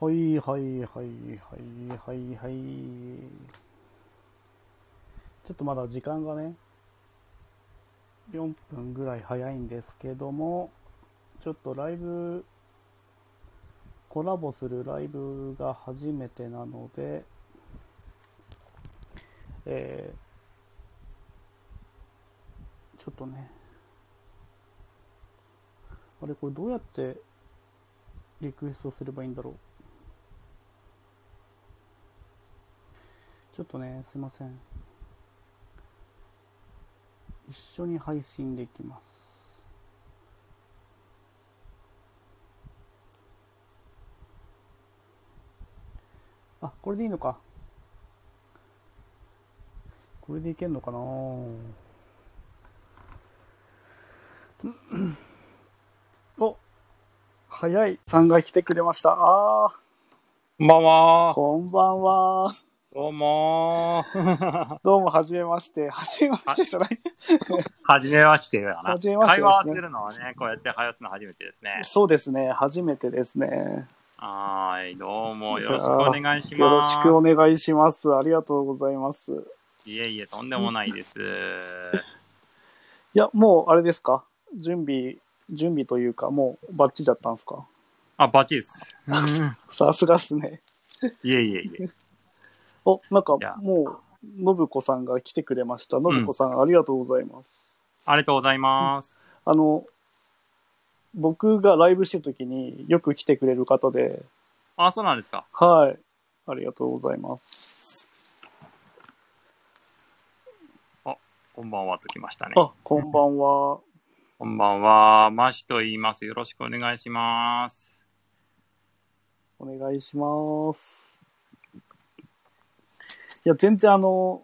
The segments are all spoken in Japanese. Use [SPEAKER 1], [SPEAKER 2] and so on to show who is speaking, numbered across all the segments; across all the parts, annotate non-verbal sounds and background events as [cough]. [SPEAKER 1] はいはいはいはいはいはい。ちょっとまだ時間がね、4分ぐらい早いんですけども、ちょっとライブ、コラボするライブが初めてなので、えーちょっとね、あれこれどうやってリクエストすればいいんだろうちょっとね、すいません。一緒に配信できます。あ、これでいいのか。これでいけんのかな [coughs] うんお早いさんが来てくれました。あー、
[SPEAKER 2] こんばんは。
[SPEAKER 1] こんばんは。
[SPEAKER 2] どうも
[SPEAKER 1] どうも、はじめまして。はじめましてじゃない
[SPEAKER 2] はじめましてだな。
[SPEAKER 1] はじめましてですね
[SPEAKER 2] 会話するのはね、こうやって話すの初めてですね。
[SPEAKER 1] そうですね。初めてですね。
[SPEAKER 2] はーい、どうもよろしくお願いします。
[SPEAKER 1] よろしくお願いします。ありがとうございます。
[SPEAKER 2] いえいえ、とんでもないです。
[SPEAKER 1] いや、もう、あれですか準備、準備というか、もう、バッチリだったんですか
[SPEAKER 2] あ、バッチ
[SPEAKER 1] [laughs]
[SPEAKER 2] リです。
[SPEAKER 1] さすがっすね。
[SPEAKER 2] いえいえいえ。
[SPEAKER 1] お、なんか
[SPEAKER 2] いや、
[SPEAKER 1] もう、信子さんが来てくれました。信子さん、ありがとうございます。
[SPEAKER 2] ありがとうございます。
[SPEAKER 1] あの、僕がライブしてるときによく来てくれる方で、
[SPEAKER 2] あ、そうなんですか。
[SPEAKER 1] はい。ありがとうございます。
[SPEAKER 2] こんばんはときましたね。
[SPEAKER 1] あ、こんばんは。
[SPEAKER 2] こんばんは。マシと言います。よろしくお願い
[SPEAKER 1] [laughs]
[SPEAKER 2] します。
[SPEAKER 1] お願いします。いや、全然あの、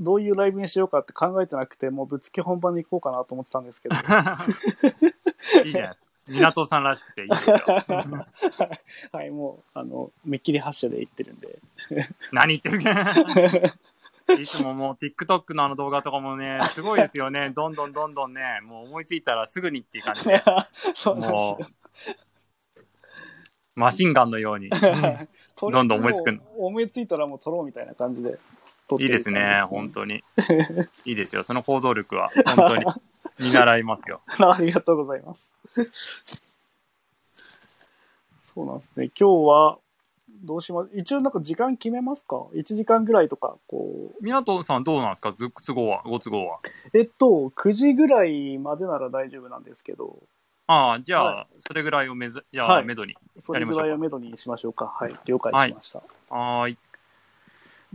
[SPEAKER 1] どういうライブにしようかって考えてなくて、もうぶっつけ本番に行こうかなと思ってたんです
[SPEAKER 2] [laughs]
[SPEAKER 1] けど、
[SPEAKER 2] いいじゃないですか。港さんらしくていいですよ。
[SPEAKER 1] はい、もう、あの、見切り発車で行ってるんで。 [laughs]
[SPEAKER 2] 何言ってる [laughs] いつももう TikTok のあの動画とかもね、すごいですよね。どんどんどんどんね、もう思いついたらすぐにっていう感じで、
[SPEAKER 1] そうなん
[SPEAKER 2] も
[SPEAKER 1] で
[SPEAKER 2] う
[SPEAKER 1] すよ。、
[SPEAKER 2] マシンガンのように。
[SPEAKER 1] [laughs]
[SPEAKER 2] うん
[SPEAKER 1] とりあえず
[SPEAKER 2] どんどん思いつくの
[SPEAKER 1] もう思いついたらもう撮ろうみたいな感じで撮って
[SPEAKER 2] いいですね、本
[SPEAKER 1] 本
[SPEAKER 2] 当に。いいですよ、その行動力は、本当に。見習いますよ。
[SPEAKER 1] 当 [laughs] ありがとうございます。 [laughs] そうなんですね。今日は、どうします一応なんか時間決めますか ?1 時間ぐらいとか、こう、
[SPEAKER 2] 港さんどうなんですかず都合は、ご都合は。
[SPEAKER 1] えっと、9時ぐらいまでなら大丈夫なんですけど、
[SPEAKER 2] ああ、じゃあ、
[SPEAKER 1] は
[SPEAKER 2] それぐらいをめず、じゃあ、
[SPEAKER 1] はい
[SPEAKER 2] めどに。
[SPEAKER 1] それぐらいをめどにしましょうか。はい、了解しました。
[SPEAKER 2] はーい。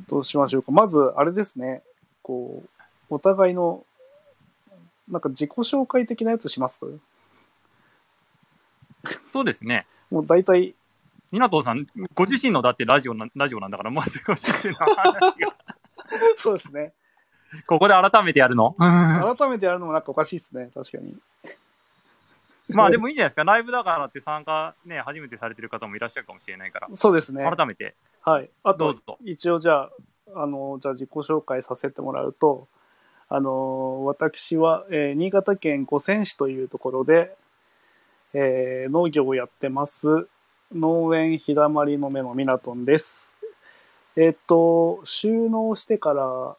[SPEAKER 1] どうしましょうか。まず、あれですね、こう、お互いの、なんか自己紹介的なやつします
[SPEAKER 2] そうですね。
[SPEAKER 1] もう大体、
[SPEAKER 2] 港さん、ご自身のだってラジオな、ラジオなんだから、まずご自身の話が。
[SPEAKER 1] そうです [laughs] ね。
[SPEAKER 2] ここで改めてやるの
[SPEAKER 1] 改めてやるのもなんかおかしいですね、確かに。
[SPEAKER 2] まあでもいいじゃないですか、ライブだからって参加ね、初めてされてる方もいらっしゃるかもしれないから、
[SPEAKER 1] そうですね。
[SPEAKER 2] 改めて、
[SPEAKER 1] はい。あ
[SPEAKER 2] ど
[SPEAKER 1] と
[SPEAKER 2] う、ぞ。
[SPEAKER 1] 一応じゃあ、あの、じゃあ自己紹介させてもらうと、あの、私は、えー新潟県五泉市というところで、えー農業をやってます、農園日だまりの目のミナトンです。えっと、収納してから、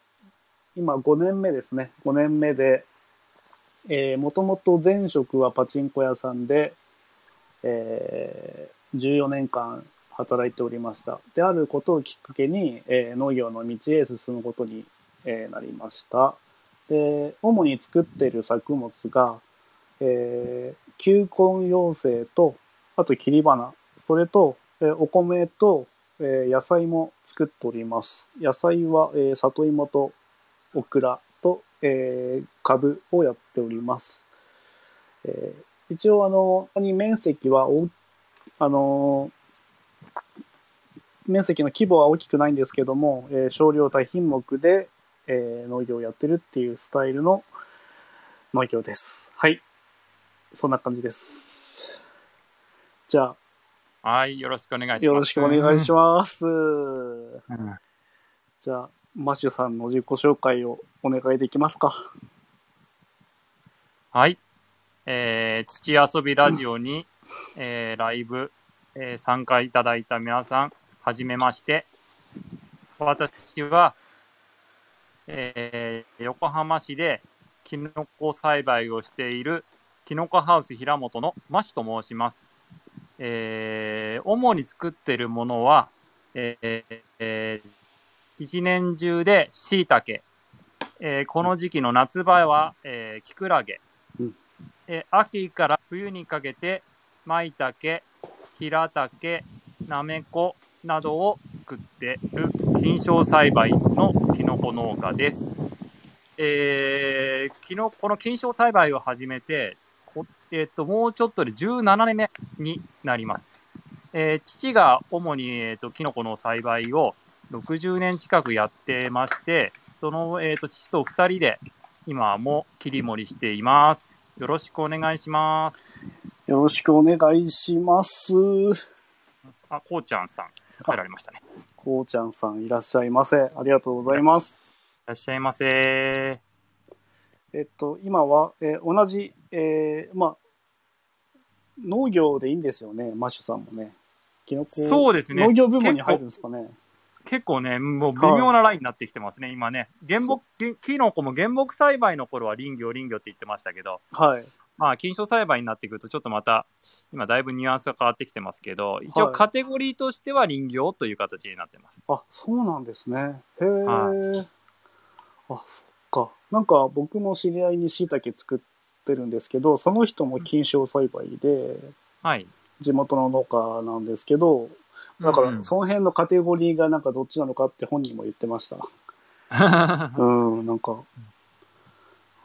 [SPEAKER 1] 今5年目ですね。5年目で、えー、もともと前職はパチンコ屋さんで、えー14年間働いておりました。であることをきっかけに、えー農業の道へ進むことに、えーなりました。で主に作っている作物が、えー球根妖精とあと切り花それと、えーお米と、えー野菜も作っております。野菜は、えー里芋とオクラと、えー、カブをやっております。えー一応あの、他に面積はお、あのー面積の規模は大きくないんですけども、えー少量多品目で、えー農業をやってるっていうスタイルの農業です。はい。そんな感じです。じゃ
[SPEAKER 2] はい、よろしくお願いしま
[SPEAKER 1] あ、
[SPEAKER 2] す。
[SPEAKER 1] よろしくお願いします。
[SPEAKER 2] ます。うん
[SPEAKER 1] じゃあ、マシュさんの自己紹介をお願いできますか。
[SPEAKER 2] はい。えー、土遊びラジオに、えー、ライブ、えー参加いただいた皆さん、はじめまして。私は、えー横浜市でキノコ栽培をしているキノコハウス平本のマシと申します。えー主に作っているものは、えーえー一年中で椎茸、えーこの時期の夏場は、えーキクラゲ、
[SPEAKER 1] うん
[SPEAKER 2] えー秋から冬にかけて舞茸、平茸、なめこなどを作っている菌床栽培のキノコ農家です。えー、キノこの菌床栽培を始めて、こえっともうちょっとで17年目になります。えー父が主に、えっとキノコの栽培を60年近くやってまして、その、えっと父と2人で今も切り盛りしています。よろしくお願いします。
[SPEAKER 1] よろしくお願いします。
[SPEAKER 2] あ、こうちゃんさん、入られましたね。い
[SPEAKER 1] こうちゃんさんいらっしゃいませ。ありがとうございます。
[SPEAKER 2] らっしゃいませ。
[SPEAKER 1] えっと、今は、えー同じ、えーまあ、農業でいいんですよね、マッシュさんもね。キノコ
[SPEAKER 2] そうですね。
[SPEAKER 1] 農業部門に入るんですかね。
[SPEAKER 2] 結構ね、もう微妙なラインになってきてますね、今ね。原木、キノコも原木栽培の頃は林業、林業って言ってましたけど、
[SPEAKER 1] はい。
[SPEAKER 2] まあ、菌床栽培になってくると、ちょっとまた、今だいぶニュアンスが変わってきてますけど、一応
[SPEAKER 1] はい
[SPEAKER 2] カテゴリーとしては林業という形になってます。
[SPEAKER 1] あ、そうなんですね。へえ、
[SPEAKER 2] は
[SPEAKER 1] あ、そっか。なんか僕も知り合いに椎茸作ってるんですけど、その人も菌床栽培で、
[SPEAKER 2] はい。
[SPEAKER 1] 地元の農家なんですけど、だか
[SPEAKER 2] うん
[SPEAKER 1] らその辺のカテゴリーがなんかどっちなのかって本人も言ってました。うん、なんか、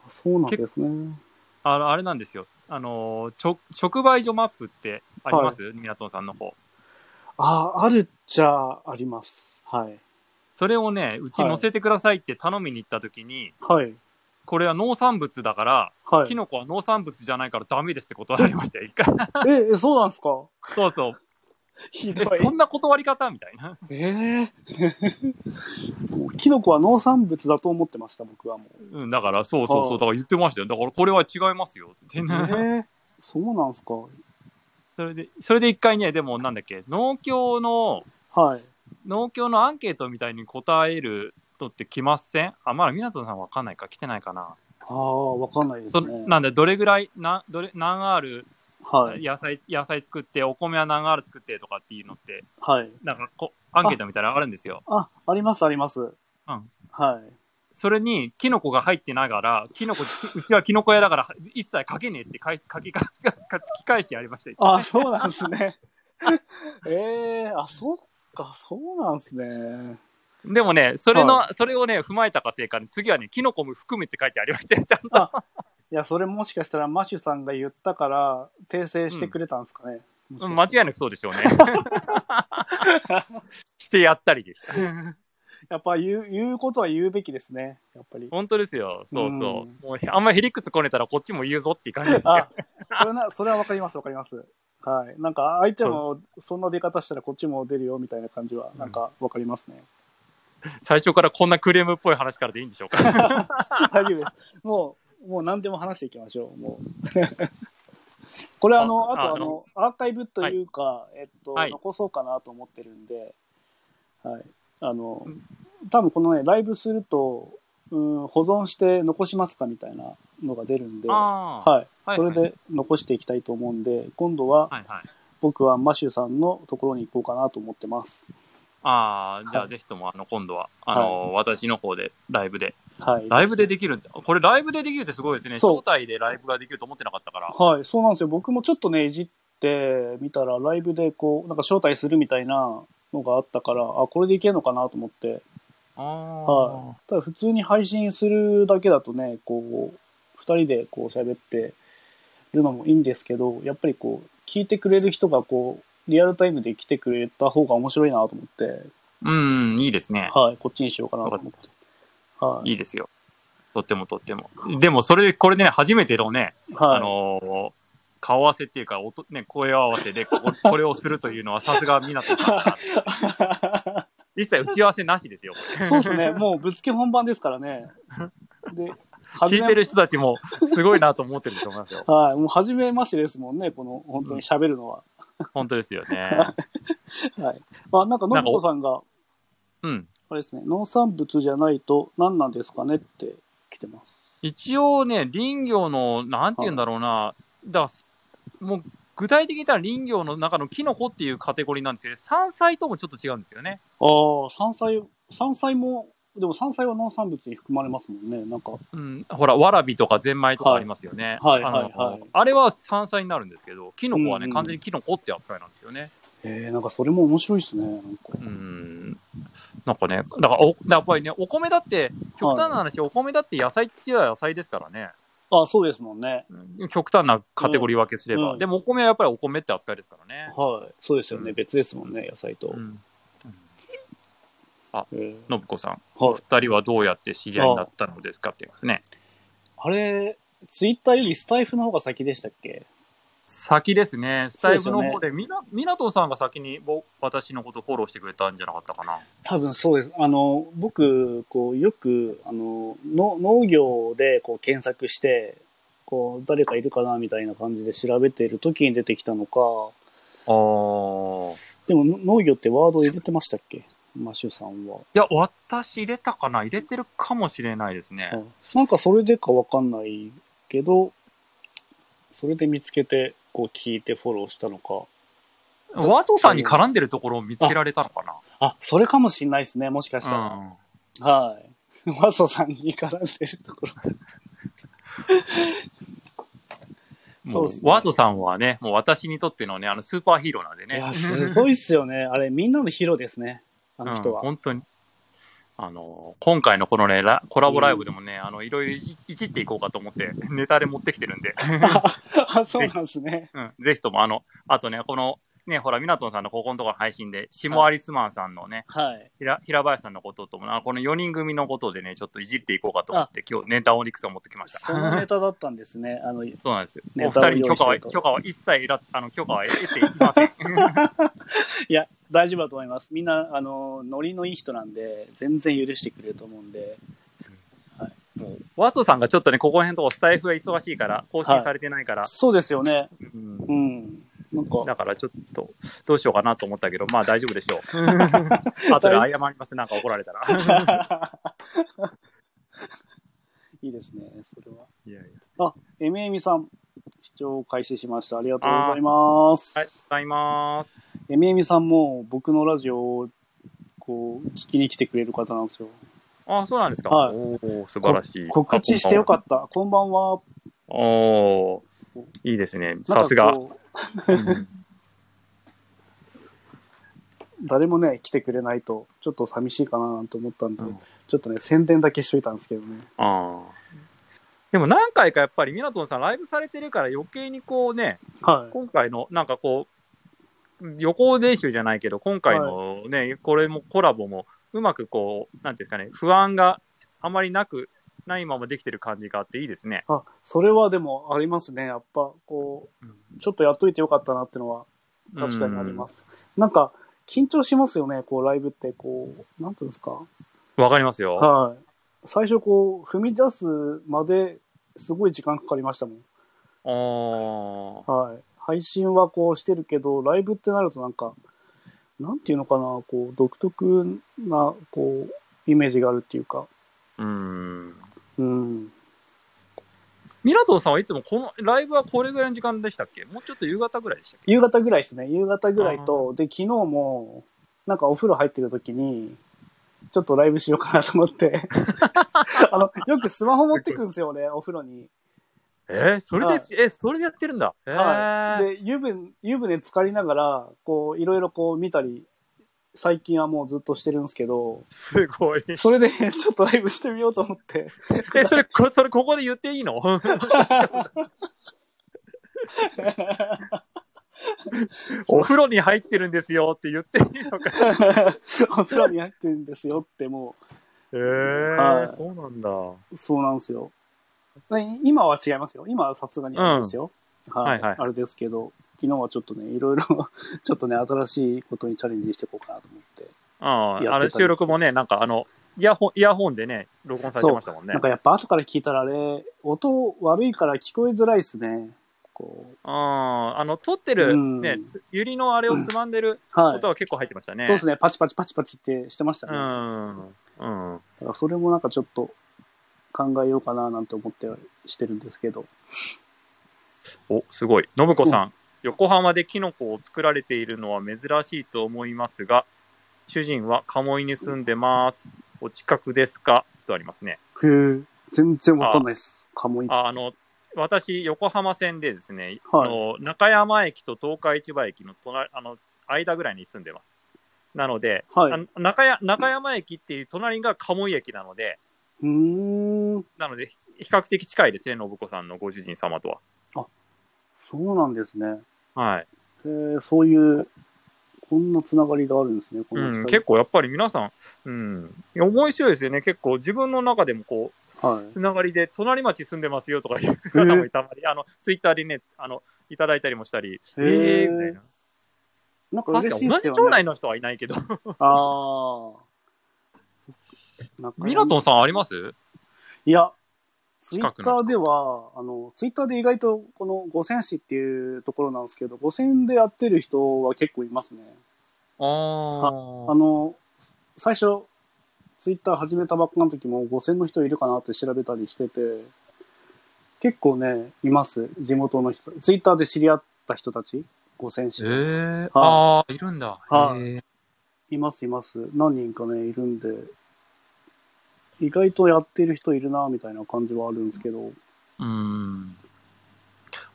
[SPEAKER 1] そうなんですね。
[SPEAKER 2] あのあれなんですよ。あのー、ちょ直売所マップってあります、ミナトンさんの方。
[SPEAKER 1] あ、あるっちゃあります。はい。
[SPEAKER 2] それをね、うち載せてくださいって頼みに行った時に、
[SPEAKER 1] はい。
[SPEAKER 2] これは農産物だから、
[SPEAKER 1] は
[SPEAKER 2] キ
[SPEAKER 1] い。
[SPEAKER 2] ノコは農産物じゃないからダメですって断られましたよ、一
[SPEAKER 1] [laughs]
[SPEAKER 2] 回。
[SPEAKER 1] え、えそうなんですか
[SPEAKER 2] そうそう。
[SPEAKER 1] ひ
[SPEAKER 2] え
[SPEAKER 1] どい。
[SPEAKER 2] そんな断り方みたいな。
[SPEAKER 1] ええも [laughs] うキノコは農産物だと思ってました、僕はも
[SPEAKER 2] [laughs]
[SPEAKER 1] う。
[SPEAKER 2] うん、だから、そうそう
[SPEAKER 1] は
[SPEAKER 2] そ
[SPEAKER 1] あ
[SPEAKER 2] う、だから言ってましたよ。だから、これは違いますよ。って
[SPEAKER 1] ええそうなんですか
[SPEAKER 2] それで、それで一回ね、でもなんだっけ、農協の、
[SPEAKER 1] はい。
[SPEAKER 2] 農協のアンケートみたいに答えるのって来ませんあ、まだ湊さんわかんないか、来てないかな。
[SPEAKER 1] ああ、わかんないで
[SPEAKER 2] そ
[SPEAKER 1] すね。
[SPEAKER 2] なんで、どれぐらい、などれ何 R
[SPEAKER 1] はい。
[SPEAKER 2] 野菜、野菜作って、お米は何 R 作ってとかっていうのって、
[SPEAKER 1] はい。
[SPEAKER 2] なんかこう、アンケートみたいなのあるんですよ。
[SPEAKER 1] あ、あります、あります。うんはい。
[SPEAKER 2] それにキノコが入ってながら、キノコ、きうちはキノコ屋だから一切かけねえって書き書きか突き返してやりましたよ。
[SPEAKER 1] あ、そうなんですね。 [laughs] ええあ、そっか、そうなんですね。
[SPEAKER 2] でもね、それの、それをね、踏まえたかせいかね、次はね、キノコも含めて書いてありましたよ。ちゃんと
[SPEAKER 1] いや、それもしかしたらマシュさんが言ったから、訂正してくれたんですかね。もしか
[SPEAKER 2] うん
[SPEAKER 1] し
[SPEAKER 2] 間違
[SPEAKER 1] て
[SPEAKER 2] い [laughs] なくそうでしょ [laughs] うね。してやったりでした。
[SPEAKER 1] やっぱ言う言うことは言うべきですね、やっぱり。
[SPEAKER 2] 本当ですよ。そうそ
[SPEAKER 1] う
[SPEAKER 2] う
[SPEAKER 1] ん。
[SPEAKER 2] もうあんまりへりくつこねたらこっちも言うぞっていう感じですよ。
[SPEAKER 1] あ、それな、それはわかります、わかります。はい。なんか、相手も、そんな出方したらこっちも出るよ、みたいな感じは、なんか、わかりますね。
[SPEAKER 2] 最初からこんなクレームっぽい話からでいいんでしょうか。
[SPEAKER 1] [laughs] 大丈夫です。もう、もう何でも話していきましょう、もう。 [laughs] これ、あの、あ
[SPEAKER 2] あ
[SPEAKER 1] と、あ
[SPEAKER 2] あ
[SPEAKER 1] の
[SPEAKER 2] の、
[SPEAKER 1] アーカイブというか、えっと、
[SPEAKER 2] はい
[SPEAKER 1] 残そうかなと思ってるんで、はい。あの、多分このね、ライブすると、うん、保存して残しますかみたいなのが出るんで、は
[SPEAKER 2] ああ。
[SPEAKER 1] い。
[SPEAKER 2] はい
[SPEAKER 1] それで残していきたいと思うんで、今度は、
[SPEAKER 2] はいはい。
[SPEAKER 1] 僕はマシューさんのところに行こうかなと思ってます。
[SPEAKER 2] ああ、じゃ
[SPEAKER 1] は
[SPEAKER 2] あ
[SPEAKER 1] い
[SPEAKER 2] ぜひとも、あの、今度は、あの、私の方で、ライブで
[SPEAKER 1] はい。
[SPEAKER 2] ライブでできるんだ。これライブでできるってすごいですね。
[SPEAKER 1] そう
[SPEAKER 2] 招待でライブができると思ってなかったから。
[SPEAKER 1] はい、そうなんですよ。僕もちょっとね、いじってみたら、ライブでこう、なんか招待するみたいなのがあったから、あ、これでいけるのかなと思って。
[SPEAKER 2] ああ、
[SPEAKER 1] はただ、普通に配信するだけだとね、こう、二人でこう喋ってるのもいいんですけど、やっぱりこう、聞いてくれる人がこう、リアルタイムで来てくれた方が面白いなと思って、
[SPEAKER 2] うん、いいですね。
[SPEAKER 1] はい、こっちにしようかなと思って。はい。
[SPEAKER 2] いいですよ。とってもとっても。でもそれで、これでね、初めてのね、
[SPEAKER 1] はい、
[SPEAKER 2] あのー顔合わせっていうか、音、ね、声合わせで
[SPEAKER 1] [laughs]
[SPEAKER 2] こ、ここれをするというのはさすが港さんだな。一切打ち合わせなしですよ。
[SPEAKER 1] [laughs] そうですね。もうぶっつけ本番ですからね。
[SPEAKER 2] [laughs]
[SPEAKER 1] で、初
[SPEAKER 2] 聞いてる人たちもすごいなと思ってると思いますよ。
[SPEAKER 1] はい。もう初めましてですもんね。この、本当に喋るのは。
[SPEAKER 2] 本当ですよね。
[SPEAKER 1] [laughs] はい。まあ、なんか、のびこさんが、
[SPEAKER 2] うん。
[SPEAKER 1] あれですね、農産物じゃないと何なんですかねって来てます。
[SPEAKER 2] 一応ね、林業の、なんて言うんだろうな、だからもう具体的に言ったら林業の中のキノコっていうカテゴリーなんですよね。山菜ともちょっと違うんですよね。
[SPEAKER 1] ああ、山菜、山菜も、でも山菜は農産物に含まれますもんね。なんか、
[SPEAKER 2] うん、ほら、わらびとかゼンマイとかありますよね。
[SPEAKER 1] はい
[SPEAKER 2] あの
[SPEAKER 1] はいはいはい
[SPEAKER 2] あれは山菜になるんですけど、キノコはね、
[SPEAKER 1] うん
[SPEAKER 2] 完全にキノコって扱いなんですよね。
[SPEAKER 1] えー、なんかそれも面白いですね。なんか
[SPEAKER 2] うんなんかね、だからお、やっぱりね、お米だって、極端な話、お米だって野菜っていうのは野菜ですからね、
[SPEAKER 1] あそうですもんね。
[SPEAKER 2] 極端なカテゴリー分けすれば、
[SPEAKER 1] うん
[SPEAKER 2] でもお米はやっぱりお米って扱いですからね。
[SPEAKER 1] はい。そうですよね。
[SPEAKER 2] うん
[SPEAKER 1] 別ですもんね、野菜と。
[SPEAKER 2] うん
[SPEAKER 1] えー
[SPEAKER 2] 信子さん、
[SPEAKER 1] はい。
[SPEAKER 2] 二人はどうやって知り合いになったのですかって言いますね。
[SPEAKER 1] あれ、ツイッターよりスタイフの方が先でしたっけ
[SPEAKER 2] 先ですね、スタイフの
[SPEAKER 1] そ
[SPEAKER 2] 方
[SPEAKER 1] う
[SPEAKER 2] で、みな、みなとさんが先に僕私のことフォローしてくれたんじゃなかったかな。
[SPEAKER 1] 多分そうです。あの、僕、こう、よく、あの、の農業で、こう、検索して、こう、誰かいるかな、みたいな感じで調べている時に出てきたのか、
[SPEAKER 2] あー
[SPEAKER 1] でも、の農業ってワード入れてましたっけマシュさんは。
[SPEAKER 2] いや、私入れたかな入れてるかもしれないですね。
[SPEAKER 1] うんなんかそれでかわかんないけど、それで見つけて、こう聞いてフォローしたのか。
[SPEAKER 2] 和蔵さんに絡んでるところを見つけられたのかな
[SPEAKER 1] あ、それかもしんないですね、もしかしたら。
[SPEAKER 2] うん
[SPEAKER 1] はい。マソさんに絡んでると
[SPEAKER 2] [laughs]
[SPEAKER 1] ころ。
[SPEAKER 2] も
[SPEAKER 1] そううですね
[SPEAKER 2] ワードさんはね、もう私にとってのね、あのスーパーヒーローなんで
[SPEAKER 1] い
[SPEAKER 2] ね。
[SPEAKER 1] や、すごいっすよね。あれ、みんなのヒーローですね。あの人
[SPEAKER 2] うん
[SPEAKER 1] は。
[SPEAKER 2] 本当に。あの、今回のこのね、ラコラボライブでもね、あの、いろいろいじいじっていこうかと思って、ネタで持ってきてるんで、
[SPEAKER 1] あ、 [laughs] そうなんですね。
[SPEAKER 2] うん、ぜひとも、あの、あとね、この、ね、ほら、ミナトンさんのここのところの配信で、シモアリスマンさんのね、
[SPEAKER 1] はい。
[SPEAKER 2] ひら平林さんのこととも、あのこの4人組のことでね、ちょっといじっていこうかと思って、今日ネタをいくつか持ってきました。
[SPEAKER 1] そのネタだったんですね。あの、
[SPEAKER 2] そうなんですよ。お
[SPEAKER 1] ネ
[SPEAKER 2] 二
[SPEAKER 1] タを
[SPEAKER 2] 人に許可
[SPEAKER 1] 用
[SPEAKER 2] は、
[SPEAKER 1] 意してると
[SPEAKER 2] 許可は一切得ら、あの、許可は得てい
[SPEAKER 1] [laughs]
[SPEAKER 2] ません。
[SPEAKER 1] いや、大丈夫だと思います。みんな、あの、ノリのいい人なんで、全然許してくれると思うんで。
[SPEAKER 2] もう、ワトさんがちょっとね、ここら辺のとこスタイフが忙しいから、更新されてないから、
[SPEAKER 1] そうですよね。
[SPEAKER 2] うん
[SPEAKER 1] うん。なんか、
[SPEAKER 2] だからちょっと、どうしようかなと思ったけど、まあ大丈夫でしょう。後で謝ります、なんか怒られたら。
[SPEAKER 1] [laughs] いいですね、それは。
[SPEAKER 2] いやいや
[SPEAKER 1] あ、エミエミさん、視聴開始しました。ありがとうございます。
[SPEAKER 2] はい、ございます。
[SPEAKER 1] エミエミさんも僕のラジオをこう聞きに来てくれる方なんですよ。
[SPEAKER 2] あ、そうなんですか。
[SPEAKER 1] はい
[SPEAKER 2] おー素晴らしい。
[SPEAKER 1] 告知してよ
[SPEAKER 2] っ
[SPEAKER 1] かった。こんばんは。
[SPEAKER 2] た。おーいいですね。
[SPEAKER 1] なん
[SPEAKER 2] さ
[SPEAKER 1] か
[SPEAKER 2] すが。
[SPEAKER 1] こう誰もね、来てくれないと、ちょっと寂しいかななんて思ったんで、
[SPEAKER 2] うん
[SPEAKER 1] ちょっとね、宣伝だけしといたんですけどね。
[SPEAKER 2] [laughs] あーでも何回かやっぱり、ミナトンさんライブされてるから余計にこうね、
[SPEAKER 1] はい。
[SPEAKER 2] 今回のなんかこう予行練習じゃないけど今回のね、これもコラボもうまくこうなんていうんですかね不安があまりなくないままできてる感じがあっていいですね。。
[SPEAKER 1] あ、それはでもありますね。やっぱ、こう、ちょっとやっといてよかったなってのは確かにありますす。なんか、緊張しますよね、こう、ライブって、こう、なんていうんですか。
[SPEAKER 2] わかりますよ。
[SPEAKER 1] はい。最初、こう、踏み出すまですごい時間かかりましたもん。
[SPEAKER 2] あー
[SPEAKER 1] はい。配信はこうしてるけど、ライブってなるとなんか、なんていうのかな、こう、独特な、こう、イメージがあるっていうか、
[SPEAKER 2] うん。
[SPEAKER 1] うん。
[SPEAKER 2] ミラトンさんはいつもこのライブはこれぐらいの時間でしたっけもうちょっと夕方ぐらいでしたっけ
[SPEAKER 1] 夕方ぐらいですね。夕方ぐらいと、で、昨日も、なんかお風呂入ってる時に、ちょっとライブしようかなと思って。あの、よくスマホ持ってくんですよね、お風呂に。
[SPEAKER 2] えーそれで、
[SPEAKER 1] はい
[SPEAKER 2] え、それでやってるんだ。えー
[SPEAKER 1] はい。で、湯船、湯船浸かりながら、こう、いろいろこう見たり、最近はもうずっとしてるんですけど、
[SPEAKER 2] [laughs] すごい。
[SPEAKER 1] それで [laughs] ちょっとライブしてみようと思って。
[SPEAKER 2] [laughs]
[SPEAKER 1] [laughs]
[SPEAKER 2] え、それ、これ、それここで言っていい [laughs] のお風呂に入ってるんですよって言っていいのか。
[SPEAKER 1] お風呂に入ってるんですよっても
[SPEAKER 2] [laughs] ええ
[SPEAKER 1] はい
[SPEAKER 2] そうなんだ。は
[SPEAKER 1] うそうなんですよね今は違いますよ今はさすがにあれですよ、はい、
[SPEAKER 2] はいはい
[SPEAKER 1] あれですけど昨日はちょっとねいろいろ [laughs] ちょっとね新しいことにチャレンジしていこうかなと思って、
[SPEAKER 2] あ
[SPEAKER 1] やって
[SPEAKER 2] あ、
[SPEAKER 1] た
[SPEAKER 2] あれ収録もね、なんかあの、イヤホン、イヤホンでね、録音されてましたもんね
[SPEAKER 1] なん。かやっぱ後から聞いたらあれ音悪いから聞こえづらいですねこ
[SPEAKER 2] あーあの、取ってる、
[SPEAKER 1] うん
[SPEAKER 2] ね、つユリのあれをつまんでる
[SPEAKER 1] う。はい
[SPEAKER 2] 音。は結構入ってましたね。
[SPEAKER 1] そうですね、パチパチパチパチってしてました
[SPEAKER 2] う
[SPEAKER 1] ね。だ
[SPEAKER 2] ん。うん。
[SPEAKER 1] からそれもなんかちょっと考えようかななんて思ってしてるんですけど。
[SPEAKER 2] お、すごい。信子さん、横浜でキノコを作られているのは珍しいと思いますが、主人は鴨居に住んでます。お近くですかとありますね。
[SPEAKER 1] へえ、全然わかんないです。カモイ。
[SPEAKER 2] ああの、私、横浜線でですね、
[SPEAKER 1] はい
[SPEAKER 2] あの中山駅と東海市場駅の隣あの間ぐらいに住んでます。なので、
[SPEAKER 1] はい
[SPEAKER 2] あの中や中山駅っていう隣が鴨居駅なので、
[SPEAKER 1] うーん、
[SPEAKER 2] なので、比較的近いですね、信子さんのご主人様とは。
[SPEAKER 1] そうなんですね。
[SPEAKER 2] はい。
[SPEAKER 1] へえ、そういう、こんなつながりがあるんですね。こん
[SPEAKER 2] う、
[SPEAKER 1] なつなんがり
[SPEAKER 2] 結構やっぱり皆さん、うん、いや面白いですよね。結構自分の中でもこ
[SPEAKER 1] は
[SPEAKER 2] う、
[SPEAKER 1] い。
[SPEAKER 2] つながりで、隣町住んでますよとかいう方もたまに、あの、ツイッターでね、あの、いただいたりもしたり、え
[SPEAKER 1] へ
[SPEAKER 2] ー、
[SPEAKER 1] ー
[SPEAKER 2] みたいな。
[SPEAKER 1] なんか
[SPEAKER 2] 確
[SPEAKER 1] 嬉
[SPEAKER 2] か
[SPEAKER 1] しい
[SPEAKER 2] に
[SPEAKER 1] で
[SPEAKER 2] 同
[SPEAKER 1] す
[SPEAKER 2] じ
[SPEAKER 1] よ
[SPEAKER 2] 町
[SPEAKER 1] ね。
[SPEAKER 2] 内の人はいないけど。
[SPEAKER 1] ああ。
[SPEAKER 2] ミラトンさんあります
[SPEAKER 1] いや、ツイ
[SPEAKER 2] 近く
[SPEAKER 1] ッタ
[SPEAKER 2] の
[SPEAKER 1] ーでは、あの、ツイッターで意外とこの五線市っていうところなんですけど、五線でやってる人は結構いますね。
[SPEAKER 2] あ
[SPEAKER 1] あ
[SPEAKER 2] あ。
[SPEAKER 1] の、最初、ツイッター始めたばっかの時も五線の人いるかなって調べたりしてて、結構ね、います。地元の人。ツイッターで知り合った人たち、五線市。
[SPEAKER 2] えー、
[SPEAKER 1] は
[SPEAKER 2] ああ、いるんだ。
[SPEAKER 1] はい
[SPEAKER 2] えー
[SPEAKER 1] いますいます。何人かね、いるんで、意外とやってる人いるな、みたいな感じはあるんですけど、
[SPEAKER 2] うん。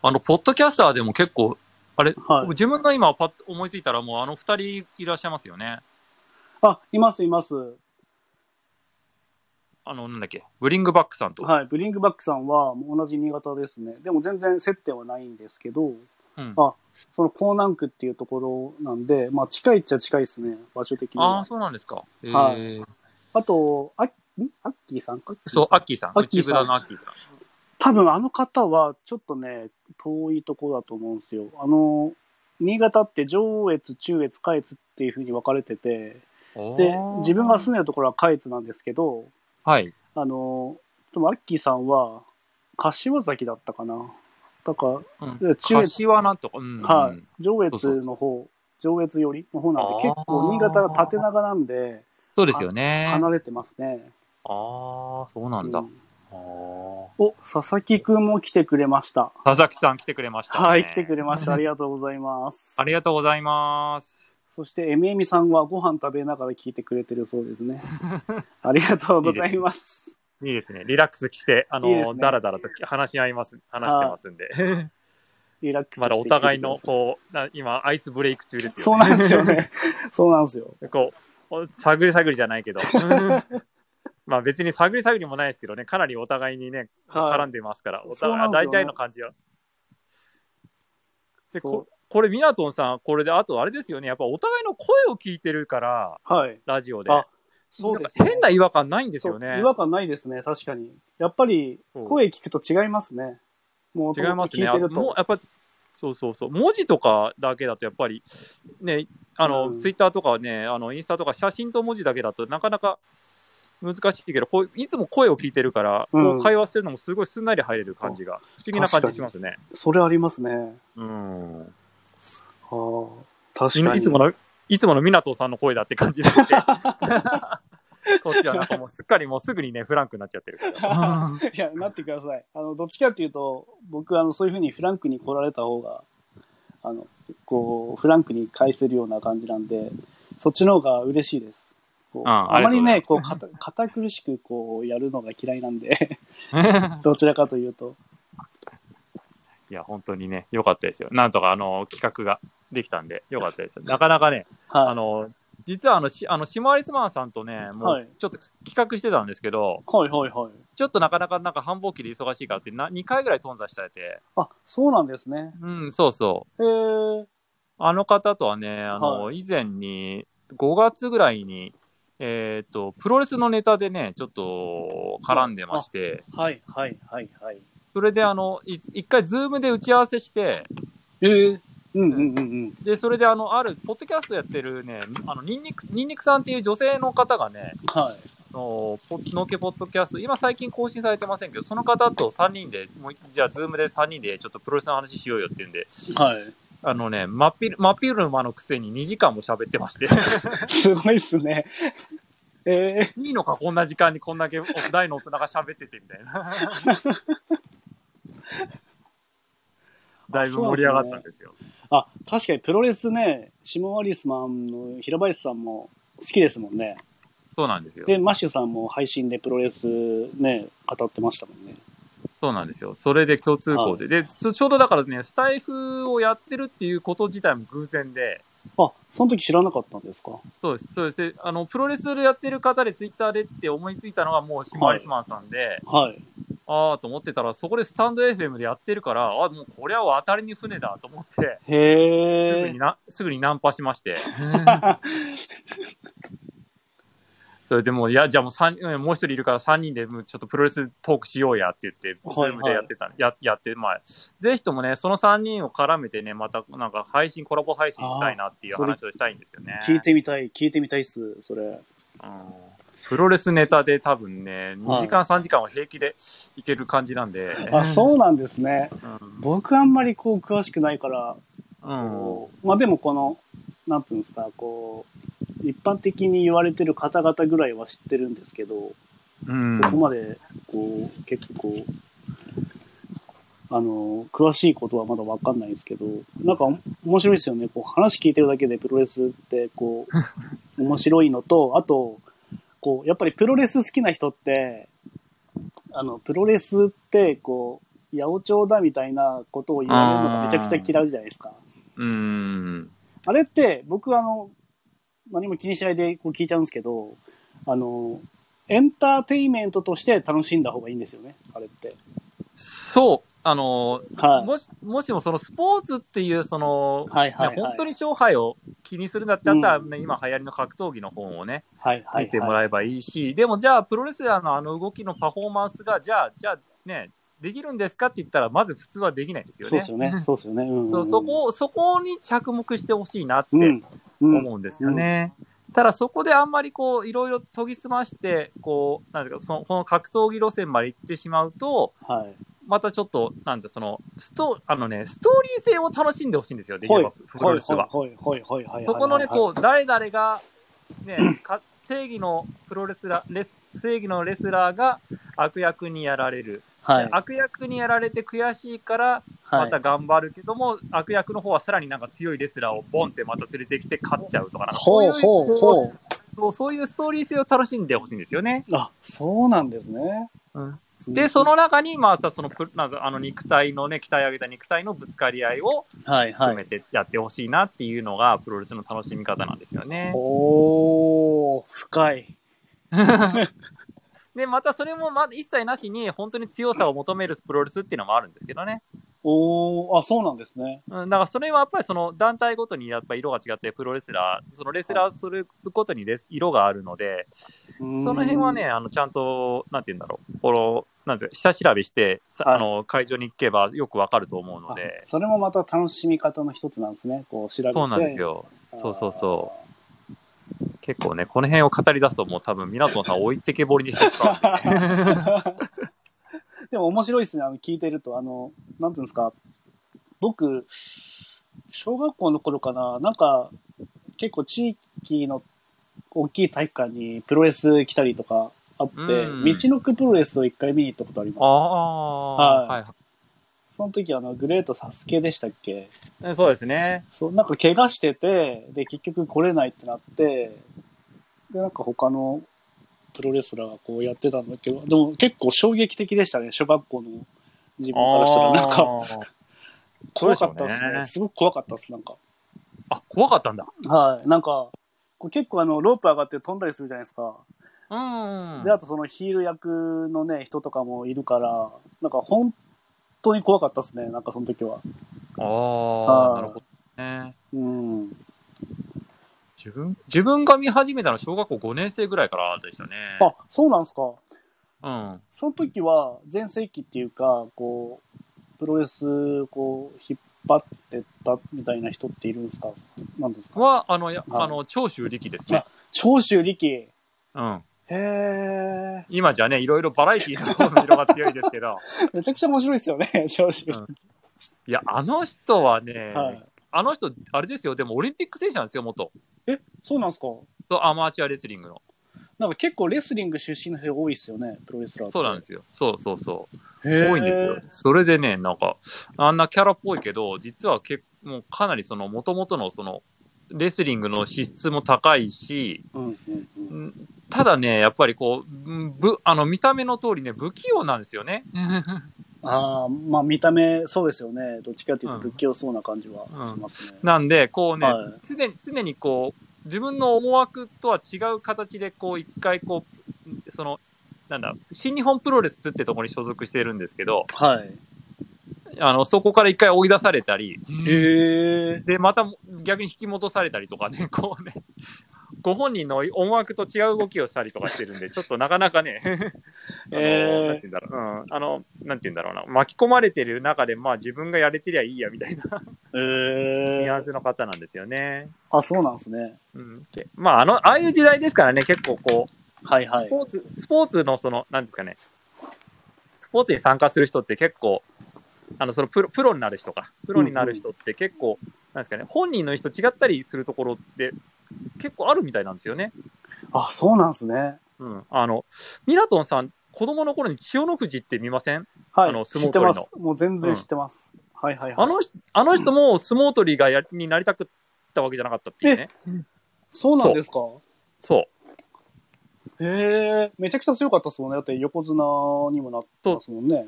[SPEAKER 2] あの、ポッドキャスターでも結構、あれ、
[SPEAKER 1] はい。
[SPEAKER 2] 自分が今パッと思いついたらもうあの二人いらっしゃいますよね。
[SPEAKER 1] あ、いますいます。
[SPEAKER 2] あの、なんだっけ、ブリングバックさんと。
[SPEAKER 1] はい、ブリングバックさんはもう同じ新潟ですね。でも全然接点はないんですけど、
[SPEAKER 2] うん
[SPEAKER 1] あその江南区っていうところなんで、まあ近いっちゃ近いですね、場所的に
[SPEAKER 2] あ
[SPEAKER 1] は。
[SPEAKER 2] あ、
[SPEAKER 1] あ
[SPEAKER 2] そうなんですか。えー
[SPEAKER 1] はいと、あんアッキーさんか
[SPEAKER 2] そう、アッキーさん。
[SPEAKER 1] アッキー
[SPEAKER 2] 内
[SPEAKER 1] さん
[SPEAKER 2] 村のアッキーさん。
[SPEAKER 1] 多分あの方はちょっとね、遠いところだと思うんですよ。あの、新潟って上越、中越、下越っていうふうに分かれてて、で、自分が住んでるところは下越なんですけど、
[SPEAKER 2] はい。
[SPEAKER 1] あの、でもアッキーさんは柏崎だったかな。だから、
[SPEAKER 2] うん
[SPEAKER 1] で中越
[SPEAKER 2] 柏なんとか、うん。
[SPEAKER 1] はい、上
[SPEAKER 2] そう
[SPEAKER 1] 越
[SPEAKER 2] そう
[SPEAKER 1] の方、上越寄りの方なんで
[SPEAKER 2] あ、ー
[SPEAKER 1] 結構新潟が縦長なんで、
[SPEAKER 2] そうですよね。あ
[SPEAKER 1] 離れてますね。
[SPEAKER 2] あー、そうなんだ。
[SPEAKER 1] う
[SPEAKER 2] あ
[SPEAKER 1] ん
[SPEAKER 2] ー
[SPEAKER 1] お、佐々木くんも来てくれました。
[SPEAKER 2] 佐々木さん来てくれました、ね。
[SPEAKER 1] はい、来てくれました。ありがとうございます。
[SPEAKER 2] [laughs] ありがとうございます。
[SPEAKER 1] そして、えみえみさんはご飯食べながら聞いてくれてるそうです
[SPEAKER 2] [laughs]
[SPEAKER 1] ね。ありがとうございます。
[SPEAKER 2] いいですね。リラックスして、あ
[SPEAKER 1] いいです
[SPEAKER 2] の、
[SPEAKER 1] ね
[SPEAKER 2] だらだらと話し合います、話してますんで。
[SPEAKER 1] リラックスして
[SPEAKER 2] まだお互いの、
[SPEAKER 1] 聞てくださ
[SPEAKER 2] こう、な今、アイスブレイク中ですよ、ね。
[SPEAKER 1] そうなんですよね。そうなんですよ。
[SPEAKER 2] こう、お探り探りじゃないけど。まあ別に探り探りもないですけどね、かなりお互いにね、
[SPEAKER 1] はい
[SPEAKER 2] [laughs] 絡んでますから、お
[SPEAKER 1] そうな
[SPEAKER 2] 互
[SPEAKER 1] ん
[SPEAKER 2] い、
[SPEAKER 1] ですよね
[SPEAKER 2] 大体の感じは。で
[SPEAKER 1] そ
[SPEAKER 2] ここれ、ミナトンさん、これで、あとあれですよね、やっぱお互いの声を聞いてるから、
[SPEAKER 1] う。はい。
[SPEAKER 2] ラジオで。
[SPEAKER 1] あそうです、
[SPEAKER 2] なんか変な違和感ないんです
[SPEAKER 1] そう
[SPEAKER 2] よね
[SPEAKER 1] 違。和感ないですね、確かに。やっぱり
[SPEAKER 2] そう
[SPEAKER 1] 声聞くと違いますね。もう
[SPEAKER 2] 違いますね。
[SPEAKER 1] 聞い
[SPEAKER 2] あ
[SPEAKER 1] てると。
[SPEAKER 2] もうやっぱそうそうそう文字とかだけだとやっぱりねあの、
[SPEAKER 1] うん
[SPEAKER 2] ツイッターとかねあのインスタとか写真と文字だけだとなかなか難しいけどこういつも声を聞いてるから、
[SPEAKER 1] うん
[SPEAKER 2] こう会話してるのもすごいすんなり入れる感じが不思議な感じしますね。
[SPEAKER 1] それありますね。
[SPEAKER 2] うん。
[SPEAKER 1] はあ、確か
[SPEAKER 2] い
[SPEAKER 1] に。
[SPEAKER 2] いつものいつもの湊さんの声だって感じでして。
[SPEAKER 1] [laughs]
[SPEAKER 2] こっちはなんかもうすっかりもうすぐにねフランクになっちゃってるから。
[SPEAKER 1] いや、なってください。あの、どっちかっていうと、僕、あの、そういうふうにフランクに来られた方が、あの、こう、フランクに返せるような感じなんで、そっちの方が嬉しいです。こう
[SPEAKER 2] あ
[SPEAKER 1] あまり
[SPEAKER 2] あ
[SPEAKER 1] ね、
[SPEAKER 2] り
[SPEAKER 1] こう、堅堅苦しく、こう、やるのが嫌いなん
[SPEAKER 2] [laughs]
[SPEAKER 1] で、どちらかというと。
[SPEAKER 2] いや本当にね良かったですよ。なんとかあの企画ができたんで良かったですよ。なかなかね
[SPEAKER 1] はい。
[SPEAKER 2] あの、実はあの、しあのシマリスマンさんとね、も
[SPEAKER 1] はいう
[SPEAKER 2] ちょっと企画してたんですけど、
[SPEAKER 1] はいはいはい。
[SPEAKER 2] ちょっとなかなかなんか繁忙期で忙しいからってな、2回ぐらい頓挫しちゃって、
[SPEAKER 1] あ、そうなんですね。
[SPEAKER 2] うん、そうそう。
[SPEAKER 1] えー、
[SPEAKER 2] あの方とはね、あの、
[SPEAKER 1] は
[SPEAKER 2] 以前に、5月ぐらいに、えっ、と、プロレスのネタでね、ちょっと絡んでまして、
[SPEAKER 1] はいはいはいはい。
[SPEAKER 2] それであの、い一回ズームで打ち合わせして、
[SPEAKER 1] えー、うんうんうんうん。
[SPEAKER 2] で、それであの、ある、ポッドキャストやってるね、あの、ニンニク、ニンニクさんっていう女性の方がね、
[SPEAKER 1] はい。
[SPEAKER 2] のポ農家ポッドキャスト、今最近更新されてませんけど、その方と3人で、もうじゃあ、ズームで3人でちょっとプロレスの話しようよっていうんで、
[SPEAKER 1] はい。
[SPEAKER 2] あのね、真っ昼真っ昼間のくせに2時間も喋ってまして、
[SPEAKER 1] [laughs] すごいっすね。えー、
[SPEAKER 2] いいのか、こんな時間にこん [laughs] だけ大の大人が喋っててみたいな。だいぶ盛り上がったんですよ。
[SPEAKER 1] あ、確かにプロレスね、シモン・アリスマンの平林さんも好きですもんね。
[SPEAKER 2] そうなんですよ。
[SPEAKER 1] で、マッシュさんも配信でプロレスね、語ってましたもんね。
[SPEAKER 2] そうなんですよ。それで共通項で。で、ちょちょうどだからね、スタイフをやってるっていうこと自体も偶然で、
[SPEAKER 1] あ、その時知らなかったんですか。
[SPEAKER 2] そうです、そうです。あの、プロレスでやってる方でツイッターでって思いついたのがもうシマリスマンさんで、
[SPEAKER 1] はい。
[SPEAKER 2] ああと思ってたら、そこでスタンド FM でやってるから、ああ、もうこれは渡りに船だと思って、す
[SPEAKER 1] へ
[SPEAKER 2] ぐ
[SPEAKER 1] え
[SPEAKER 2] に。な、すぐにナンパしま
[SPEAKER 1] [laughs]
[SPEAKER 2] して。それでもう、いや、じゃあもう三うんもう一人いるから3人でもうちょっとプロレストークしようやって言って、
[SPEAKER 1] はいはい
[SPEAKER 2] Zoom でやってた、ややって、まあ、ぜひともね、その3人を絡めてね、またなんか配信、コラボ配信したいなっていう
[SPEAKER 1] あーそれ
[SPEAKER 2] 話をしたいんですよね。
[SPEAKER 1] 聞いてみたい、聞いてみたいっす、それ。
[SPEAKER 2] うんプロレスネタで多分ね、
[SPEAKER 1] はい
[SPEAKER 2] 2時間、3時間は平気でいける感じなんで。
[SPEAKER 1] あ、そうなんですね。
[SPEAKER 2] うん
[SPEAKER 1] 僕あんまりこう詳しくないから、
[SPEAKER 2] うん
[SPEAKER 1] まあでもこの、なんていうんですか、こう、一般的に言われてる方々ぐらいは知ってるんですけど、
[SPEAKER 2] うん
[SPEAKER 1] そこまで、こう、結構、あの、詳しいことはまだわかんないですけど、なんか面白いですよね。こう、話聞いてるだけでプロレスって、こ
[SPEAKER 2] [laughs]
[SPEAKER 1] う、面白いのと、あと、こう、やっぱりプロレス好きな人って、あの、プロレスって、こう、八百長だみたいなことを言われるのがめちゃくちゃ嫌うじゃないですか。
[SPEAKER 2] うん。
[SPEAKER 1] あれって、僕あの、何も気にしないでこう聞いちゃうんですけど、あの、エンターテインメントとして楽しんだ方がいいんですよね、あれって。
[SPEAKER 2] そう。あの、
[SPEAKER 1] はい。
[SPEAKER 2] もし、もしもそのスポーツっていう、その、
[SPEAKER 1] はいはいはい。
[SPEAKER 2] ね本当に勝敗を気にするんだってあったら、
[SPEAKER 1] うん
[SPEAKER 2] ね今流行りの格闘技の本をね、
[SPEAKER 1] はいはいはい、
[SPEAKER 2] 見てもらえばいいし、でもじゃあ、プロレスラーのあの動きのパフォーマンスが、じゃあ、じゃあね、できるんですかって言ったら、まず普通はできないですよ
[SPEAKER 1] そう
[SPEAKER 2] ね。
[SPEAKER 1] ですよね。
[SPEAKER 2] [laughs]
[SPEAKER 1] そうですよね。うん、
[SPEAKER 2] そうそこを、そこに着目してほしいなって
[SPEAKER 1] うん、うん。
[SPEAKER 2] 思うんですよね。ただそこであんまりこういろいろ研ぎ澄ましてこうなんていうかそのこの格闘技路線まで行ってしまうと
[SPEAKER 1] は
[SPEAKER 2] またちょっとなんだそのストあのねストーリー性を楽しんでほしいんですよ
[SPEAKER 1] い。
[SPEAKER 2] できればプロ
[SPEAKER 1] ほい
[SPEAKER 2] レス
[SPEAKER 1] ほい
[SPEAKER 2] は。
[SPEAKER 1] ほいほいほいはいはいはい。
[SPEAKER 2] そこのねこう誰々がねか正義のプロレスラーレス正義のレスラーが悪役にやられる、
[SPEAKER 1] はい。
[SPEAKER 2] 悪役にやられて悔しいから
[SPEAKER 1] は
[SPEAKER 2] ま
[SPEAKER 1] い
[SPEAKER 2] た頑張るけども、悪役の方はさらになんか強いレスラーをボンってまた連れてきて勝っちゃうとか、なんかそうい
[SPEAKER 1] ほう
[SPEAKER 2] う
[SPEAKER 1] ほうほう。
[SPEAKER 2] そうそういうストーリー性を楽しんでほしいんですよね。
[SPEAKER 1] あ、そうなんですね。
[SPEAKER 2] で、そ、の中に、またそのプなんかあの肉体のね、鍛え上げた肉体のぶつかり合いを
[SPEAKER 1] はいは
[SPEAKER 2] 含
[SPEAKER 1] い
[SPEAKER 2] め。てやってほしいなっていうのが、プロレスの楽しみ方なんですよね。
[SPEAKER 1] おー、深い。
[SPEAKER 2] で、またそれもまだ一切なしに、本当に強さを求めるプロレスっていうのもあるんですけどね。
[SPEAKER 1] おー、あ、そうなんですね。
[SPEAKER 2] うん、だからそれはやっぱりその団体ごとにやっぱ色が違って、プロレスラー、そのレスラーすることにレス色があるので、
[SPEAKER 1] そ
[SPEAKER 2] その辺はね、、あのちゃんと、なんて言うんだろう、この、なんていうか下調べして、さ
[SPEAKER 1] はい
[SPEAKER 2] あの会場に行けばよくわかると思うので
[SPEAKER 1] あ、それもまた楽しみ方の一つなんですね。こう調べて。。
[SPEAKER 2] そうなんです。よ。そうそうそうう。結構ね、この辺を語り出すと、もう多分、港さん置いてけぼりにしてしまう
[SPEAKER 1] [laughs] でも面白いですね。あの聞いてると、あの、なんていうんですか。僕、小学校の頃かな、なんか、結構地域の大きい体育館にプロレス来たりとかあって、
[SPEAKER 2] うん
[SPEAKER 1] 道のくプロレスを一回見に行った [laughs] ことありま
[SPEAKER 2] ああー、
[SPEAKER 1] は
[SPEAKER 2] はいい
[SPEAKER 1] す。その時、あの、グレートサスケでしたっけ
[SPEAKER 2] えそうですね。
[SPEAKER 1] そう、なんか怪我してて、で、結局来れないってなって、で、なんか他のプロレスラーがこうやってたんだけど、でも結構衝撃的でしたね、小学校の自分からしたら。なんか、
[SPEAKER 2] か、
[SPEAKER 1] 怖かったです
[SPEAKER 2] そうでしょう
[SPEAKER 1] ね。
[SPEAKER 2] ね
[SPEAKER 1] すごく怖かったです、なんか。
[SPEAKER 2] あ、怖かったんだ。
[SPEAKER 1] はい。なんか、こう結構あの、ロープ上がって飛んだりするじゃないですか。
[SPEAKER 2] うん。
[SPEAKER 1] で、あとそのヒール役のね、人とかもいるから、なんか本当に怖かったですね、なんかその時は。
[SPEAKER 2] あ
[SPEAKER 1] あ
[SPEAKER 2] あ、
[SPEAKER 1] ー
[SPEAKER 2] なるほどね。
[SPEAKER 1] うん。
[SPEAKER 2] 自分自分が見始めたのは小学校5年生ぐらいからでしたね。
[SPEAKER 1] あ、そうなんですか。
[SPEAKER 2] うん。
[SPEAKER 1] その時は全盛期っていうか、こう、プロレスをこう引っ張ってったみたいな人っているんですかなんですか
[SPEAKER 2] は、あの、や
[SPEAKER 1] はい
[SPEAKER 2] あの長州力ですね。
[SPEAKER 1] 長州力。
[SPEAKER 2] うん。
[SPEAKER 1] へえ。
[SPEAKER 2] 今じゃね、いろいろバラエティーの方の色が強いですけど、
[SPEAKER 1] めちゃくちゃ面白いですよね、 [laughs] 正直。
[SPEAKER 2] いや、あの人はね、
[SPEAKER 1] はい。
[SPEAKER 2] あの人、あれですよ、でもオリンピック選手なんですよ、元。
[SPEAKER 1] え、そうなんですか
[SPEAKER 2] アマチュアレスリングの。
[SPEAKER 1] なんか結構レスリング出身の人多いですよね、プロレスラーって
[SPEAKER 2] そうなんですよ。そうそうそう。
[SPEAKER 1] へー
[SPEAKER 2] 多いんですよ。それでね、なんか、あんなキャラっぽいけど、実は結もうかなりその、もともとのその、レスリングの資質も高いし、
[SPEAKER 1] うんうんうん。
[SPEAKER 2] んただね、やっぱりこう、んぶあの見た目の通りね、不器用なんですよね。
[SPEAKER 1] [laughs] ああ、まあ見た目、そうですよね。どっちかっていうと
[SPEAKER 2] うん
[SPEAKER 1] 不器用そうな感じはしますね。
[SPEAKER 2] なんで、こうね、
[SPEAKER 1] はい
[SPEAKER 2] 常に常にこう、自分の思惑とは違う形で、こう、一回こう、その、なんだ、新日本プロレスってところに所属してるんですけど、
[SPEAKER 1] はい。
[SPEAKER 2] あの、そこから一回追い出されたり、
[SPEAKER 1] へえ。
[SPEAKER 2] で、また逆に引き戻されたりとかね、 [laughs] こうね、ご本人の思惑と違う動きをしたりとかして
[SPEAKER 1] [laughs]
[SPEAKER 2] るんで、ちょっとなかなかね、あの
[SPEAKER 1] えー
[SPEAKER 2] なんて言うんだろう、うん、あの、なんて言うんだろうな、巻き込まれてる中で、まあ自分がやれてりゃいいやみたいな
[SPEAKER 1] へ
[SPEAKER 2] [laughs] ニュア
[SPEAKER 1] え
[SPEAKER 2] ン。スの方なんですよね。
[SPEAKER 1] あ、そうなんですね。
[SPEAKER 2] うん、けまあ、あの、ああいう時代ですからね、結構こう、
[SPEAKER 1] はいは
[SPEAKER 2] ス
[SPEAKER 1] い。
[SPEAKER 2] ポーツ、スポーツのその、なんですかね、スポーツに参加する人って結構、あの、そのプロ、プロになる人か、プロになる人って結構、なんですかね、本人の意思と違ったりするところって結構あるみたいなんですよね。
[SPEAKER 1] あ、そうなんですね。
[SPEAKER 2] うん。あの、ミラトンさん、子供の頃に千代の富士って見ません
[SPEAKER 1] はい。
[SPEAKER 2] あの相撲
[SPEAKER 1] 知ってま
[SPEAKER 2] 取
[SPEAKER 1] す。もう全然知ってます。はいはいはい。
[SPEAKER 2] あの、あの人も相撲取りがやになりたくったわけじゃなかったっていうね。
[SPEAKER 1] そうなんですか
[SPEAKER 2] そう。
[SPEAKER 1] へえ。めちゃくちゃ強かったですもんね。だって横綱にもなってますもんね。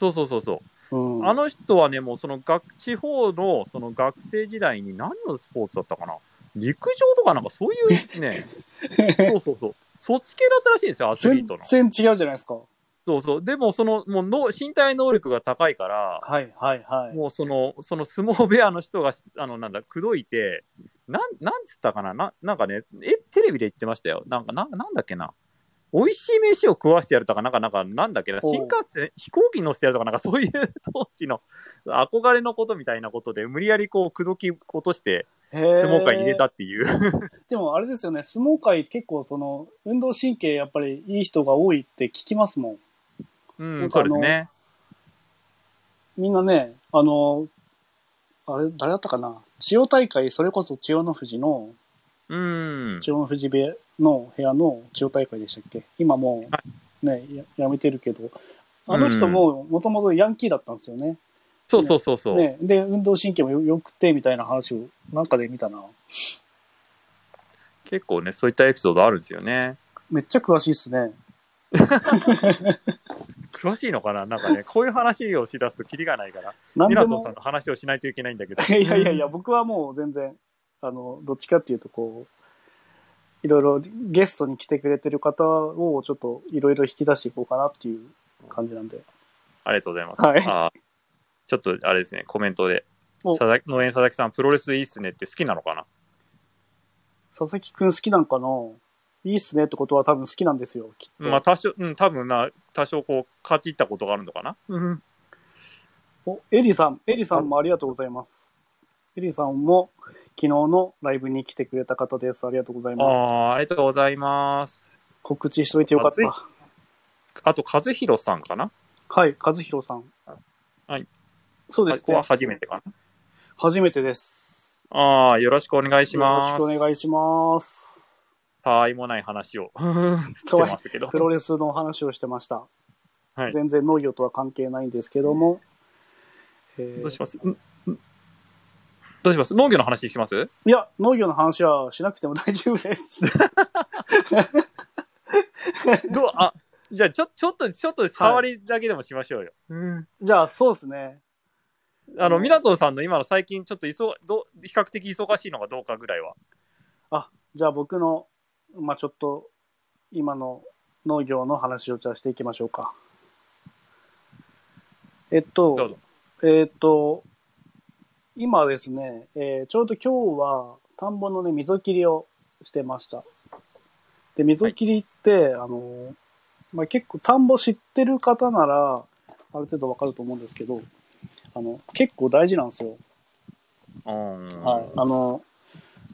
[SPEAKER 2] そうそうそうそう。
[SPEAKER 1] うん。 [laughs]
[SPEAKER 2] あの人はね、もうその学地方のその学生時代に何のスポーツだったかな陸上とかなんかそういうね、そうそうそう。そっち系だったらしいんですよ、アスリ
[SPEAKER 1] 全
[SPEAKER 2] ートの。
[SPEAKER 1] 然違うじゃないですか。
[SPEAKER 2] そうそう。でもその、もうの身体能力が高いから、
[SPEAKER 1] はいはいはい。
[SPEAKER 2] もうその、その相撲部屋の人が、あの、なんだ、口説いて、なん、なんつったかなな、なんかね、え、テレビで言ってましたよ。なんか、なんなんだっけな。美味しい飯を食わしてやるとか、なんか、なんか、なんだっけな、
[SPEAKER 1] おう
[SPEAKER 2] 新幹線、飛行機に乗せてやるとか、なんか、そういう当時の憧れのことみたいなことで、無理やりこう、口説き落として、
[SPEAKER 1] 相
[SPEAKER 2] 相撲界に入れたっていう。
[SPEAKER 1] でもあれですよね、相撲界結構その、運動神経やっぱりいい人が多いって聞きますもん。
[SPEAKER 2] う、
[SPEAKER 1] なんんか
[SPEAKER 2] そ
[SPEAKER 1] あ
[SPEAKER 2] う
[SPEAKER 1] の
[SPEAKER 2] ですね。
[SPEAKER 1] みんなね、あの、あれ、誰だったかな千代大会、それこそ千代の富士の、
[SPEAKER 2] うん。
[SPEAKER 1] 千代の富士部屋の部屋の千代大会でしたっけ今もう、ね、ややめてるけど、あの人ももともとヤンキーだったんですよね。
[SPEAKER 2] そうそうそうそう。
[SPEAKER 1] ね、で、運動神経もよよくてみたいな話をなんかで見たな。
[SPEAKER 2] 結構ね、そういったエピソードあるんですよね。
[SPEAKER 1] めっちゃ詳しいっすね。
[SPEAKER 2] 詳しいのかななんかね、こういう話をしだすとキリがないから。
[SPEAKER 1] なん
[SPEAKER 2] ミ
[SPEAKER 1] で
[SPEAKER 2] ラトン
[SPEAKER 1] も
[SPEAKER 2] さんの話をしないといけないんだけど。
[SPEAKER 1] [laughs] いやいやいや、僕はもう全然、あの、どっちかっていうと、こう、いろいろゲストに来てくれてる方をちょっといろいろ引き出していこうかなっていう感じなんで。
[SPEAKER 2] ありがとうございます。
[SPEAKER 1] はい
[SPEAKER 2] あーちょっとあれですね、コメントで。
[SPEAKER 1] お
[SPEAKER 2] 佐々木農園佐々木さん、プロレスいいっすねって好きなのかな
[SPEAKER 1] 佐々木くん好きなんかないいっすねってことは多分好きなんですよ、きっと。
[SPEAKER 2] まあ、多少、うん、多分な、多少こう、勝ちったことがあるのかな
[SPEAKER 1] お、エリさん、エリさんもありがとうございます。エリさんも昨日のライブに来てくれた方です。ありがとうござい
[SPEAKER 2] あ
[SPEAKER 1] ます。
[SPEAKER 2] あ、ありがとうございます。
[SPEAKER 1] 告知しといてよかっ
[SPEAKER 2] ま
[SPEAKER 1] た。
[SPEAKER 2] あと、和弘さんかな
[SPEAKER 1] はい、和弘さん。
[SPEAKER 2] はい。
[SPEAKER 1] そう
[SPEAKER 2] こ
[SPEAKER 1] です
[SPEAKER 2] こは
[SPEAKER 1] ね。
[SPEAKER 2] 初めてかな
[SPEAKER 1] 初めてです。
[SPEAKER 2] ああ、よろしくお願いします。
[SPEAKER 1] よろしくお願いします。
[SPEAKER 2] たわいもない話をして
[SPEAKER 1] 今日
[SPEAKER 2] ま
[SPEAKER 1] は [laughs]
[SPEAKER 2] すけど。
[SPEAKER 1] プロレスのお話をしてました。
[SPEAKER 2] はい
[SPEAKER 1] 全然農業とは関係ないんですけども。えー
[SPEAKER 2] どうしますんんどうします農業の話します
[SPEAKER 1] いや、農業の話はしなくても大丈夫
[SPEAKER 2] [laughs]
[SPEAKER 1] です。
[SPEAKER 2] どうあ、じゃあ、ちょ、ちょっと、ちょっと触りだけでもしましょうよ。
[SPEAKER 1] じゃあ、そうですね。
[SPEAKER 2] あの、
[SPEAKER 1] うん
[SPEAKER 2] ミラトンさんの今の最近ちょっと忙、どう比較的忙しいのがどうかぐらいは。
[SPEAKER 1] じゃあ僕の、まあちょっと、今の農業の話をじゃあしていきましょうか。えっと、
[SPEAKER 2] どうぞ。
[SPEAKER 1] えーっと、今ですね、えーちょうど今日は田んぼのね、溝切りをしてました。で、溝切りって、あの、まあ、結構田んぼ知ってる方なら、ある程度わかると思うんですけど、あの、結構大事なんですよ。
[SPEAKER 2] うん。
[SPEAKER 1] はい。あの、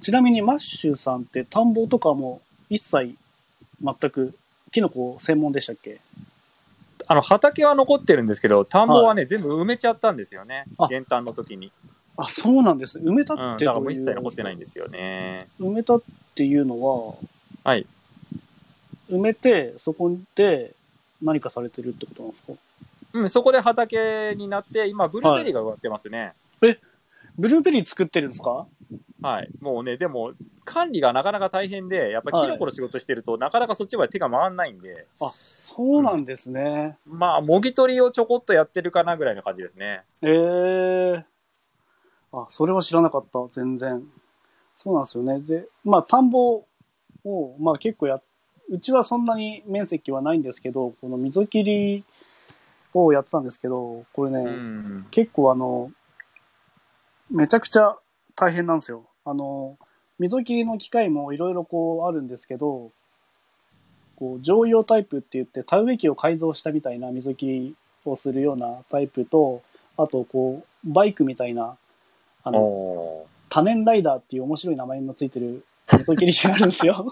[SPEAKER 1] ちなみにマッシュさんって田んぼとかも一切全くキノコ専門でしたっけ
[SPEAKER 2] あの畑は残ってるんですけど、田んぼはね、全部埋めちゃったんですよね
[SPEAKER 1] あ、
[SPEAKER 2] 減反の時に。
[SPEAKER 1] あ、そうなんですね。埋め立
[SPEAKER 2] う
[SPEAKER 1] っ
[SPEAKER 2] ん、だ
[SPEAKER 1] て
[SPEAKER 2] から
[SPEAKER 1] ど
[SPEAKER 2] も
[SPEAKER 1] う
[SPEAKER 2] う
[SPEAKER 1] い
[SPEAKER 2] 一
[SPEAKER 1] う
[SPEAKER 2] 切残ってないんですよね。
[SPEAKER 1] 埋めたっていうのは、
[SPEAKER 2] はい。
[SPEAKER 1] 埋めて、そこで何かされてるってことなんですか
[SPEAKER 2] うん、そこで畑になって、今、ブルーベリーが植わってますね。
[SPEAKER 1] ブルーベリー作ってるんですか
[SPEAKER 2] はい、もうね、でも、管理がなかなか大変で、やっぱりキノコの仕事してると、なかなかそっちまで手が回らないんで、
[SPEAKER 1] あそうなんですね。
[SPEAKER 2] まあ、もぎ取りをちょこっとやってるかなぐらいの感じですね。
[SPEAKER 1] ええあ、それは知らなかった、全然。そうなんですよね。で、まあ、田んぼを、まあ結構や、うちはそんなに面積はないんですけど、この溝切りをやってたんですけど、これね、
[SPEAKER 2] うん、
[SPEAKER 1] 結構あの、めちゃくちゃ大変なんですよ。あの、溝切りの機械もいろいろこうあるんですけど、こう、常用タイプって言って、田植え機を改造したみたいな溝切りをするようなタイプと、あとこう、バイクみたいな、あの、
[SPEAKER 2] お
[SPEAKER 1] 多年ライダーっていう面白い名前のついてる溝切りがあるんですよ。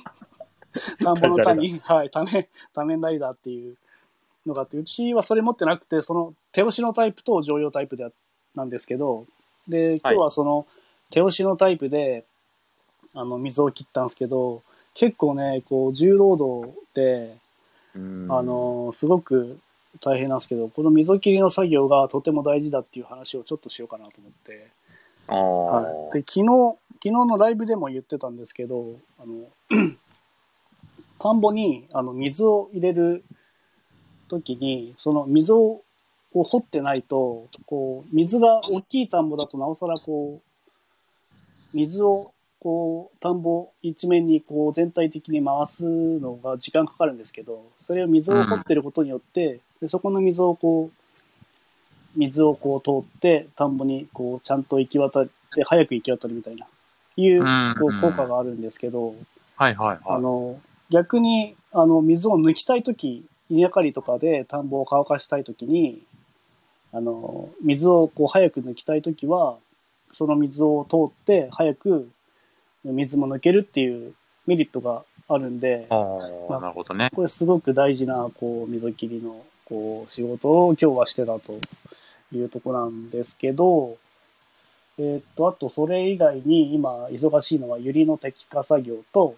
[SPEAKER 1] 田んぼの田に、はい、多年、多年ライダーっていうのがあって、うちはそれ持ってなくて、その手押しのタイプと常用タイプであなんですけど、で、今日はその手押しのタイプで、あの、水を切ったんですけど、結構ね、こう、重労働で、
[SPEAKER 2] ー
[SPEAKER 1] あ、の、すごく大変なんですけど、この溝切りの作業がとても大事だっていう話をちょっとしようかなと思って。
[SPEAKER 2] うん
[SPEAKER 1] はい、
[SPEAKER 2] お
[SPEAKER 1] で
[SPEAKER 2] ー
[SPEAKER 1] 昨日昨日のライブでも言ってたんですけどあの [clears throat] 田んぼにあの水を入れる時にその水をこう掘ってないとこう水が大きい田んぼだとなおさらこう水をこう田んぼ一面にこう全体的に回すのが時間かかるんですけどそれを水を掘ってることによって、でそこの水をこう水をこう通って田んぼにこうちゃんと行き渡って早く行き渡るみたいないう
[SPEAKER 2] うん
[SPEAKER 1] こう効果があるんですけど、
[SPEAKER 2] はいはい
[SPEAKER 1] あ
[SPEAKER 2] はい。
[SPEAKER 1] の逆にあの水を抜きたい時稲刈りとかで田んぼを乾かしたい時にあの水をこう早く抜きたい時はその水を通って早く水も抜けるっていうメリットがあるんで
[SPEAKER 2] あーなるほどね。
[SPEAKER 1] これすごく大事なこう水切りのこう仕事を今日はしてたというとこなんですけど、えーっとあとそれ以外に今忙しいのはユリの摘果作業と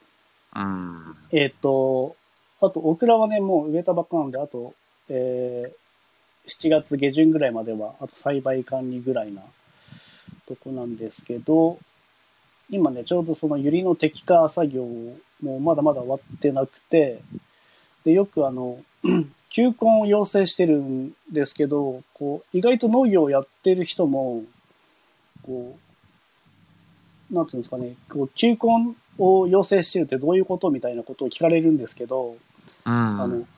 [SPEAKER 2] うん。
[SPEAKER 1] えーっとあとオクラはねもう植えたばっかなんであと、えー7月下旬ぐらいまではあと栽培管理ぐらいなとこなんですけど今ねちょうどそのユリの摘果作業もまだまだ終わってなくてでよくあの [clears throat] 球根を養成してるんですけどこう意外と農業をやってる人もこうなんていうんですかねこう球根を養成してるってどういうことみたいなことを聞かれるんですけど
[SPEAKER 2] う
[SPEAKER 1] あの
[SPEAKER 2] ん。、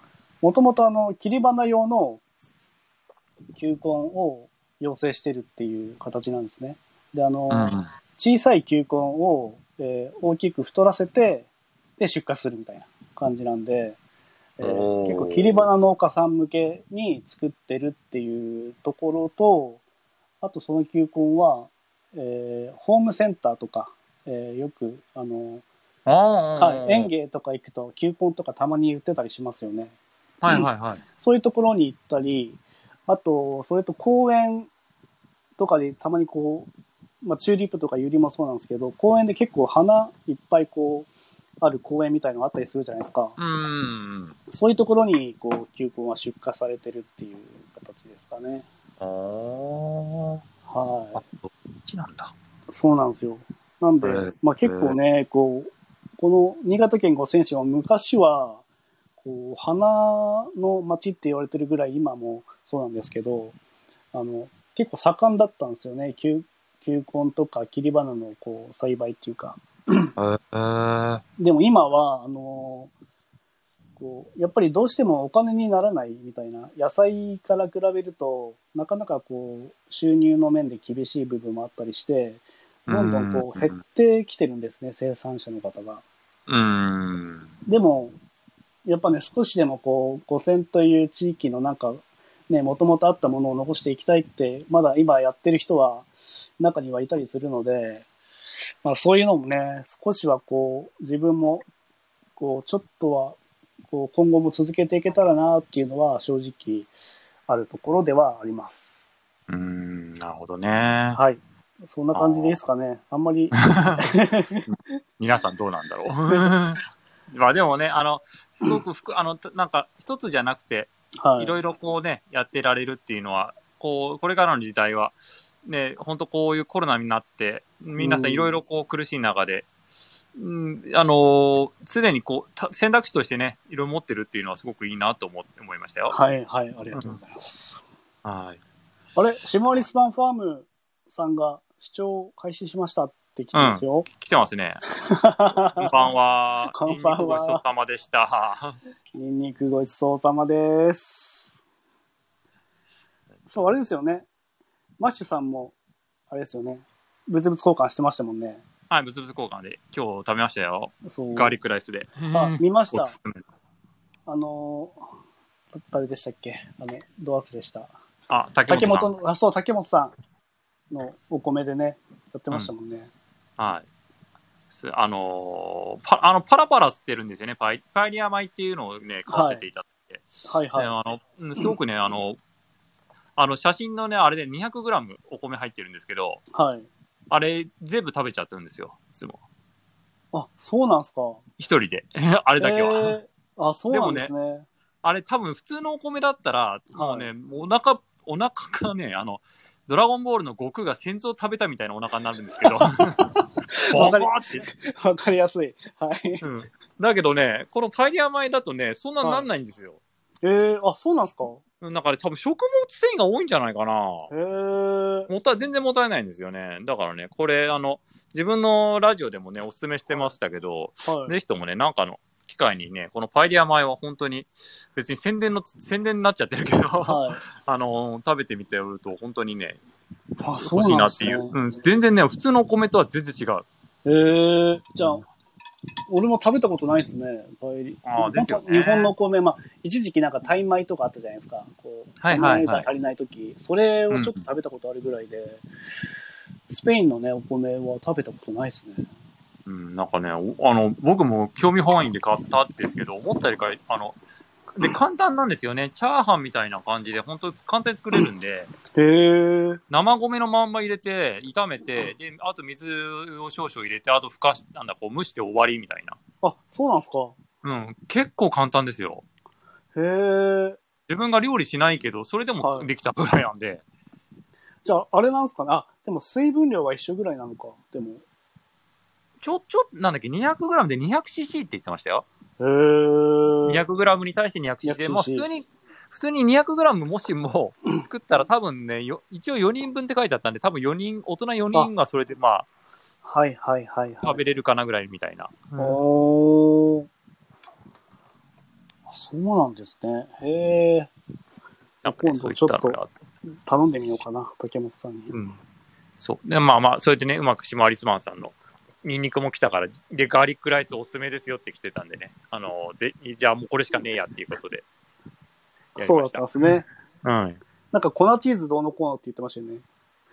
[SPEAKER 1] もともとあの、切り花用の球根を養成してるっていう形なんですね。で、あの、
[SPEAKER 2] うん
[SPEAKER 1] 小さい球根を、えー大きく太らせて、で、出荷するみたいな感じなんで、えー
[SPEAKER 2] おー
[SPEAKER 1] 結構切り花農家さん向けに作ってるっていうところと、あとその球根は、えーホームセンターとか、えーよく、あの、
[SPEAKER 2] あー
[SPEAKER 1] はい、園芸とか行くと球根とかたまに売ってたりしますよね。
[SPEAKER 2] はいはいはい。
[SPEAKER 1] そういうところに行ったり、あと、それと公園とかでたまにこう、まあ、チューリップとかユリもそうなんですけど、公園で結構花いっぱいこう、ある公園みたいのがあったりするじゃないですか。
[SPEAKER 2] うん。
[SPEAKER 1] そういうところに、こう、球根は出荷されてるっていう形ですかね。
[SPEAKER 2] あー
[SPEAKER 1] は
[SPEAKER 2] あ、どっちなんだ。
[SPEAKER 1] い。そうなんですよ。なんで
[SPEAKER 2] えー、
[SPEAKER 1] まあ結構ね、こう、この新潟県五泉市は昔は、こう、花の町って言われてるぐらい今もそうなんですけど、あの、結構盛んだったんですよね。球球根とか切り花のこう栽培っていうか。
[SPEAKER 2] えー、
[SPEAKER 1] でも今は、あの、こう、やっぱりどうしてもお金にならないみたいな、野菜から比べると、なかなかこう、収入の面で厳しい部分もあったりして、どんどんこう減ってきてるんですね、生産者の方が。
[SPEAKER 2] うん。
[SPEAKER 1] でも、やっぱね、少しでもこう、五線という地域のなんか、ね、もともとあったものを残していきたいって、まだ今やってる人は、中にはいたりするので、まあそういうのもね、少しはこう、自分も、こう、ちょっとは、こう今後も続けていけたらなっていうのは正直あるところではあります。
[SPEAKER 2] うーん、なるほどね。
[SPEAKER 1] はい。そんな感じでいいですかね。あんまり、
[SPEAKER 2] 皆さんどうなんだろう。 [laughs] まあでもね、あの、すごくふく、あの、たなんか一つじゃなくて、
[SPEAKER 1] はい。
[SPEAKER 2] いろいろこうね、やってられるっていうのは、こう、これからの時代は、ね、本当こういうコロナになって、皆さ
[SPEAKER 1] うん
[SPEAKER 2] んいろいろこう苦しい中で、うん、あのー常にこうた、選択肢としてね、いろいろ持ってるっていうのはすごくいいなと思思いましたよ。
[SPEAKER 1] はい、はい、ありがとうございます。
[SPEAKER 2] はい。
[SPEAKER 1] あれ、シマリスパンファームさんが視聴開始しましたって来てますよ。
[SPEAKER 2] 来
[SPEAKER 1] [laughs]
[SPEAKER 2] てますね。こんばんは。
[SPEAKER 1] こんばんは
[SPEAKER 2] ニンニクごちそうさまでした。
[SPEAKER 1] ニンニクごちそうさまです。そう、あれですよね。マッシュさんも、あれですよね。物々交換してましたもんね。
[SPEAKER 2] はい、ブツブツ交換で今日食べましたよ。
[SPEAKER 1] そう。
[SPEAKER 2] ガーリックライスで。
[SPEAKER 1] あ、見まし
[SPEAKER 2] お
[SPEAKER 1] た
[SPEAKER 2] す。すめ。
[SPEAKER 1] あのー、誰でしたっけあの、ド忘れした。
[SPEAKER 2] あ、竹
[SPEAKER 1] 竹
[SPEAKER 2] 本さん。
[SPEAKER 1] 本の、あ、そう、竹本さんのお米でね、やってましたもんね。
[SPEAKER 2] はい。すあのーパ、あの、パラパラ吸ってるんですよね。パイ、パイリア米っていうのをね、買わせていただいて。
[SPEAKER 1] はいはい。
[SPEAKER 2] ねあのうん、すごくね、あの、あの、写真のね、あれで 200g お米入ってるんですけど、
[SPEAKER 1] はい。
[SPEAKER 2] あれ全部食べちゃってるんですよ。いつも。
[SPEAKER 1] あ、そうなんすか。
[SPEAKER 2] 一人で。 [laughs] あれだけは。
[SPEAKER 1] えーあ、そうなんですね。
[SPEAKER 2] あれ多分普通のお米だったら、もうね、お腹、お腹がね、あの、ドラゴンボールの悟空が先祖を食べたみたいなお腹になるんです
[SPEAKER 1] [laughs]
[SPEAKER 2] けど、ボコ
[SPEAKER 1] かる
[SPEAKER 2] ーって。
[SPEAKER 1] わかりやすい。はい。
[SPEAKER 2] うんだけどね、このパエリア米だとね、そんなになんないんですよ。
[SPEAKER 1] えー、あ、そうなんすか。
[SPEAKER 2] うんだから多分食物繊維が多いんじゃないかな。
[SPEAKER 1] えー、
[SPEAKER 2] もったい全然もったいないんですよね。だからね、これ、あの、自分のラジオでもね、おすすめしてましたけど、
[SPEAKER 1] はい。
[SPEAKER 2] ぜひともね、なんかの機会にね、このパエリア米は本当に、別に宣伝の、宣伝になっちゃってるけど、
[SPEAKER 1] はい。
[SPEAKER 2] あのー食べてみてると本当にね、
[SPEAKER 1] あ、そ
[SPEAKER 2] 欲しい
[SPEAKER 1] な
[SPEAKER 2] う
[SPEAKER 1] ん
[SPEAKER 2] な
[SPEAKER 1] で
[SPEAKER 2] っ
[SPEAKER 1] す
[SPEAKER 2] てい
[SPEAKER 1] ね
[SPEAKER 2] う。。うん、全然ね、普通のお米とは全然違う。
[SPEAKER 1] えー、じゃあ、俺も食べたことないですね。パエリ
[SPEAKER 2] あーですよ
[SPEAKER 1] な
[SPEAKER 2] ね
[SPEAKER 1] んか日本のお米、まあ、一時期なんかタイ米とかあったじゃないですか。こう、
[SPEAKER 2] はいはい
[SPEAKER 1] 米が足りない時、それをちょっと食べたことあるぐらいで、スペインのね、お米は食べたことないですね。
[SPEAKER 2] うん、なんかね、おあの、僕も興味本位で買ったんですけど、思ったよりか、あの、で、簡単なんですよね。チャーハンみたいな感じで、本当簡単に作れるんで、
[SPEAKER 1] へー。
[SPEAKER 2] 生米のまんま入れて、炒めて、で、あと水を少々入れて、あとふかし、なんだ、こう蒸して終わりみたいな。
[SPEAKER 1] あ、そうなんすか。
[SPEAKER 2] うん、結構簡単ですよ。
[SPEAKER 1] へー。
[SPEAKER 2] 自分が料理しないけど、それでもできたぐらいなんで、
[SPEAKER 1] じゃあ、あれなんすかね。あ、でも水分量は一緒ぐらいなのか。でも。
[SPEAKER 2] ちょ、ちょ、なんだっけ、200g で 200cc って言ってましたよ。
[SPEAKER 1] へー。
[SPEAKER 2] 200g に対して 200cc で、
[SPEAKER 1] 200cc
[SPEAKER 2] まあ普通に、普通に 200g もしも作ったら多分ね、よ一応4人分って書いてあったんで、多分4人、大人4人がそれでまあ
[SPEAKER 1] はいはいはいはい。
[SPEAKER 2] 食べれるかなぐらいみたいな。うん
[SPEAKER 1] おーあそうなんですね。へえ。
[SPEAKER 2] なんか
[SPEAKER 1] 今
[SPEAKER 2] ね
[SPEAKER 1] 度
[SPEAKER 2] そういったの
[SPEAKER 1] ちょ
[SPEAKER 2] が
[SPEAKER 1] 頼んでみようかな、竹本さんに。
[SPEAKER 2] うん。そう。で、まあまあ、それでね、うまくシマアリスマンさんのニンニクも来たから、で、ガーリックライスおすすめですよって来てたんでね、あの、ぜじゃあもうこれしかねえやっていうことで。やり
[SPEAKER 1] そう
[SPEAKER 2] ま
[SPEAKER 1] だっ
[SPEAKER 2] した
[SPEAKER 1] んですね。
[SPEAKER 2] た。はい。
[SPEAKER 1] なんか粉チーズどうのこうのって言ってましたよね。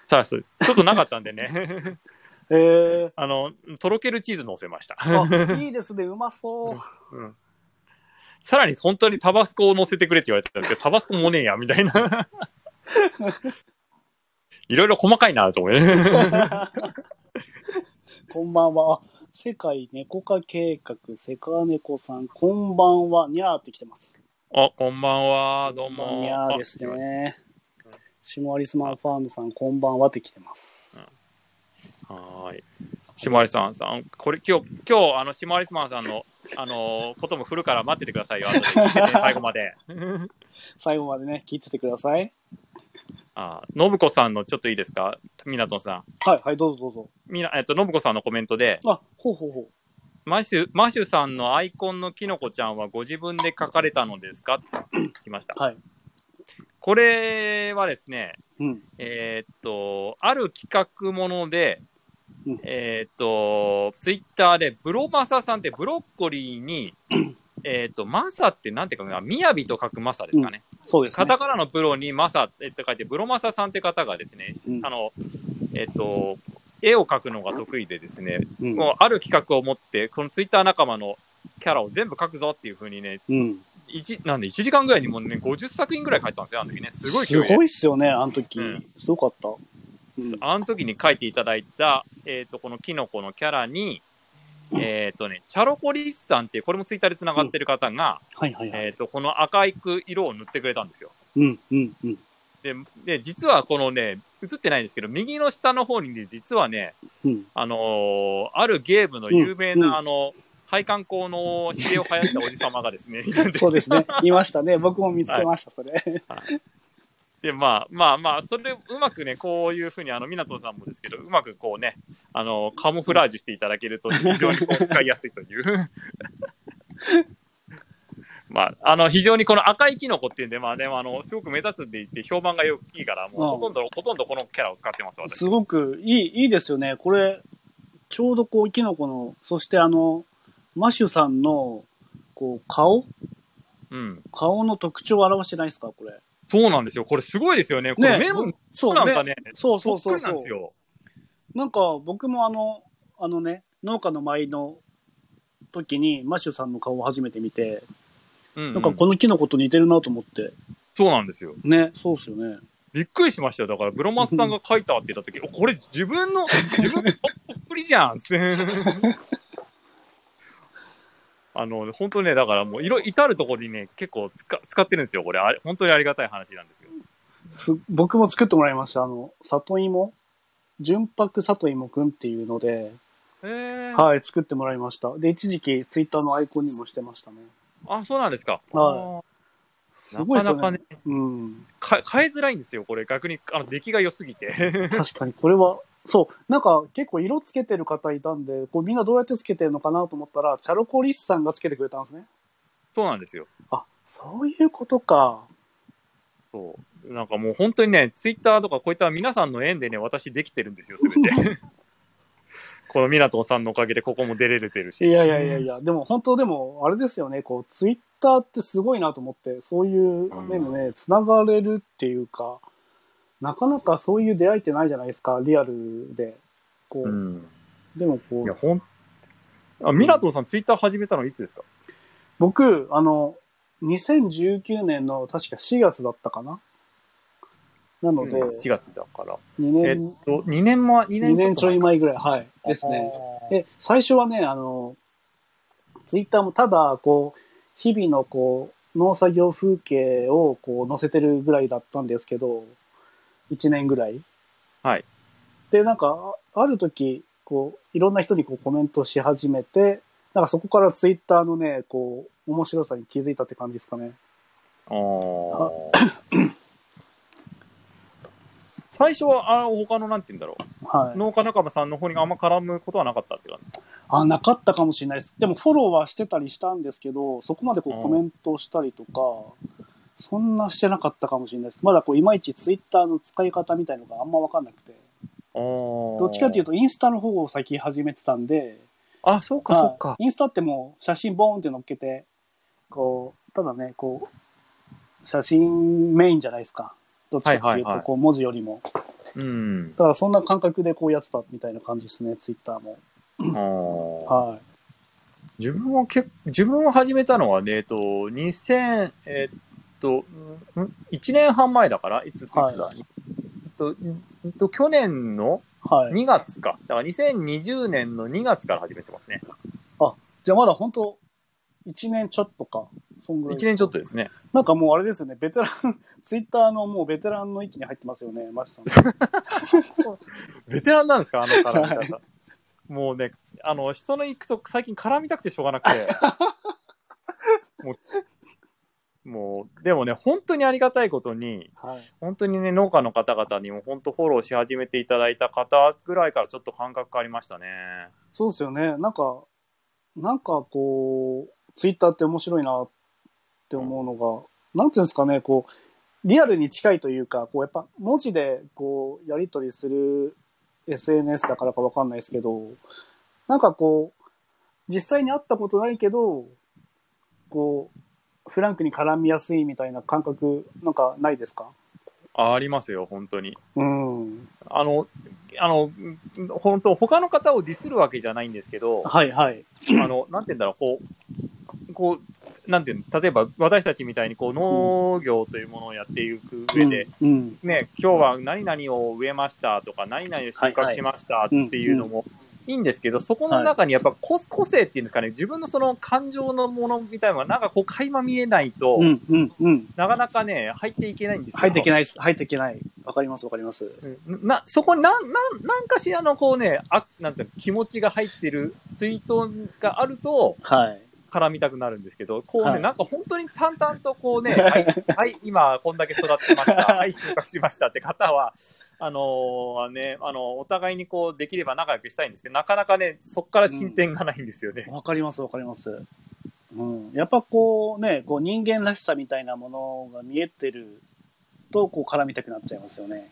[SPEAKER 2] さあ、そうです。ちょっとなかったんでね、 [laughs]
[SPEAKER 1] へえ。
[SPEAKER 2] あの、とろけるチーズ乗せました。
[SPEAKER 1] あ、いいですね。うまそう。 [laughs]
[SPEAKER 2] うんさらに本当にタバスコを乗せてくれって言われてたんですけど、タバスコもねえや、みたい
[SPEAKER 1] [laughs]
[SPEAKER 2] な。いろいろ細かいなと思いね。
[SPEAKER 1] [laughs] こんばんは。世界猫化計画、セカネコさん、こんばんは。にゃーって来てます。
[SPEAKER 2] あ、こんばんは、どうも。
[SPEAKER 1] にゃーです
[SPEAKER 2] あ。すいません
[SPEAKER 1] ね。シモアリスマンファームさん、こんばんはって来てます。
[SPEAKER 2] はーい。シマリスマンさん、これ今日、今日、あの、シマリスマンさんの、あのーことも振るから待っててくださいよ、後で聞いてね最後まで。
[SPEAKER 1] 最後までね、聞いててください。
[SPEAKER 2] あー、信子さんの、ちょっといいですか、みなとんさん。
[SPEAKER 1] はい、はい、どうぞどうぞ。
[SPEAKER 2] みな、えっと、信子さんのコメントで、
[SPEAKER 1] あ、ほうほうほう。
[SPEAKER 2] マシュ、マシュさんのアイコンのキノコちゃんはご自分で書かれたのですかって聞きました。
[SPEAKER 1] はい。
[SPEAKER 2] これはですね、
[SPEAKER 1] うん。
[SPEAKER 2] えーっと、ある企画もので
[SPEAKER 1] うん、
[SPEAKER 2] えーっと、ツイッターでブロマサさんってブロッコリ
[SPEAKER 1] [clears throat]
[SPEAKER 2] ーに、えーっと、マサってなんて書くのかな、みやびと書くマサですかね。
[SPEAKER 1] そうですね
[SPEAKER 2] カ。タカナのプロにマサって書いて、ブロマサさんって方がですね、
[SPEAKER 1] うん
[SPEAKER 2] あの、えーっと、絵を描くのが得意でですね、
[SPEAKER 1] うん
[SPEAKER 2] もうある企画を持って、このツイッター仲間のキャラを全部書くぞっていうふうにね、
[SPEAKER 1] うん。
[SPEAKER 2] 一なんで1時間ぐらいにもうね、50作品ぐらい書いたんですよ、あの時ね。すごい勢
[SPEAKER 1] す
[SPEAKER 2] いで
[SPEAKER 1] ごいっすよね、あの時。
[SPEAKER 2] うん
[SPEAKER 1] すごかった。うん
[SPEAKER 2] あの時に書いていただいた、えっ、と、このキノコのキャラに、えっ、とね、チャロコリスさんっていう、これもツイッターで繋がってる方が、
[SPEAKER 1] はいはいはい。
[SPEAKER 2] えっ、と、この赤いく色を塗ってくれたんですよ。
[SPEAKER 1] うんうんうん。
[SPEAKER 2] で、で実はこのね、映ってないんですけど、右の下の方にね、実はね、
[SPEAKER 1] [laughs] うん。
[SPEAKER 2] あのーあるゲームの有名な、
[SPEAKER 1] うんうん
[SPEAKER 2] あの、配管工のひげを生やしたおじさまがで
[SPEAKER 1] [laughs]
[SPEAKER 2] すね、いるんです
[SPEAKER 1] そうですね。いましたね。僕も見つけました、それ。
[SPEAKER 2] で、まあまあまあ、それ、うまくね、こういうふうに、あの、みなとさんもですけど、うまくこうね、あの、カモフラージュしていただけると、非常にこう使いやすいという。 [laughs] まあ、あの、非常にこの赤いキノコっていうんで、まあね、あの、すごく目立つって言って、評判が良いから、もう
[SPEAKER 1] ああ
[SPEAKER 2] ほとんど、ほとんどこのキャラを使ってます、私。
[SPEAKER 1] すごくいい、いいですよね。これ、ちょうどこう、キノコの、そしてあの、マシュさんの、こう、顔
[SPEAKER 2] うん。
[SPEAKER 1] 顔の特徴を表してないですかこれ。
[SPEAKER 2] そうなんですよ。これすごいですよね。これ、
[SPEAKER 1] ね
[SPEAKER 2] 目も、
[SPEAKER 1] そう
[SPEAKER 2] なんかね、
[SPEAKER 1] そうそ
[SPEAKER 2] そうっ
[SPEAKER 1] そ
[SPEAKER 2] く
[SPEAKER 1] うそ
[SPEAKER 2] りなん
[SPEAKER 1] う
[SPEAKER 2] ですよ。
[SPEAKER 1] なんか僕もあの、あのね、農家の舞の時にマシュさんの顔を初めて見て、
[SPEAKER 2] うん、うん。
[SPEAKER 1] なんかこのキノコと似てるなと思って。
[SPEAKER 2] そうなんですよ。
[SPEAKER 1] ね、そうっすよね。
[SPEAKER 2] びっくりしましたよ。だから、ブロマスさんが書いたって言
[SPEAKER 1] [laughs]
[SPEAKER 2] った時、おこれ自分の、自分のっぷりじゃん [laughs] あの、本当にね、だからもう、いろ、至るところにね、結構使使ってるんですよ。これ、あれ本当にありがたい話なんですけど。
[SPEAKER 1] す僕も作ってもらいました。あの、里芋純白里芋くんっていうので、
[SPEAKER 2] え
[SPEAKER 1] はい、作ってもらいました。で、一時期ツイッターのアイコンにもしてましたね。
[SPEAKER 2] あ、そうなんですか。
[SPEAKER 1] は
[SPEAKER 2] あ
[SPEAKER 1] す
[SPEAKER 2] ー
[SPEAKER 1] ごいっ
[SPEAKER 2] な
[SPEAKER 1] す
[SPEAKER 2] か
[SPEAKER 1] よ
[SPEAKER 2] な
[SPEAKER 1] ね。
[SPEAKER 2] かね、
[SPEAKER 1] うん。
[SPEAKER 2] か変えづらいんですよ。これ、逆に、あの、出来が良すぎて。 [laughs]
[SPEAKER 1] 確かに、これは、そう、なんか結構色つけてる方いたんで、こうみんなどうやってつけてるのかなと思ったら、チャロコリスさんがつけてくれたんですね。
[SPEAKER 2] そうなんですよ。
[SPEAKER 1] あ、そういうことか。
[SPEAKER 2] そう。なんかもう本当にね、ツイッターとかこういった皆さんの縁でね、私できてるんですよ、すべて。 [laughs] この湊さんのおかげでここも出れてるし。
[SPEAKER 1] いやいやいやいや、でも本当でも、あれですよね、こう、ツイッターってすごいなと思って、そういう面でね、つながれるっていうか、なかなかそういう出会いってないじゃないですか、リアルで。こう、
[SPEAKER 2] うん。
[SPEAKER 1] でもこ
[SPEAKER 2] いや、
[SPEAKER 1] う、
[SPEAKER 2] ほん、あ、ミラトさん、ツイッター始めたのいつですか
[SPEAKER 1] 僕、あの、2019年の確か4月だったかな。なので、
[SPEAKER 2] ?4 月だから。
[SPEAKER 1] 2
[SPEAKER 2] えっ
[SPEAKER 1] 年、
[SPEAKER 2] と、2年前、2
[SPEAKER 1] 2
[SPEAKER 2] 年
[SPEAKER 1] 年ちょい
[SPEAKER 2] 前
[SPEAKER 1] 前ぐらい、はい、ですね。。で、最初はね、あの、ツイッターもただ、こう、日々のこう、農作業風景をこう載せてるぐらいだったんですけど、1年ぐらい。
[SPEAKER 2] はい。
[SPEAKER 1] で、なんか、あある時、こう、いろんな人にこうコメントし始めて、なんかそこからツイッターのね、こう、面白さに気づいたって感じですかね。
[SPEAKER 2] あー最初は、あ他の、なんて言うんだろ
[SPEAKER 1] は
[SPEAKER 2] う。
[SPEAKER 1] い。
[SPEAKER 2] 農家仲間さんの方にあんま絡むことはなかったって感じ。
[SPEAKER 1] あ、なかったかもしれないです。でもフォローはしてたりしたんですけど、そこまでこ
[SPEAKER 2] う
[SPEAKER 1] うんコメントをしたりとか、そんなしてなかったかもしれないです。まだこういまいちツイッターの使い方みたいのがあんまわかんなくて、ど
[SPEAKER 2] ど
[SPEAKER 1] っちかっていう
[SPEAKER 2] と。
[SPEAKER 1] とインスタの方を先始めてたんで、
[SPEAKER 2] あ、そうか、そうか
[SPEAKER 1] はい。インスタってもう写真ボーンって載っけて、こう、ただね、こう、写真メインじゃないですか。どっちかっていう
[SPEAKER 2] はいはい
[SPEAKER 1] と、
[SPEAKER 2] はい
[SPEAKER 1] こう文字よりも。
[SPEAKER 2] うん。
[SPEAKER 1] ただそんな感覚でこうやってたみたいな感じですね、ツイッターも。
[SPEAKER 2] あー
[SPEAKER 1] はい。
[SPEAKER 2] 自分は結自分を始めたのはね、えっと、2000、えっと、ん1年半前だから、いつ、いつだ、
[SPEAKER 1] はい
[SPEAKER 2] えっとんえっと、去年の
[SPEAKER 1] はい。
[SPEAKER 2] 2月か。だから2020年の2月から始めてますね。
[SPEAKER 1] じゃあまだ本当一年ちょっとか。そんぐらい。
[SPEAKER 2] 1年ちょっとですね。
[SPEAKER 1] なんかもうあれですよね、ベテラン、ツイッターのもうベテランの域に入ってますよね、マシさ
[SPEAKER 2] [laughs]
[SPEAKER 1] ん。
[SPEAKER 2] ベテランなんですかあの絡み方。
[SPEAKER 1] はい
[SPEAKER 2] もうね、あの、人の行くと最近絡みたくてしょうがな
[SPEAKER 1] [laughs]
[SPEAKER 2] くて。もう、もう、でもね、本当にありがたいことに、
[SPEAKER 1] はい。
[SPEAKER 2] 本当にね農家の方々にも本当フォローし始めていただいた方ぐらいからちょっと感覚変わりましたね。
[SPEAKER 1] そうですよね、なんか、なんかこう、ツイッターって面白いなって思うのが、なんていうんですかね、こう、リアルに近いというか、こうやっぱ文字でこう、やり取りする SNS だからかわかんないですけど、なんかこう、実際に会ったことないけど、こう、フランクに絡みやすいみたいな感覚、なんかないですか
[SPEAKER 2] あありますよ本当に。
[SPEAKER 1] うん。
[SPEAKER 2] あのあのうん本当他の方をディスるわけじゃないんですけど、
[SPEAKER 1] はいはい。
[SPEAKER 2] あのなんて言うんだろうこうこう、なんていうの、例えば私たちみたいにこう農業というものをやっていく上で、
[SPEAKER 1] うん、
[SPEAKER 2] ね、今日は何々を植えましたとか、何々を収穫しましたっていうのもいいんですけど、そこの中にやっぱ個個性っていうんですかね、自分のその感情のものみたいなのがなんかこう垣間見えないと、
[SPEAKER 1] うん、うん、うん。
[SPEAKER 2] なかなかね、入っていけないんですよ。
[SPEAKER 1] 入っていけないです。入っていけない。わかります、わかります。
[SPEAKER 2] うんな、そこになん、なん、なんかしらのこうね、あ、なんていうの、気持ちが入ってるツイートがあると、
[SPEAKER 1] はい。
[SPEAKER 2] 絡みたくなるんですけど、こうね、
[SPEAKER 1] はい
[SPEAKER 2] なんか本当に淡々とこう [laughs] ね、はい、はい、今こんだけ育ってま [laughs] した、はい、収穫しましたって方は、あのーね、あの、お互いにこう、できれば仲良くしたいんですけど、なかなかね、そこから進展がないんですよね。
[SPEAKER 1] わかります、わかります。うん。やっぱこうね、こう人間らしさみたいなものが見えてると、こう絡みたくなっちゃいますよね。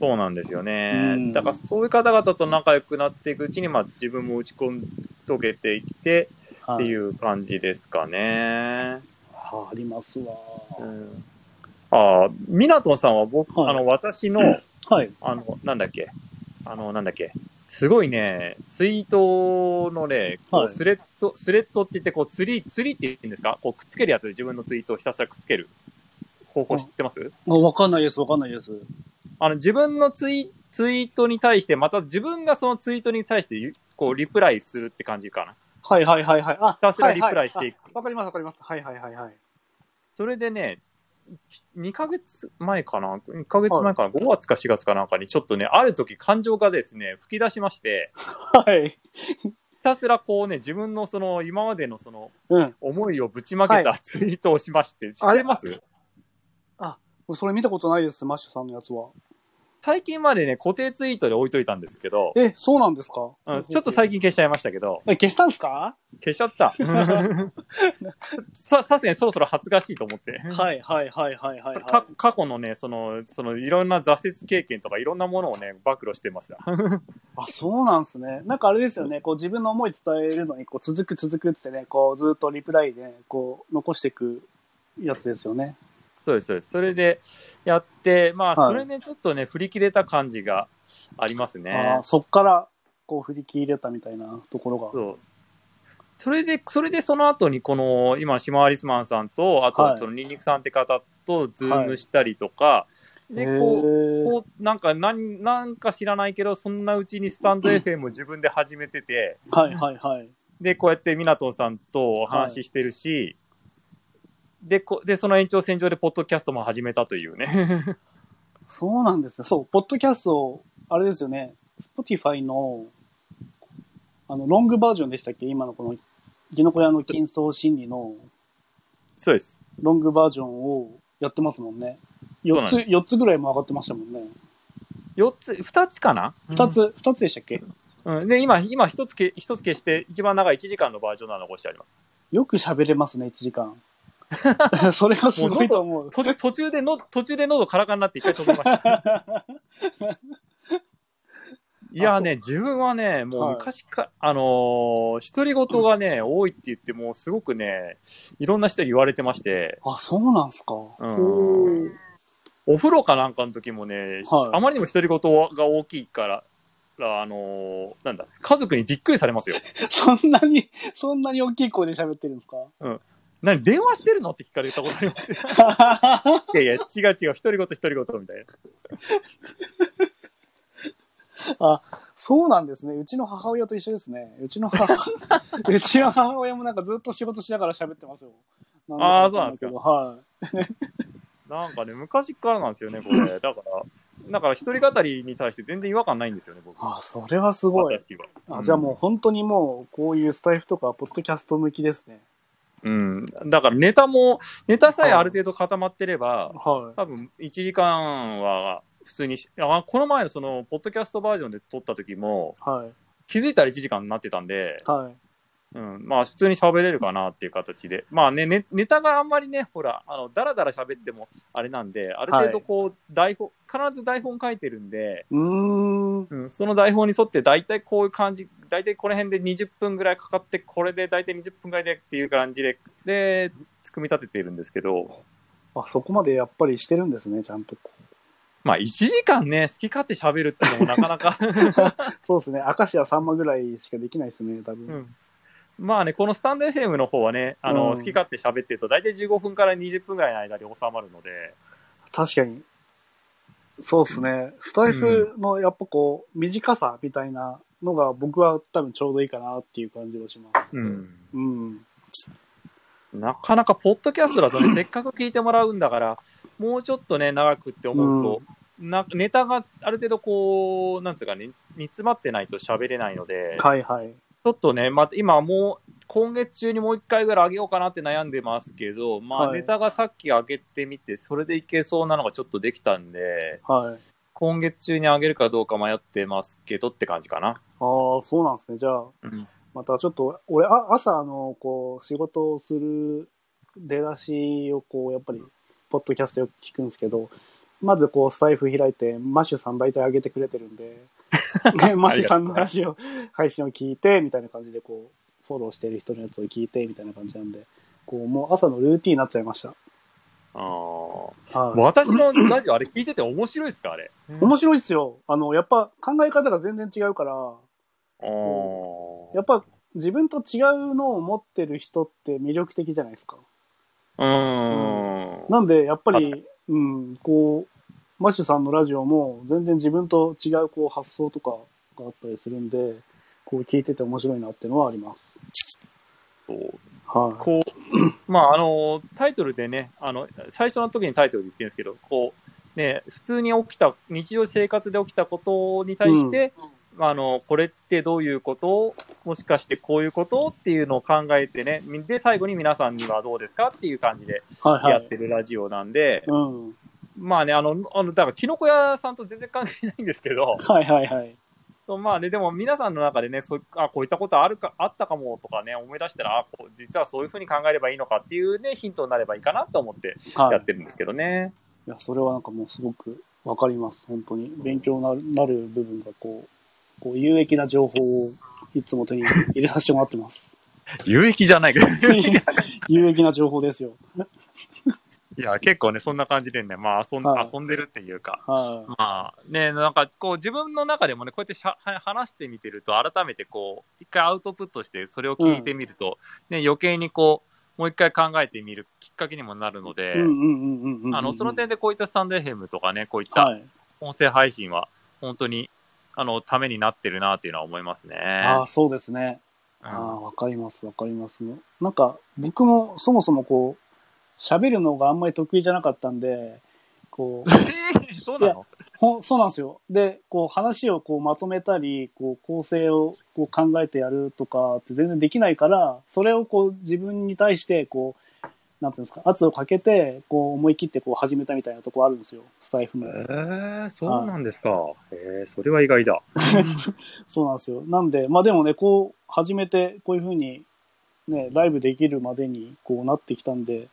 [SPEAKER 2] そうなんですよ
[SPEAKER 1] う
[SPEAKER 2] ね
[SPEAKER 1] ん。
[SPEAKER 2] だからそういう方々と仲良くなっていくうちに、まあ自分も打ち込んとけていってっ
[SPEAKER 1] は
[SPEAKER 2] て
[SPEAKER 1] い。
[SPEAKER 2] いう感じですかね。
[SPEAKER 1] はあ、ありますわ。
[SPEAKER 2] うんああ、ミナトンさんは僕、
[SPEAKER 1] はい
[SPEAKER 2] あの、私 [laughs] の、
[SPEAKER 1] はい。
[SPEAKER 2] あの、なんだっけ、あの、なんだっけ、すごいね、ツイートのね、こ
[SPEAKER 1] は
[SPEAKER 2] う
[SPEAKER 1] い
[SPEAKER 2] スレッド、スレッドって言って、こう、ツリー、ツリーって言うんですかこう、くっつけるやつで自分のツイートをひたすらくっつける方法知ってます、
[SPEAKER 1] あわかんないです、わかんないです。
[SPEAKER 2] あの、自分のツイツイートに対して、また自分がそのツイートに対してゆ、こう、リプライするって感じかな。
[SPEAKER 1] はいはいはいはい。あ、ひ
[SPEAKER 2] ひたすらリプライしていく。
[SPEAKER 1] あわかります、わかります。はいはいはいはい。
[SPEAKER 2] それでね、2ヶ月前かな ?2 ヶ月前かな、?5 月か4月かなんかに、ちょっとね、ある時感情がですね、吹き出しまして、
[SPEAKER 1] はい。
[SPEAKER 2] ひたすらこうね、自分のその、今までのその、
[SPEAKER 1] うん。も
[SPEAKER 2] 思いをぶちまけ
[SPEAKER 1] は
[SPEAKER 2] たツイートをしまして、知ってます
[SPEAKER 1] うそれ見たことないです、マッシュさんのやつは。
[SPEAKER 2] 最近までね、固定ツイートで置いといたんですけど、
[SPEAKER 1] え、そうなんですか、
[SPEAKER 2] うんちょっと最近消しちゃいましたけど、
[SPEAKER 1] え消したんですか
[SPEAKER 2] 消しち
[SPEAKER 1] [laughs]
[SPEAKER 2] ゃった。さ、さすがにそろそろ恥ずかしいと思って。
[SPEAKER 1] はいはいはいはいはい、
[SPEAKER 2] か
[SPEAKER 1] は
[SPEAKER 2] 過去のね、その、その、いろんな挫折経験とかいろんなものをね、暴露してました。
[SPEAKER 1] あ、そうなんですね。なんかあれですよね、こう自分の思い伝えるのに、こう続く続くっつってね、こうずっとリプライで、こう残していくやつですよね。
[SPEAKER 2] そうです、そうです。それでやって、まあ、
[SPEAKER 1] はい
[SPEAKER 2] それね、ちょっとね、振り切れた感じがあります
[SPEAKER 1] あ
[SPEAKER 2] ね
[SPEAKER 1] ー。そっから、こう振り切れたみたいなところが。
[SPEAKER 2] そう。それで、それでその後に、この、今、シマアリスマンさんと、あ
[SPEAKER 1] はい
[SPEAKER 2] と、その、ニンニクさんって方と、ズームしたりとか、で、こう、
[SPEAKER 1] こ
[SPEAKER 2] こう、なんか、なん、なんか知らないけど、そんなうちにスタンド FM を自分で始めてて、
[SPEAKER 1] う。はいはいはい。
[SPEAKER 2] で、こうやって、ミナトンさんとお話ししてるし、でこ、で、その延長線上で、ポッドキャストも始めたというね。
[SPEAKER 1] そうなんですね。そう、ポッドキャスト、あれですよね、Spotify の、あの、ロングバージョンでしたっけ今のこの、ギノコ屋の金層心理の
[SPEAKER 2] [laughs] そうです。
[SPEAKER 1] ロングバージョンをやってますもんね。
[SPEAKER 2] そう
[SPEAKER 1] 4
[SPEAKER 2] なん
[SPEAKER 1] つ、
[SPEAKER 2] で
[SPEAKER 1] 4つぐらいも上がってましたもんね。
[SPEAKER 2] 4つ、2つかな
[SPEAKER 1] 2つ、二つでしたっけ
[SPEAKER 2] うん、で、今、今1つけ、一つ消して、一番長い1時間のバージョンなの残してあります。
[SPEAKER 1] よく喋れますね、1時
[SPEAKER 2] [laughs]
[SPEAKER 1] 間。それがすごいと思う。
[SPEAKER 2] と途中での、途中で喉カラカラになって一回飛びました。
[SPEAKER 1] [laughs]
[SPEAKER 2] いやね、自分はね、もう
[SPEAKER 1] はい
[SPEAKER 2] 昔か、あのー、独り言がね、多いって言って、もうすごくね、いろんな人に言われてまして、
[SPEAKER 1] あ、そうなんすか。
[SPEAKER 2] うん
[SPEAKER 1] ほう
[SPEAKER 2] お風呂かなんかの時もね、
[SPEAKER 1] はい
[SPEAKER 2] あまりにも独り言が大きいから、あのーなんだ、家族にびっくりされ
[SPEAKER 1] [laughs]
[SPEAKER 2] ますよ。
[SPEAKER 1] そんなに、そんなに大きい声で喋ってるん
[SPEAKER 2] [laughs]
[SPEAKER 1] ですか
[SPEAKER 2] 何、電話してるのって聞かれたことあります
[SPEAKER 1] [laughs]
[SPEAKER 2] いやいや、違う違う、独り言、独り言みたいな。
[SPEAKER 1] そうなんですね。うちの母親と一緒ですね。うちの
[SPEAKER 2] [laughs]
[SPEAKER 1] 母、うちの母親もなんかずっと仕事しながら喋ってますよ。
[SPEAKER 2] あーそうなんですか
[SPEAKER 1] けどは
[SPEAKER 2] なんかね、昔からなんですよね、これ。だから、だから、一人語りに対して全然違和感ないんですよね、僕。
[SPEAKER 1] い。あ、それはすごい。
[SPEAKER 2] 私は
[SPEAKER 1] あじゃあもう本当にもう、こういうスタイフとか、ポッドキャスト向きですね。
[SPEAKER 2] うん。だから、ネタも、ネタさえある程度固まってれば、
[SPEAKER 1] は
[SPEAKER 2] 多分、1時間は、普通にしあ、この前のその、ポッドキャストバージョンで撮った時も、
[SPEAKER 1] い。はい。
[SPEAKER 2] 気づいたら1時間になってたんで、
[SPEAKER 1] はい。
[SPEAKER 2] うん、まあ、普通に喋れるかなっていう形で。まあね、ねネタがあんまりね、ほら、あの、だらだら喋っても、あれなんで、ある程度こう、台本、必ず台本書いてるんで、
[SPEAKER 1] うーん。
[SPEAKER 2] うん、その台本に沿って大体こういう感じ大体この辺で20分ぐらいかかってこれで大体20分ぐらいでっていう感じでで組み立てているんですけど
[SPEAKER 1] あ、そこまでやっぱりしてるんですね、ちゃんと。
[SPEAKER 2] まあ1時間ね好き勝手喋るっていうのもなかなか、
[SPEAKER 1] そうですね。明石家さんまぐらいしかできないですね、多
[SPEAKER 2] う
[SPEAKER 1] 分。
[SPEAKER 2] んまあね、このスタンド FM の方はね、あの、
[SPEAKER 1] うん
[SPEAKER 2] 好き勝手喋ってると、大体15分から20分ぐらいの間で収まるので、
[SPEAKER 1] 確かに。そうですね。スタイフのやっぱこう、短さみたいなのが僕は多分ちょうどいいかなっていう感じがします。
[SPEAKER 2] うん。
[SPEAKER 1] うん。
[SPEAKER 2] なかなか、ポッドキャストだと
[SPEAKER 1] [laughs]
[SPEAKER 2] ね、せっかく聞いてもらうんだから、もうちょっとね、長くって思うと、なネタがある程度こう、なんつうかね、煮詰まってないと喋れないので、
[SPEAKER 1] はいはい。
[SPEAKER 2] ちょっとね、また今もう、今月中にもう一回ぐらい上げようかなって悩んでますけど、まあ
[SPEAKER 1] はい
[SPEAKER 2] ネタがさっき上げてみて、それでいけそうなのがちょっとできたんで、
[SPEAKER 1] はい。
[SPEAKER 2] 今月中に上げるかどうか迷ってますけどって感じかな。
[SPEAKER 1] ああ、そうなんですね。じゃあ、またちょっと、俺、あ朝、あの、こう、仕事をする出だしを、こう、やっぱり、ポッドキャストよく聞くんですけど、まず、こう、スタイフ開いて、マッシュさん大体上げてくれてるん [laughs] で、でマッシュさんのラジオ、配信を聞いて、みたいな感じで、こう、フォローしてる人のやつを聞いて、みたいな感じなんで、こう、もう朝のルーティンになっちゃいました。
[SPEAKER 2] あー
[SPEAKER 1] はい。
[SPEAKER 2] 私のラジオあれ聞いてて面白いですかあれ。
[SPEAKER 1] 面白いっすよ。あの、やっぱ、考え方が全然違うから、
[SPEAKER 2] あー
[SPEAKER 1] やっぱ、自分と違うのを持ってる人って魅力的じゃないですか。
[SPEAKER 2] うーん。
[SPEAKER 1] なんで、やっぱ
[SPEAKER 2] 確か
[SPEAKER 1] り、うん、こう、マッシュさんのラジオも全然自分と違うこう発想とかがあったりするんで、こう聞いてて面白いなっていうのはあります。
[SPEAKER 2] そう
[SPEAKER 1] は
[SPEAKER 2] こ [clears throat] う、まあ、あの、タイトルでね、あの、最初の時にタイトルで言ってるんですけど、こう、ね、普通に起きた、日常生活で起きたことに対して、まああの、これってどういうこともしかしてこういうことっていうのを考えてね、で、最後に皆さんにはどうですかっていう感じで
[SPEAKER 1] い。はいは
[SPEAKER 2] やっ
[SPEAKER 1] い
[SPEAKER 2] て。るラジオなんで、
[SPEAKER 1] うん。
[SPEAKER 2] まあね、あの、あの、だから、キノコ屋さんと全然関係ないんですけど、
[SPEAKER 1] はいはいはい。
[SPEAKER 2] そうまあね、でも皆さんの中でね、そうあこういったことあるかあったかもとかね、思い出したら、あこう実はそういうふうに考えればいいのかっていうね、ヒントになればいいかなと思って
[SPEAKER 1] は
[SPEAKER 2] や
[SPEAKER 1] い
[SPEAKER 2] っ。てるんですけどね。
[SPEAKER 1] いや、それはなんかもうすごくわかります。本当に。勉強になるなる部分がこう、こう有益な情報をいつも手に入れさせてもらって
[SPEAKER 2] [laughs]
[SPEAKER 1] ます。
[SPEAKER 2] 有益じゃないけど、 [laughs]
[SPEAKER 1] 有益な情報ですよ。
[SPEAKER 2] いや、結構ね、そんな感じでね、まあ遊ん,、
[SPEAKER 1] はい
[SPEAKER 2] 遊んでるっていうか。
[SPEAKER 1] はい。
[SPEAKER 2] まあね、なんかこう自分の中でもね、こうやってしゃは話してみてると、改めてこう、一回アウトプットして、それを聞いてみると、ね、余計にこう、もう一回考えてみるきっかけにもなるので、
[SPEAKER 1] うんうんうんうんうんうん。
[SPEAKER 2] あのその点でこういったスタンデーヘムとかね、こういった
[SPEAKER 1] はい。
[SPEAKER 2] 音声配信は本当にあのためになってるなっていうのは思いますね。
[SPEAKER 1] ああ、そうですね。あ
[SPEAKER 2] う
[SPEAKER 1] [laughs]
[SPEAKER 2] ん
[SPEAKER 1] あ、わかります、わかります。なんか、僕もそもそもこう、喋るのがあんまり得意じゃなかったんで、こう、 [laughs]
[SPEAKER 2] えーそうなの
[SPEAKER 1] ほんそうなんですよ。で、こう、話をこうまとめたり、こう、構成をこう考えてやるとかって全然できないから、それをこう、自分に対して、こう、なんていうんですか、圧をかけて、こう、思い切ってこう、始めたみたいなとこあるんですよ、スタイフ
[SPEAKER 2] え
[SPEAKER 1] の。
[SPEAKER 2] ー、そうなんですか。えー、それは意外だ。
[SPEAKER 1] そうなんですよ。なんで、まあでもね、こう、初めてこういうふうに、ね、ライブできるまでにこうなってきたんで、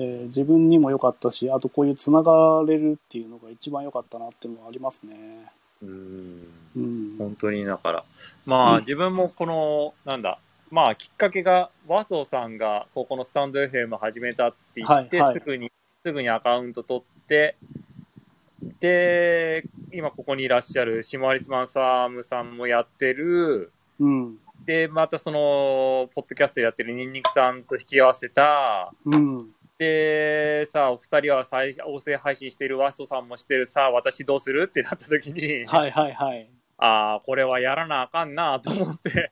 [SPEAKER 1] えー自分にも良かったし、あとこういうつながれるっていうのが一番良かったなっていうのはありますね。
[SPEAKER 2] うーん
[SPEAKER 1] うん。
[SPEAKER 2] 本当にだから、まあ、
[SPEAKER 1] うん
[SPEAKER 2] 自分もこの、なんだ、まあ、きっかけが、和装さんが、ここのスタンド FM 始めたって言って、
[SPEAKER 1] はいはい
[SPEAKER 2] すぐに、すぐにアカウント取って、で、今ここにいらっしゃる、シマリスマンサームさんもやってる、
[SPEAKER 1] うん。
[SPEAKER 2] で、またその、ポッドキャストやってるニンニクさんと引き合わせた、
[SPEAKER 1] うん。
[SPEAKER 2] で、さあ、お二人は再音声配信してる、ワストさんもしてる、さあ、私どうするってなった時に、
[SPEAKER 1] はいはいはい。
[SPEAKER 2] ああ、これはやらなあかんなあと
[SPEAKER 1] [laughs]
[SPEAKER 2] 思って、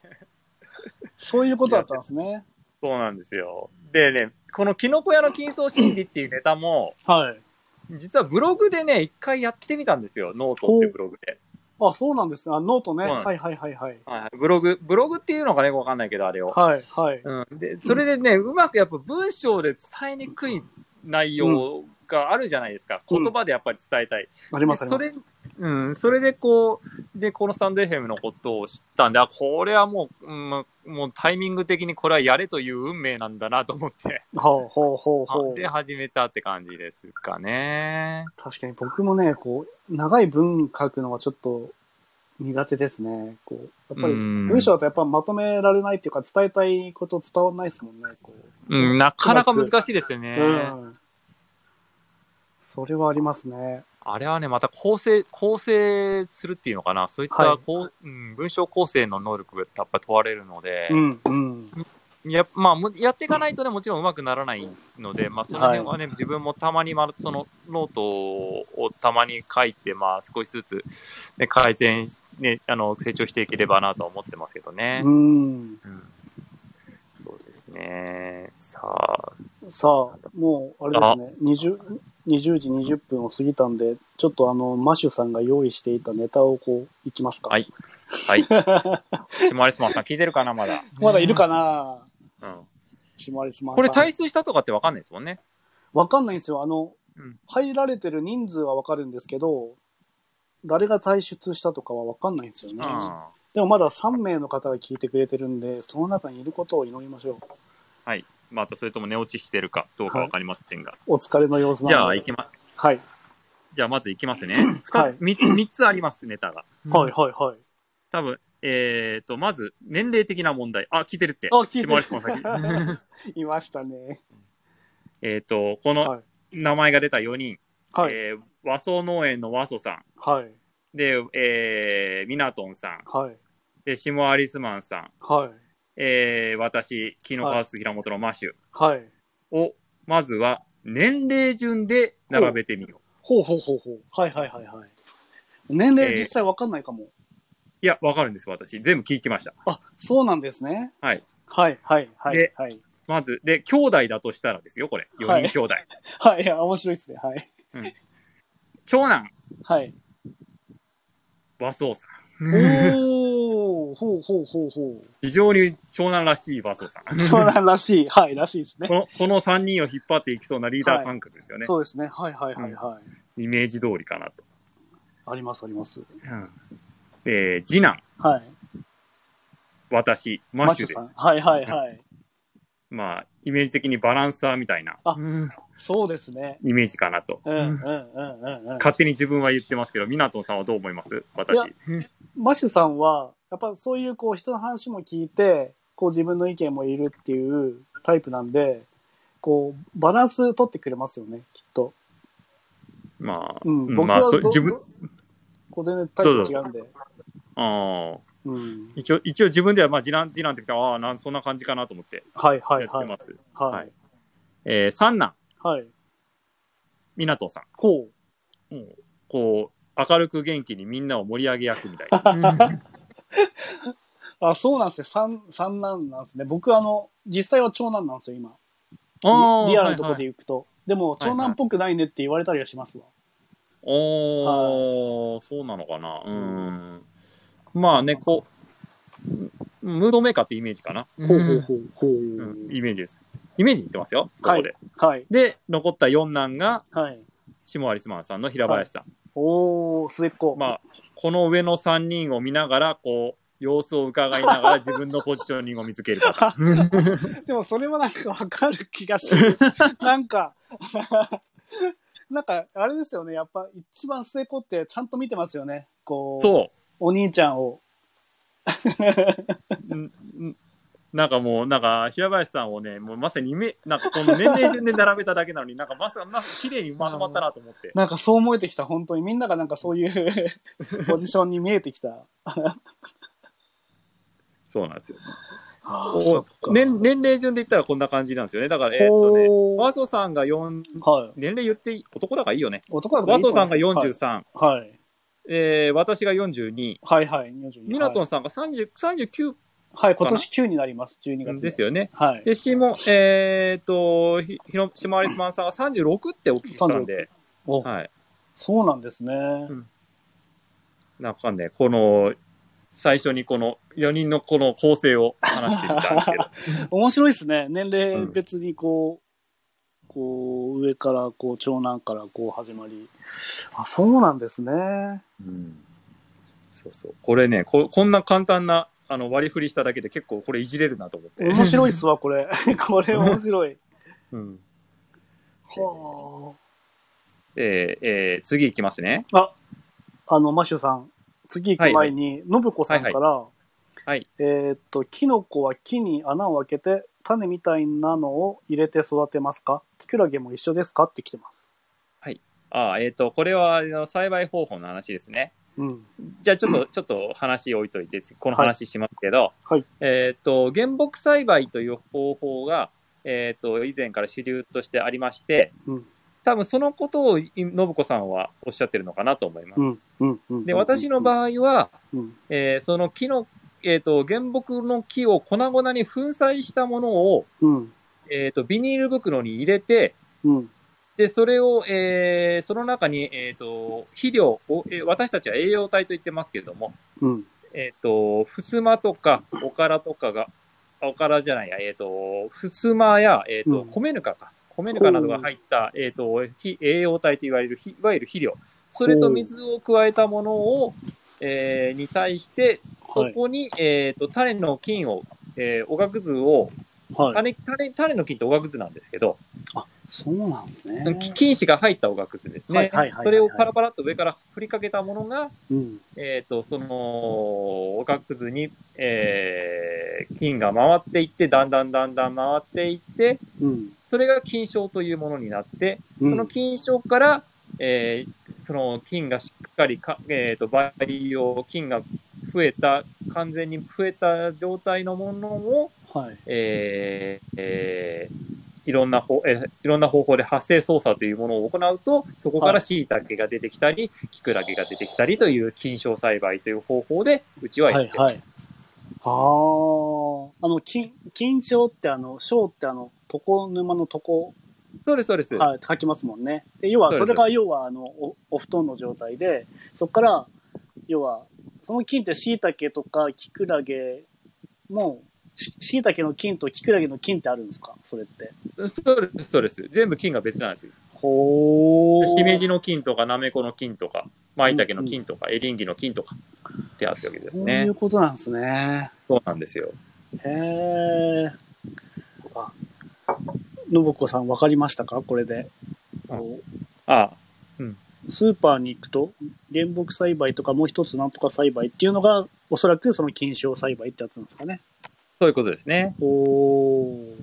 [SPEAKER 1] そういうことだったんですね。
[SPEAKER 2] そうなんですよ。でね、このキノコ屋の金層心理っていうネタも、
[SPEAKER 1] はい。
[SPEAKER 2] 実はブログでね、一回やってみたんですよ、ノートっていうブログで。
[SPEAKER 1] あ、そうなんですね。あ、ノートね。
[SPEAKER 2] そうなんです
[SPEAKER 1] はいはいはいはい。
[SPEAKER 2] はいはいブログ、ブログっていうのがね、わかんないけど、あれを。
[SPEAKER 1] はいはい。
[SPEAKER 2] うん、でそれでね、うまくやっぱ文章で伝えにくい内容があるじゃないですか、
[SPEAKER 1] うん
[SPEAKER 2] 言葉でやっぱり伝えたい、
[SPEAKER 1] ありますあ
[SPEAKER 2] で
[SPEAKER 1] り
[SPEAKER 2] そ
[SPEAKER 1] ま
[SPEAKER 2] れ
[SPEAKER 1] す。
[SPEAKER 2] うん、それでこう、でこのスタンド FM のことを知ったんで、あこれはもう、うんもうもうタイミング的にこれはやれという運命なんだなと思って、
[SPEAKER 1] ほうほうほうほう。
[SPEAKER 2] で始めたって感じですかね。
[SPEAKER 1] 確かに僕もね、こう、長い文書くのはちょっと苦手ですね。こう、やっぱり
[SPEAKER 2] うん
[SPEAKER 1] 文章だとやっぱまとめられないっていうか伝えたいこと伝わらないですもんね。こ
[SPEAKER 2] うん、なかなか難しいですよ
[SPEAKER 1] う。
[SPEAKER 2] ね。
[SPEAKER 1] うん。それはありますね。
[SPEAKER 2] あれはね、また構成、構成するっていうのかな、そういった
[SPEAKER 1] はい
[SPEAKER 2] こう、うん、文章構成の能力がやっぱ問われるので、
[SPEAKER 1] うん、うん。
[SPEAKER 2] やまあ、むやっていかないとね、もちろん上手くならないので、まあ、その辺はね、自分もたまに、ま、そのノートをたまに書いて、まあ、少しずつ、ね、改善し、ね、あの、成長していければなとは思ってますけどね。
[SPEAKER 1] うん。
[SPEAKER 2] うんそうですね。さあ、
[SPEAKER 1] さあ、もう、あれですね、20、20時20分を過ぎたんで、ちょっとあの、マシュさんが用意していたネタをこう、いきますか。
[SPEAKER 2] はい
[SPEAKER 1] [laughs]
[SPEAKER 2] はい。シマリスマンさん聞いてるかな、まだ。
[SPEAKER 1] まだいるかな
[SPEAKER 2] うん。
[SPEAKER 1] シマリスマンさん。
[SPEAKER 2] これ退出したとかってわかんないですもんね。
[SPEAKER 1] わかんないんですよ。あの、
[SPEAKER 2] うん
[SPEAKER 1] 入られてる人数はわかるんですけど、誰が退出したとかはわかんないんですよね。
[SPEAKER 2] は
[SPEAKER 1] でもまだ3名の方が聞いてくれてるんで、その中にいることを祈りましょう。
[SPEAKER 2] い。またそれとも寝落ちしてるかどうかわかりませんが。
[SPEAKER 1] お疲れの様子なん
[SPEAKER 2] じ
[SPEAKER 1] で。
[SPEAKER 2] ゃあ、行きま、
[SPEAKER 1] はい。
[SPEAKER 2] じゃあまず行きますね。
[SPEAKER 1] は
[SPEAKER 2] 二
[SPEAKER 1] い
[SPEAKER 2] 三三つあります、ネタが。
[SPEAKER 1] はい、はい、はい。
[SPEAKER 2] 多分、えっ、と、まず、年齢的な問題。あ、聞いてるって。
[SPEAKER 1] あ聞いてる
[SPEAKER 2] 下森
[SPEAKER 1] [laughs]
[SPEAKER 2] さん先
[SPEAKER 1] いましたね。
[SPEAKER 2] えっと、こ
[SPEAKER 1] は
[SPEAKER 2] の
[SPEAKER 1] い
[SPEAKER 2] 名前が出た4人。
[SPEAKER 1] はい、
[SPEAKER 2] えー和装農園の和装さん。
[SPEAKER 1] はい、
[SPEAKER 2] で、えー、ミナトンさん。
[SPEAKER 1] はい、
[SPEAKER 2] で、シモアリスマンさん。
[SPEAKER 1] はい、
[SPEAKER 2] えー、私、キノカウス平本のマシュ
[SPEAKER 1] はい。
[SPEAKER 2] を、まずは、年齢順で並べてみよう。
[SPEAKER 1] ほうほうほうほう。はい、はい、はい、はい。年齢実際わかんないかも。
[SPEAKER 2] いや、わかるんです、私。全部聞きました。
[SPEAKER 1] あ、そうなんですね。
[SPEAKER 2] はい。
[SPEAKER 1] はい、はい、はい
[SPEAKER 2] で、
[SPEAKER 1] はい。
[SPEAKER 2] まず、で、兄弟だとしたらですよ、これ。
[SPEAKER 1] は
[SPEAKER 2] 4
[SPEAKER 1] い
[SPEAKER 2] 人兄弟。
[SPEAKER 1] はい、いや、面白いですね。はい。
[SPEAKER 2] 長男、
[SPEAKER 1] はい。
[SPEAKER 2] 和装さん。
[SPEAKER 1] おー、ほうほうほうほう。
[SPEAKER 2] 非常に長男らしい和
[SPEAKER 1] [laughs]
[SPEAKER 2] 装さん。
[SPEAKER 1] そうなんらし
[SPEAKER 2] [laughs]
[SPEAKER 1] い。はい、らしいですね
[SPEAKER 2] こ。の、この3人を引っ張っていきそうなリーダー感覚ですよね。
[SPEAKER 1] そうですね。はいはいはいはい。
[SPEAKER 2] イメージ通りかなと。
[SPEAKER 1] ありますあります。
[SPEAKER 2] で、次男、
[SPEAKER 1] はい。
[SPEAKER 2] 私、マッシュです。
[SPEAKER 1] ん。はいはいはい。
[SPEAKER 2] まあ、イメージ的にバランサーみたいな
[SPEAKER 1] あそうですね。
[SPEAKER 2] イメージかなと。
[SPEAKER 1] うんうんうんうんうん。
[SPEAKER 2] 勝手に自分は言ってますけど、ミナトンさんはどう思います私
[SPEAKER 1] いや。マシュさんは、やっぱそういうこう人の話も聞いて、こう自分の意見もいるっていうタイプなんで、こうバランス取ってくれますよね、きっと。
[SPEAKER 2] まあ、
[SPEAKER 1] うん。
[SPEAKER 2] うん
[SPEAKER 1] 僕
[SPEAKER 2] ま
[SPEAKER 1] は
[SPEAKER 2] あ、
[SPEAKER 1] ど、
[SPEAKER 2] そう自分
[SPEAKER 1] ど、こう全然タイプ違うんで。
[SPEAKER 2] ああ、
[SPEAKER 1] うん。
[SPEAKER 2] 一応、一応自分では、まあ、次男、次男って言ったら、ああ、なんそんな感じかなと思って
[SPEAKER 1] はい
[SPEAKER 2] やっ
[SPEAKER 1] は
[SPEAKER 2] て
[SPEAKER 1] いはい
[SPEAKER 2] ま。す。
[SPEAKER 1] は
[SPEAKER 2] はい
[SPEAKER 1] い。
[SPEAKER 2] えー、三男、
[SPEAKER 1] はい。
[SPEAKER 2] ミナトンさん。
[SPEAKER 1] こう。
[SPEAKER 2] うんこう、明るく元気にみんなを盛り上げ役みたい
[SPEAKER 1] [laughs]
[SPEAKER 2] な。
[SPEAKER 1] あ、そうなんですね。三、三男なんですね。僕あの、実際は長男なんですよ、今。
[SPEAKER 2] あー
[SPEAKER 1] リアルなところ
[SPEAKER 2] はい
[SPEAKER 1] で
[SPEAKER 2] はい
[SPEAKER 1] 行くと。でも、長男っぽくないねって言われたりはしますわ。
[SPEAKER 2] おー、そうなのかな。うん。まあね、こう、ムードメーカーってイメージかな。
[SPEAKER 1] ほうほうほう。
[SPEAKER 2] うんイメージです。イメージ言ってますよ、こ
[SPEAKER 1] はい
[SPEAKER 2] こで。
[SPEAKER 1] はい。
[SPEAKER 2] で、残った四男が、
[SPEAKER 1] はい。
[SPEAKER 2] 下有スマンさんの平林さん。
[SPEAKER 1] おー、末っ子。
[SPEAKER 2] まあ、この上の三人を見ながら、こう、様子を伺いな
[SPEAKER 1] [laughs]
[SPEAKER 2] がら自分のポジショニングを見つけるとか。
[SPEAKER 1] でも、それはなんかわかる気がす
[SPEAKER 2] [laughs]
[SPEAKER 1] る。なんか、なんか、あれですよね。やっぱ、一番末っ子ってちゃんと見てますよね。こう、
[SPEAKER 2] そう。
[SPEAKER 1] お兄ちゃんを。
[SPEAKER 2] んんなんかもう、なんか、平林さんをね、もうまさにイメ、なんかこの年齢順で並べただけなのに、なんかまさまさ綺麗にまとまったなと思って。
[SPEAKER 1] なんか、そう思えてきた。本当に。みんながなんかそういう [laughs] ポジションに見えてきた。
[SPEAKER 2] そうなんですよ。
[SPEAKER 1] あーそっ
[SPEAKER 2] お
[SPEAKER 1] か
[SPEAKER 2] 年年齢順で言ったらこんな感じなんですよね。だから、えーっとね、
[SPEAKER 1] ほー
[SPEAKER 2] 和装さんが4、
[SPEAKER 1] はい。
[SPEAKER 2] 年齢言っていい男だからいいよね。
[SPEAKER 1] 男だと
[SPEAKER 2] 和装さん
[SPEAKER 1] は
[SPEAKER 2] が
[SPEAKER 1] い
[SPEAKER 2] 43、
[SPEAKER 1] はい。
[SPEAKER 2] えー私が42、
[SPEAKER 1] はいはい、42。
[SPEAKER 2] ミナト
[SPEAKER 1] はい
[SPEAKER 2] ンさんが30 39
[SPEAKER 1] はい、今年9になります、12月
[SPEAKER 2] ですよね。
[SPEAKER 1] はい。
[SPEAKER 2] で、しも、えーっと、ひひろシマリスマンさんが36ってお聞きしたんで、
[SPEAKER 1] お
[SPEAKER 2] はい。
[SPEAKER 1] そうなんですね。
[SPEAKER 2] なんかね、この、最初にこの4人のこの構成を話してみたんです
[SPEAKER 1] [laughs]
[SPEAKER 2] けど。
[SPEAKER 1] 面白いですね。年齢別にこう、こう、上から、こう、長男から、こう、始まり。あ、そうなんですね。
[SPEAKER 2] うん、そうそう。これねこ、こんな簡単なあの割り振りしただけで結構これいじれるなと思って。
[SPEAKER 1] 面白いっすわ、これ。 [laughs] これ面白い。
[SPEAKER 2] うん
[SPEAKER 1] は
[SPEAKER 2] えーえー次いきますね。
[SPEAKER 1] あ。あの、マシュさん、次行く前に、信子さんから、
[SPEAKER 2] はい。
[SPEAKER 1] えーっと、キノコは木に穴を開けて、種みたいなのを入れて育てますかキクラゲも一緒ですかって来てます。
[SPEAKER 2] ああ、えっ、と、これはあの栽培方法の話ですね。
[SPEAKER 1] うん。
[SPEAKER 2] じゃあちょっと、ちょっと話置いといて、この話しますけど、
[SPEAKER 1] はい
[SPEAKER 2] えっ、と、原木栽培という方法が、えっ、と、以前から主流としてありまして、
[SPEAKER 1] うん。
[SPEAKER 2] 多分そのことをい信子さんはおっしゃってるのかなと思います。
[SPEAKER 1] うん。うん。うん。
[SPEAKER 2] で、私の場合は、
[SPEAKER 1] うん。
[SPEAKER 2] えーその木の、えっ、と、原木の木を粉々に粉砕したものを、
[SPEAKER 1] うん。
[SPEAKER 2] えっ、と、ビニール袋に入れて、
[SPEAKER 1] うん。
[SPEAKER 2] で、それを、えーその中に、えっ、と、肥料を、えー私たちは栄養体と言ってますけれども、
[SPEAKER 1] うん。
[SPEAKER 2] えっ、と、ふすまとか、おからとかが、あおからじゃないや、えっ、と、ふすまや、えっ、と、
[SPEAKER 1] うん
[SPEAKER 2] 米ぬかか、米ぬかなどが入った、えっ、と、非栄養体と言われる、ひいわゆる肥料。それと水を加えたものを、えーに対して、そ
[SPEAKER 1] はい。
[SPEAKER 2] こに、えっ、と、種の菌を、えーおがくずを、
[SPEAKER 1] はい。
[SPEAKER 2] 種、種、種の菌っておがくずなんですけど、
[SPEAKER 1] そうなんですね。
[SPEAKER 2] 菌糸が入ったおがくずです
[SPEAKER 1] はい
[SPEAKER 2] ね
[SPEAKER 1] はいはいはい。
[SPEAKER 2] それをパラパラっと上から振りかけたものが、
[SPEAKER 1] うん。
[SPEAKER 2] えっ、と、その、おがくずに、えー、菌が回っていって、だんだんだんだん回っていって、
[SPEAKER 1] うん。
[SPEAKER 2] それが菌床というものになって、
[SPEAKER 1] う
[SPEAKER 2] そ
[SPEAKER 1] ん
[SPEAKER 2] の菌床から、えーその菌がしっかりか、えっ、と、培養、菌が増えた、完全に増えた状態のものを、
[SPEAKER 1] はい。
[SPEAKER 2] えーえーいろんな方、えーいろんな方法で発生操作というものを行うと、そこか
[SPEAKER 1] は
[SPEAKER 2] ら
[SPEAKER 1] い
[SPEAKER 2] 椎茸が出てきたり、キクラゲが出てきたりという菌床栽培という方法で、うちはやってます。
[SPEAKER 1] ああ。あの、金、金鳥ってあの、章ってあの、床沼の床、
[SPEAKER 2] そうです、そうです。
[SPEAKER 1] はい、書きますもんね。で、要は、
[SPEAKER 2] そう
[SPEAKER 1] そ
[SPEAKER 2] です
[SPEAKER 1] れが要は、あの、お、お布団の状態で、そこから、要は、その菌って椎茸とかキクラゲも、し椎茸の菌とキクラゲの菌ってあるんですかそれって。
[SPEAKER 2] そうです、そうです。全部菌が別なんですよ。
[SPEAKER 1] ほ
[SPEAKER 2] しめじの菌とか、なめこの菌とか、まいたけの菌とか、エリンギの菌とか、ってあったわけです
[SPEAKER 1] そうい
[SPEAKER 2] ね
[SPEAKER 1] う。ことなんですね。
[SPEAKER 2] そうなんですよ。
[SPEAKER 1] へえ。あ、信子さんわかりましたかこれで。
[SPEAKER 2] ああ
[SPEAKER 1] スーパーに行くと、原木栽培とかもう一つなんとか栽培っていうのが、おそらくその菌床栽培ってやつなんですかね。
[SPEAKER 2] そういうことですね。
[SPEAKER 1] おー。
[SPEAKER 2] うん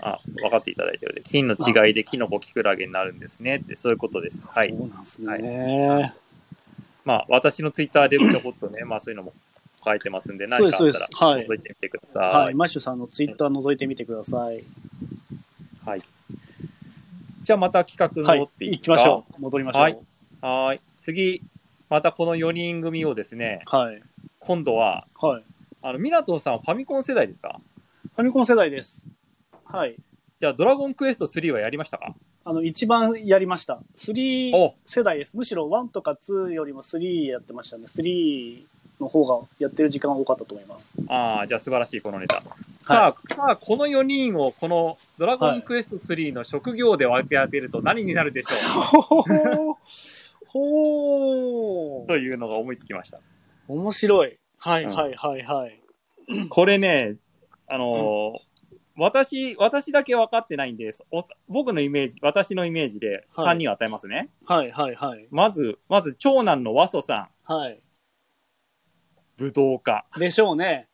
[SPEAKER 2] あ、分かっていただいたようで、菌の違いでキノコ、キクラゲになるんですねって、そういうことです。はい。
[SPEAKER 1] そうなんですね。
[SPEAKER 2] まあ、私のツイッターでちょこっとね、まあそういうのも書いてますんで、
[SPEAKER 1] そうで
[SPEAKER 2] 何
[SPEAKER 1] す、
[SPEAKER 2] かあ
[SPEAKER 1] そう
[SPEAKER 2] っ
[SPEAKER 1] です。
[SPEAKER 2] た
[SPEAKER 1] は
[SPEAKER 2] ら
[SPEAKER 1] い
[SPEAKER 2] 覗。いてみてください。
[SPEAKER 1] はい。マッシュさんのツイッター覗いてみてください。
[SPEAKER 2] はいじゃあまた企画に
[SPEAKER 1] はい
[SPEAKER 2] 戻って。い
[SPEAKER 1] 行
[SPEAKER 2] いで
[SPEAKER 1] き
[SPEAKER 2] すか
[SPEAKER 1] ましょう。戻りましょう。は
[SPEAKER 2] はいい。う。はーい。次、またこの4人組をですね、
[SPEAKER 1] はい。
[SPEAKER 2] 今度は、
[SPEAKER 1] はい。
[SPEAKER 2] あの、ミナトンさんはファミコン世代ですか
[SPEAKER 1] ファミコン世代です。はい。
[SPEAKER 2] じゃあ、ドラゴンクエスト3はやりましたか
[SPEAKER 1] あの、一番やりました。3
[SPEAKER 2] お
[SPEAKER 1] 世代です。むしろ1とか2よりも3やってましたね。3の方がやってる時間が多かったと思います。
[SPEAKER 2] ああ、じゃあ素晴らしい、このネタ。さあ、さあ、この4人を、このドラゴンクエスト3の職業で分け当てると何になるでしょう、
[SPEAKER 1] ほ [laughs] ほほほ
[SPEAKER 2] というのが思いつきました。
[SPEAKER 1] 面白い。はい
[SPEAKER 2] うん
[SPEAKER 1] はいはいはい。
[SPEAKER 2] これね、あのー私、私だけ分かってないんです。お僕のイメージ、私のイメージで
[SPEAKER 1] はい
[SPEAKER 2] 3人を与えますね。
[SPEAKER 1] はいはいはい。
[SPEAKER 2] まず、まず、長男の和祖さん、
[SPEAKER 1] はい。
[SPEAKER 2] 武道家。
[SPEAKER 1] でしょう
[SPEAKER 2] [laughs]
[SPEAKER 1] ね。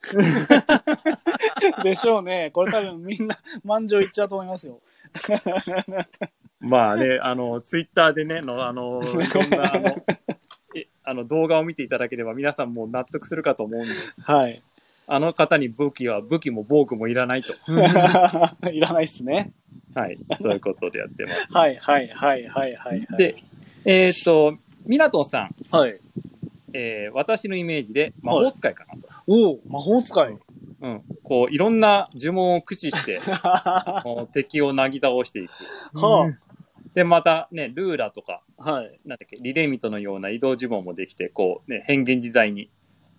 [SPEAKER 1] でしょうね。これ多分みんな満場一致だと思いますよ。
[SPEAKER 2] ま
[SPEAKER 1] [laughs]
[SPEAKER 2] あね、あの、ツイッターでね、の、あの、いろんな、あの、えあの動画を見ていただければ皆さんも納得するかと思うんで、
[SPEAKER 1] はい。 [laughs]
[SPEAKER 2] あの方に武器は、武器も防具もいらないと。
[SPEAKER 1] いらないっすね。
[SPEAKER 2] はい、そういうことでやってます。
[SPEAKER 1] はいはいはいはいはい。
[SPEAKER 2] で、、えーっと、ミナトンさん、
[SPEAKER 1] はい。
[SPEAKER 2] えー私のイメージで魔法使いかなと。
[SPEAKER 1] おお、魔法使い。 [laughs]
[SPEAKER 2] うん、こういろんな呪文を駆使して
[SPEAKER 1] は
[SPEAKER 2] こう敵をなぎ倒していく。
[SPEAKER 1] は
[SPEAKER 2] でまたねルーラとか
[SPEAKER 1] あ、はい。
[SPEAKER 2] なんだっけリレミットのような移動呪文もできてこう、ね、変幻自在に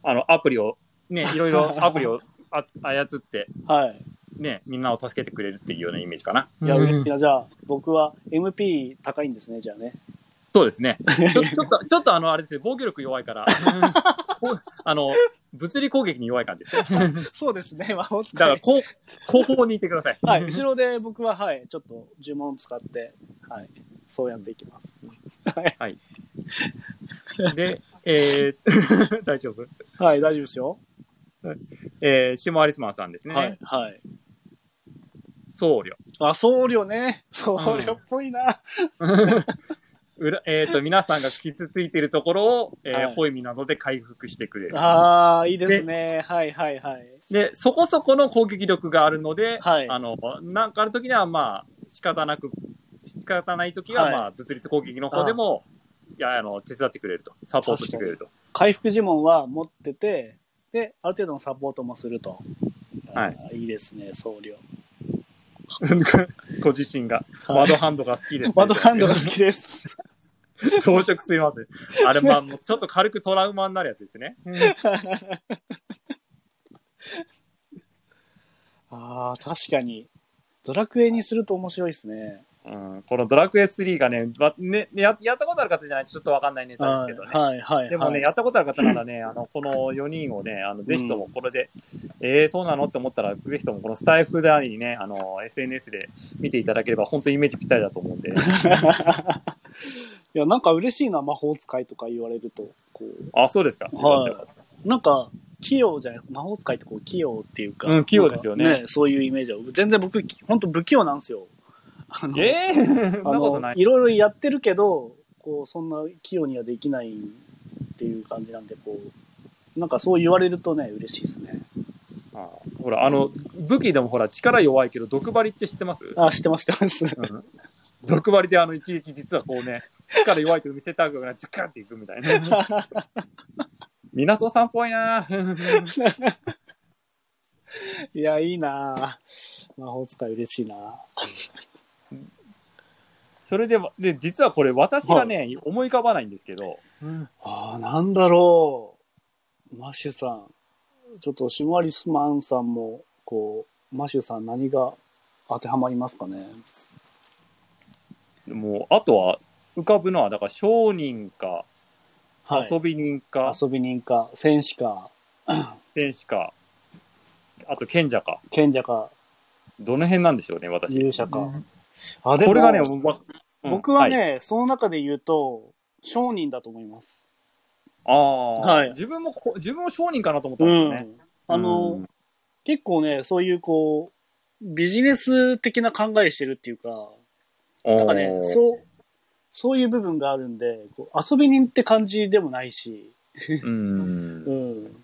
[SPEAKER 2] あのアプリを
[SPEAKER 1] [laughs]
[SPEAKER 2] ねいろいろアプリをあ操って、
[SPEAKER 1] はい。
[SPEAKER 2] ね、みんなを助けてくれるっていうようなイメージかな。
[SPEAKER 1] いや、
[SPEAKER 2] う
[SPEAKER 1] うんれいやじゃあ、僕は MP 高いんですね、じゃあ
[SPEAKER 2] [laughs]
[SPEAKER 1] ね。
[SPEAKER 2] そうですねち
[SPEAKER 1] [laughs]
[SPEAKER 2] ょちょっとちょっとあのあれですね防御力弱いから、 [laughs] こうあの物理攻撃に弱い感じですね。
[SPEAKER 1] そうですね、魔法使
[SPEAKER 2] だからこう後方にいてください。 [laughs]
[SPEAKER 1] はい、後ろで僕は、はい、ちょっと呪文を使って、はい、そうやっていきます。
[SPEAKER 2] で、えー [laughs] 大丈夫。
[SPEAKER 1] はい、大丈夫ですよ。
[SPEAKER 2] えーシモアリスマンさんですね。
[SPEAKER 1] はい、はい。
[SPEAKER 2] 僧侶。
[SPEAKER 1] あ、僧侶ね。僧侶っぽいな。
[SPEAKER 2] うらえっ、と、皆さんが傷ついているところを、えー
[SPEAKER 1] はい
[SPEAKER 2] ホイミなどで回復してくれる。
[SPEAKER 1] ああ、いいですね。はいはいはい。
[SPEAKER 2] で、そこそこの攻撃力があるので、
[SPEAKER 1] はい
[SPEAKER 2] あの、なんかある時には、まあ、仕方なく、仕方ない時は、
[SPEAKER 1] はい
[SPEAKER 2] まあ、物理攻撃の方でも、いや、あの、手伝ってくれると。サポートしてく
[SPEAKER 1] [laughs]
[SPEAKER 2] れると。
[SPEAKER 1] 回復呪文は持ってて、で、ある程度のサポートもすると。
[SPEAKER 2] はい
[SPEAKER 1] あー。いいですね、僧侶。
[SPEAKER 2] ご自身が。
[SPEAKER 1] はい
[SPEAKER 2] ワードハンドが好きです、ね。
[SPEAKER 1] ワードハンドが好きです。
[SPEAKER 2] [laughs] 装飾すいません。あれ、まあ、もうちょっと軽くトラウマになるやつですね。
[SPEAKER 1] ああ、確かに。ドラクエにすると面白いですね。
[SPEAKER 2] うん、このドラクエ3がねばねねや、やったことある方じゃないとちょっとわかんないネタですけどね。
[SPEAKER 1] はいはいはい。
[SPEAKER 2] でもね、
[SPEAKER 1] はい、
[SPEAKER 2] やったことある方ならね、あの、この4人をね、あの、ぜひともこれで、えー、そうなのって思ったら、ぜひともこのスタイフでありね、あの、SNS で見ていただければ、本当にイメージぴったりだと思う
[SPEAKER 1] [laughs]
[SPEAKER 2] んで。
[SPEAKER 1] いや、なんか嬉しいな、魔法使いとか言われると。こう、
[SPEAKER 2] あ、そうですか。
[SPEAKER 1] はい
[SPEAKER 2] よかったよかっ
[SPEAKER 1] なんか、器用じゃない魔法使いってこう、器用っていうか。
[SPEAKER 2] うん器用ですよね
[SPEAKER 1] なんかそういうイメージは。全然僕、本当不器用なんですよ。あの
[SPEAKER 2] たえー、そん
[SPEAKER 1] あ
[SPEAKER 2] なことな
[SPEAKER 1] の、
[SPEAKER 2] い。
[SPEAKER 1] いろいろやってるけど、こう、そんな器用にはできないっていう感じなんで、こう、なんかそう言われるとね、嬉しいですね。
[SPEAKER 2] あほら、あの、武器でもほら、力弱いけど、毒針って知ってます
[SPEAKER 1] あ、知ってます、知ってます。
[SPEAKER 2] うん毒針であの一撃実はこうね、力弱いと見せたくない、ズカンっていくみたいな。港さんっぽいな
[SPEAKER 1] いや、いいなぁ魔法使い嬉しいなぁ
[SPEAKER 2] それでは、で、実はこれ私がね、思い浮かばないんですけど、
[SPEAKER 1] ああ、なんだろう。マシュさん。ちょっとシマリスマンさんも、こう、マシュさん何が当てはまりますかね。
[SPEAKER 2] もう、あとは浮かぶのは、だから商人か、
[SPEAKER 1] はい。
[SPEAKER 2] 遊び人か、
[SPEAKER 1] 遊び人か、戦士か、
[SPEAKER 2] 天使か、あと賢者か、
[SPEAKER 1] 賢者か、
[SPEAKER 2] どの辺なんでしょうね、私。
[SPEAKER 1] 勇者か。あ、でも
[SPEAKER 2] これがね、わうん
[SPEAKER 1] 僕はいね、その中で言うと、商人だと思います。
[SPEAKER 2] ああ、
[SPEAKER 1] はい
[SPEAKER 2] 自分もこ、自分も商人かなと思ったん
[SPEAKER 1] う
[SPEAKER 2] です
[SPEAKER 1] ん。
[SPEAKER 2] よね。
[SPEAKER 1] あの、
[SPEAKER 2] うん
[SPEAKER 1] 結構ね、そういうこう、ビジネス的な考えしてるっていうか、なんかね
[SPEAKER 2] お、ー
[SPEAKER 1] そう、そういう部分があるんで、こう遊び人って感じでもないし、
[SPEAKER 2] うん
[SPEAKER 1] う。ん。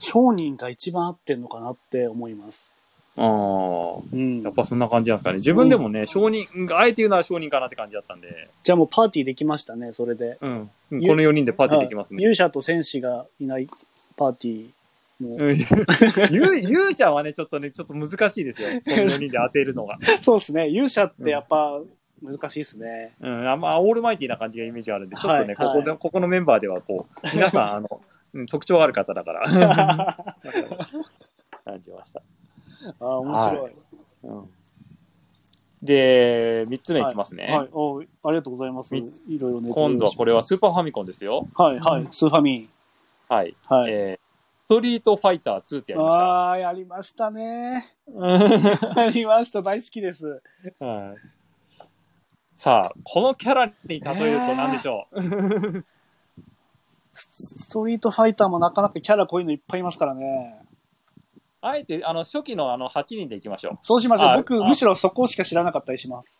[SPEAKER 1] 商人が一番合ってんのかなって思います。
[SPEAKER 2] ああ。
[SPEAKER 1] うん。
[SPEAKER 2] やっぱそんな感じなんですかね。自分でもね、商人、うんあえて言うなら商人かなって感じだったんで、
[SPEAKER 1] じゃあもうパーティーできましたね、それで。
[SPEAKER 2] うん。うんこの4人でパーティーできます
[SPEAKER 1] はい
[SPEAKER 2] ね。
[SPEAKER 1] 勇者と戦士がいないパーティーも。
[SPEAKER 2] うん勇 [laughs] 勇者はね、ちょっとね、ちょっと難しいですよ。この4人で当てるのが。
[SPEAKER 1] そうですね、勇者ってやっぱ難しいですね。
[SPEAKER 2] [laughs] うん。あんまオールマイティーな感じがイメージあるんで、ちょっと
[SPEAKER 1] はいは
[SPEAKER 2] ね、
[SPEAKER 1] い
[SPEAKER 2] ここで、ここのメンバーでは、こう、皆さん、あの、 [laughs] うん特徴がある方
[SPEAKER 1] [laughs]
[SPEAKER 2] だ [laughs] から。感じました。
[SPEAKER 1] ああ、面白い。
[SPEAKER 2] はうんで、3つ目いきますね。
[SPEAKER 1] はい、おうありがとうございます。い
[SPEAKER 2] み
[SPEAKER 1] ろいろね。
[SPEAKER 2] 今度はこれはスーパーファミコンですよ。
[SPEAKER 1] はい、はい、スーファミ。
[SPEAKER 2] はい。
[SPEAKER 1] はい。
[SPEAKER 2] えーストリートファイター2ってやりました。
[SPEAKER 1] ああ、やりましたね。やりました。大好きです。
[SPEAKER 2] さあ、このキャラに例えると何でしょう、
[SPEAKER 1] スストリートファイターもなかなかキャラ濃いのいっぱいいますからね。
[SPEAKER 2] あえて、あの、初期のあの、8人でいきましょう。
[SPEAKER 1] そうしましょう。
[SPEAKER 2] あ
[SPEAKER 1] 僕、
[SPEAKER 2] あ
[SPEAKER 1] むしろそこしか知らなかったりします。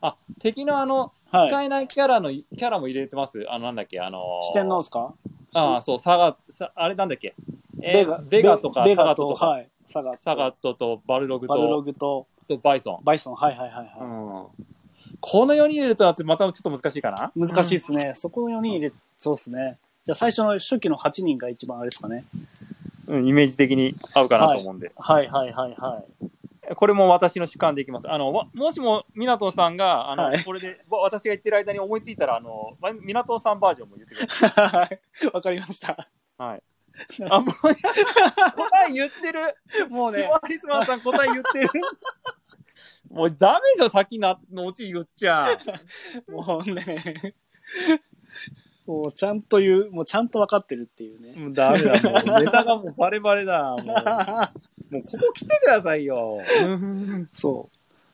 [SPEAKER 2] あ、敵のあの、
[SPEAKER 1] はい
[SPEAKER 2] 使えないキャラの、キャラも入れてます。あの、なんだっけ、あのー
[SPEAKER 1] 四天王ですか
[SPEAKER 2] ああ、そう、サガ、サあれなんだっけ。えー
[SPEAKER 1] ベガ
[SPEAKER 2] ベガとか、
[SPEAKER 1] ベ
[SPEAKER 2] サガ
[SPEAKER 1] ガ
[SPEAKER 2] ット
[SPEAKER 1] と、
[SPEAKER 2] とか、
[SPEAKER 1] はい。サガ
[SPEAKER 2] サガッ
[SPEAKER 1] と、
[SPEAKER 2] トとバルログ
[SPEAKER 1] バルロ
[SPEAKER 2] と
[SPEAKER 1] グと、
[SPEAKER 2] とバイソ
[SPEAKER 1] バイソン。はいはいはい
[SPEAKER 2] ン。う
[SPEAKER 1] は。
[SPEAKER 2] ん。この4人入れるとまたちょっと難しいかない
[SPEAKER 1] 難しいですね。そこの4人入れ、そうですね。じゃあ最初の初期の8人が一番あれですかね。
[SPEAKER 2] うん、イメージ的に合うかなと思うんで。
[SPEAKER 1] はいはいはいはい。
[SPEAKER 2] これも私の主観でいきます。あの、わもしも、港さんが、あの、
[SPEAKER 1] はい
[SPEAKER 2] これで、わ私が言ってる間に思いついたら、あの、ま港さんバージョンも言ってくださ
[SPEAKER 1] はい。わかりました。
[SPEAKER 2] い。はい。あ、 [laughs] もう、答え言ってる。
[SPEAKER 1] もう
[SPEAKER 2] シ
[SPEAKER 1] ね、
[SPEAKER 2] マリスマンさん答え言ってる。 [laughs] もうダメじゃん、先ののうち言っちゃ。
[SPEAKER 1] もうね、もうちゃんと言う、もうちゃんとわかってるっていうね。
[SPEAKER 2] もうダメだ、もうネタがもうバレバレだ。もう、もうここ来てください [laughs] よ。
[SPEAKER 1] そ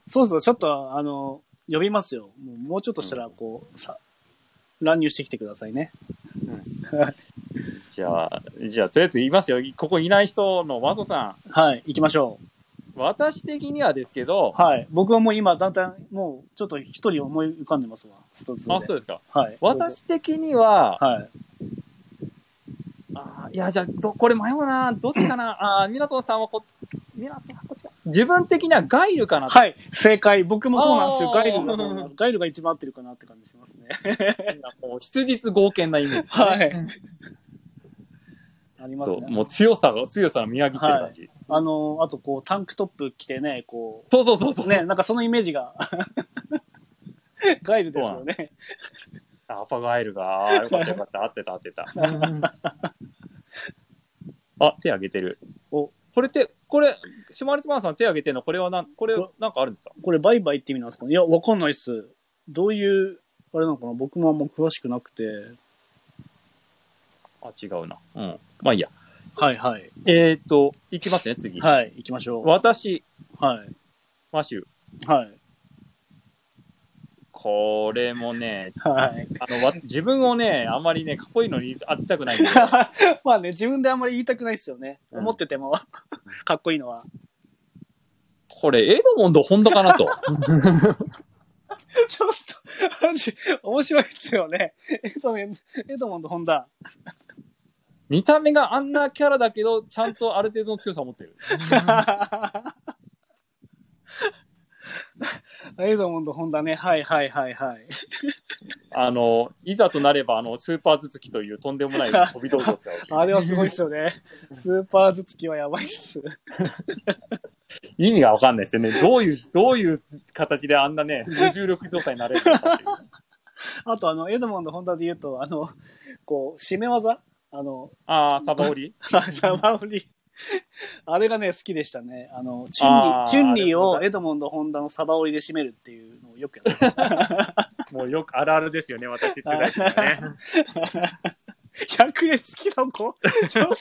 [SPEAKER 1] う。そうそう、ちょっと、あの、呼びますよ。もうもうちょっとしたら、こう、さ、乱入してきてくださいね。
[SPEAKER 2] じゃあ、じゃあ、とりあえず言いますよ。ここいない人のワソさん。
[SPEAKER 1] はい、行きましょう。
[SPEAKER 2] 私的にはですけど、
[SPEAKER 1] はい。僕はもう今、だんだん、もう、ちょっと一人思い浮かんでますわ。ストツー
[SPEAKER 2] あ、
[SPEAKER 1] で。
[SPEAKER 2] そうですか。
[SPEAKER 1] はい。
[SPEAKER 2] 私的には、
[SPEAKER 1] はい。
[SPEAKER 2] あーいや、じゃあ、ど、これ迷うな。どっちか [laughs] な。あー、港さんはこ、港さんこっちか。自分的にはガイルかな。
[SPEAKER 1] はい。正解。僕もそうなんですよ。
[SPEAKER 2] あー
[SPEAKER 1] ガイルがどうなる、ガイルが一番合ってるかなって感じしますね。
[SPEAKER 2] もう質実剛健なイメージ。
[SPEAKER 1] はい。あります
[SPEAKER 2] そう、も
[SPEAKER 1] ね
[SPEAKER 2] う。強さが、強さが見上げてる感じ。
[SPEAKER 1] あの、あとこう、タンクトップ着てね、こ、
[SPEAKER 2] そうそうそうそうう。
[SPEAKER 1] ね、なんかそのイメージが、 [laughs] ガイルですよね。
[SPEAKER 2] アファガエルが、あーよかったよかった、合ってた合ってた。 [laughs] あ、手挙げてる。
[SPEAKER 1] お
[SPEAKER 2] これって、これ、シマリスマンさん手挙げてるの、これはなん、これ
[SPEAKER 1] こ、
[SPEAKER 2] なんかあるんですか
[SPEAKER 1] これ、バイバイって意味なんですかねいや、わかんないっす。どういう、あれなのかな僕もあんま詳しくなくて。
[SPEAKER 2] あ、違うな。うん。まあいいや。
[SPEAKER 1] はいはい。
[SPEAKER 2] えーっと、いきますね、次。
[SPEAKER 1] はい、行きましょ
[SPEAKER 2] 私、
[SPEAKER 1] う。はい。
[SPEAKER 2] マシュー。
[SPEAKER 1] はい。
[SPEAKER 2] これもね、
[SPEAKER 1] はい。
[SPEAKER 2] あの、わ自分をね、あんまりね、かっこいいのに当てたくないんで。
[SPEAKER 1] [laughs] まあね、自分であんまり言いたくないっすよね。
[SPEAKER 2] うん
[SPEAKER 1] 思ってて [laughs] も、かっこいいのは。
[SPEAKER 2] これ、エドモンド・ホンダかな [laughs] と。
[SPEAKER 1] ちょっと、マジ面白いっすよね。エドメンエドモンド・ホン [laughs] ダ。
[SPEAKER 2] 見た目があんなキャラだけど、ちゃんとある程度の強さを持ってる。
[SPEAKER 1] エドモンド・ホンダね。はいはいはいはい。
[SPEAKER 2] あの、いざとなれば、あの、スーパー頭突きというとんでもない飛び道具を使う。
[SPEAKER 1] あれはすごいっすよ [laughs] ね。スーパー頭突きはやばいっす。
[SPEAKER 2] [laughs] 意味がわかんないですよね。どういう、どういう形であんなね、無重力状態になれるのかっていう。
[SPEAKER 1] あと、あの、エドモンド・ホンダで言うと、あの、こう、締め技あの、
[SPEAKER 2] [laughs]
[SPEAKER 1] [laughs]
[SPEAKER 2] ああ、サバオリ
[SPEAKER 1] サバオリ。あれがね、好きでしたね。あの、チュンリー、
[SPEAKER 2] あー
[SPEAKER 1] チュンリー
[SPEAKER 2] あ
[SPEAKER 1] を
[SPEAKER 2] れ
[SPEAKER 1] エドモンド・ホンダのサバオリで締めるっていうのをよくやってました。
[SPEAKER 2] もうよくあるあるですよね、私世代ですね。
[SPEAKER 1] 100列好きな子ちょっと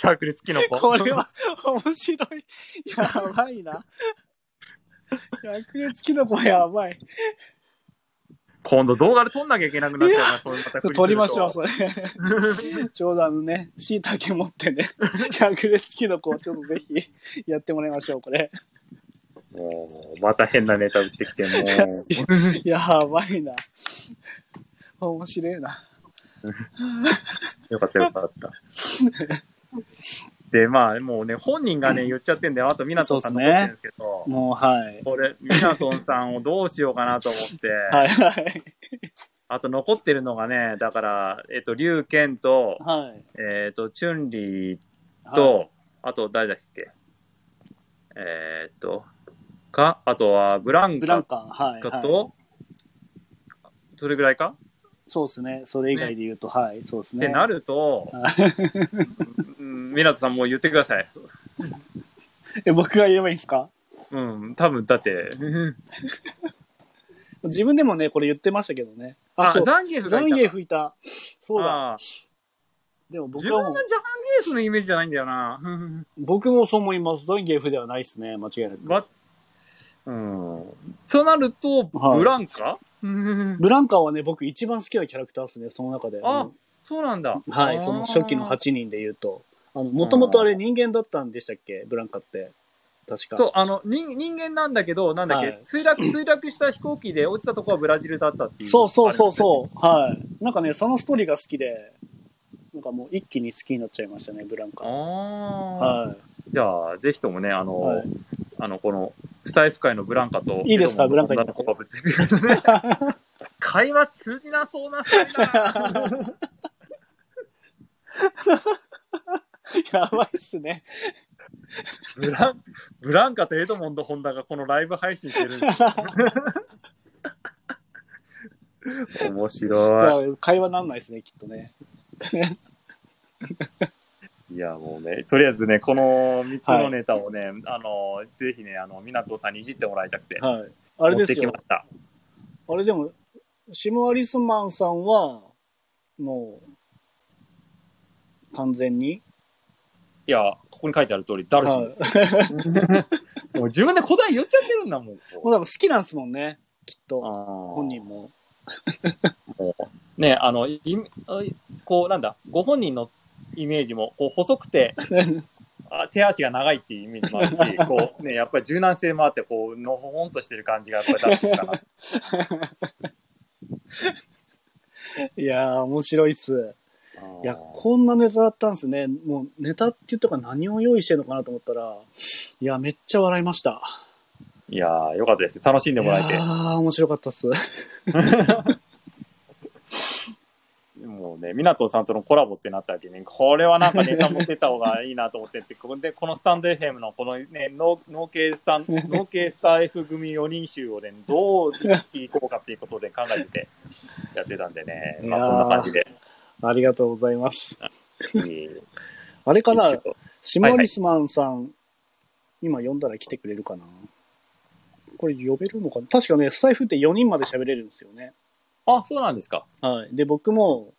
[SPEAKER 2] [laughs] 百列きの子。
[SPEAKER 1] これは面白い。やばいな。百列きの子やばい。
[SPEAKER 2] 今度動画で撮んなきゃいけなくなっちゃうな、そういうまた繰りすると
[SPEAKER 1] 取りましょう、それ。ちょうどあのね、椎茸持ってね、百列きの子をちょっとぜひやってもらいましょう、これ。
[SPEAKER 2] もう、また変なネタ打ってきて、
[SPEAKER 1] [laughs]
[SPEAKER 2] もう。
[SPEAKER 1] やばいな。面白いな。
[SPEAKER 2] よかったよかった。で、まあ、もうね、本人がね、言っちゃってんだよ。あと、みなとんさんの思ってるんですけど、
[SPEAKER 1] もう、はい。
[SPEAKER 2] これ、みなとんさんをどうしようかなと思って、
[SPEAKER 1] はい、はい。
[SPEAKER 2] あと残ってるのがね、だから、えっと、龍剣と、
[SPEAKER 1] はい。
[SPEAKER 2] えっと、チュンリーと、あと、誰だっけえっと、か、あとは、ブラン
[SPEAKER 1] ブラン
[SPEAKER 2] カ
[SPEAKER 1] カン、はい。
[SPEAKER 2] と、
[SPEAKER 1] はい、
[SPEAKER 2] それぐらいか、
[SPEAKER 1] そうですね。それ以外で言うと、はい、そうです
[SPEAKER 2] って
[SPEAKER 1] ね。
[SPEAKER 2] なると
[SPEAKER 1] は、
[SPEAKER 2] うんみなとさんもう言ってください。
[SPEAKER 1] え、僕が言えばいいんですか
[SPEAKER 2] うん、多分、だって、
[SPEAKER 1] 自分でもね、これ言ってましたけどね。
[SPEAKER 2] あ、
[SPEAKER 1] そう
[SPEAKER 2] ザンギエフ
[SPEAKER 1] ザ
[SPEAKER 2] がい
[SPEAKER 1] ン
[SPEAKER 2] た
[SPEAKER 1] ゲー吹いた。そうだ。
[SPEAKER 2] ああ
[SPEAKER 1] でも
[SPEAKER 2] 自
[SPEAKER 1] 僕
[SPEAKER 2] 分
[SPEAKER 1] は
[SPEAKER 2] が
[SPEAKER 1] も
[SPEAKER 2] ジャ
[SPEAKER 1] う
[SPEAKER 2] ハン、ゲーフのイメージじゃないんだよな。
[SPEAKER 1] 僕もそう思います。ザンゲーフではないですね、間違いなく。
[SPEAKER 2] ま、うん。そうなると、
[SPEAKER 1] はい
[SPEAKER 2] ブランカ、
[SPEAKER 1] ブランカーはね、僕一番好きなキャラクターですね、その中で。
[SPEAKER 2] あ、そうなんだ。
[SPEAKER 1] はい、その初期の8人で言うと。あの、もともとあれ人間だったんでしたっけブランカって。確か。
[SPEAKER 2] そう、あの、人人間なんだけど、なんだっけ、
[SPEAKER 1] はい
[SPEAKER 2] 墜落、墜落した飛行機で落ちたとこはブラジルだったっていう。
[SPEAKER 1] そうそうそう
[SPEAKER 2] う。
[SPEAKER 1] そう。はい。なんかね、そのストーリーが好きで、なんかもう一気に好きになっちゃいましたね、ブランカ
[SPEAKER 2] あ。あ、
[SPEAKER 1] は
[SPEAKER 2] じゃあ、ぜひともね、あ
[SPEAKER 1] い。
[SPEAKER 2] の、
[SPEAKER 1] はい、
[SPEAKER 2] あの、この、スタイフ界のブランカと、
[SPEAKER 1] いいですか
[SPEAKER 2] エドモンド
[SPEAKER 1] ブランカ
[SPEAKER 2] のコラボっていうね [laughs] 会話通じなそうな二人だな。
[SPEAKER 1] [laughs] [laughs] やばいっすね。
[SPEAKER 2] ブランブランカとエドモンド・ホンダがこのライブ配信し
[SPEAKER 1] [laughs]
[SPEAKER 2] てるんですよ面
[SPEAKER 1] い
[SPEAKER 2] 白
[SPEAKER 1] や会話なんないですね、きっとね。
[SPEAKER 2] い。いや、もうね、とりあえずね、この3つのネタをね、あの、ぜひね、あの、港さんにいじってもらいたくて、
[SPEAKER 1] はい。あれ
[SPEAKER 2] 持っ
[SPEAKER 1] で
[SPEAKER 2] て
[SPEAKER 1] す
[SPEAKER 2] き
[SPEAKER 1] よ
[SPEAKER 2] ま。した。
[SPEAKER 1] あれでも、シムアリスマンさんは、もう、完全に。
[SPEAKER 2] いや、ここに書いてある通り、ダルシムですよ。
[SPEAKER 1] [laughs]
[SPEAKER 2] もう自分で答え言っちゃってるんだも
[SPEAKER 1] も
[SPEAKER 2] ん。
[SPEAKER 1] う多分好きなんですもんね、きっと。本
[SPEAKER 2] 本
[SPEAKER 1] 人も。
[SPEAKER 2] もね、あの、
[SPEAKER 1] [laughs]
[SPEAKER 2] いいこう、なんだ、ご本人のイメージも、こう、細くて、あ手足が長いっていうイメージもあるし、こうね、やっぱり柔軟性もあって、こう、のほほんとしてる感じがやっぱり出し
[SPEAKER 1] [laughs]
[SPEAKER 2] てるかな。
[SPEAKER 1] いやー、面白いっす。いや、こんなネタだったんですね。もうネタって言ったから何を用意してるのかなと思ったら、いや、めっちゃ笑いました。
[SPEAKER 2] いやー、よかったです。楽しんでもらえ
[SPEAKER 1] い
[SPEAKER 2] て
[SPEAKER 1] や。ー、面白かったっす。 [laughs]
[SPEAKER 2] もうね、湊さんとのコラボってなった時に、これはなんかネタ持ってた方がいいなと思ってって、ここで、このスタンド FM のこのね、農農系ス
[SPEAKER 1] [laughs]
[SPEAKER 2] タン、農系スター F 組4人集をね、どう生きていこうかっていうことで考えてて、やってたんでね、まあこんな感じで。
[SPEAKER 1] ありがとうございます。
[SPEAKER 2] いい
[SPEAKER 1] あれかな
[SPEAKER 2] 一応
[SPEAKER 1] シマリスマンさん、今呼んだら来てくれるかなこれ呼べるのかな確かね、スタイフって4人まで喋れるんですよね。
[SPEAKER 2] [laughs] あ、そうなんですか。
[SPEAKER 1] はい。で、僕も、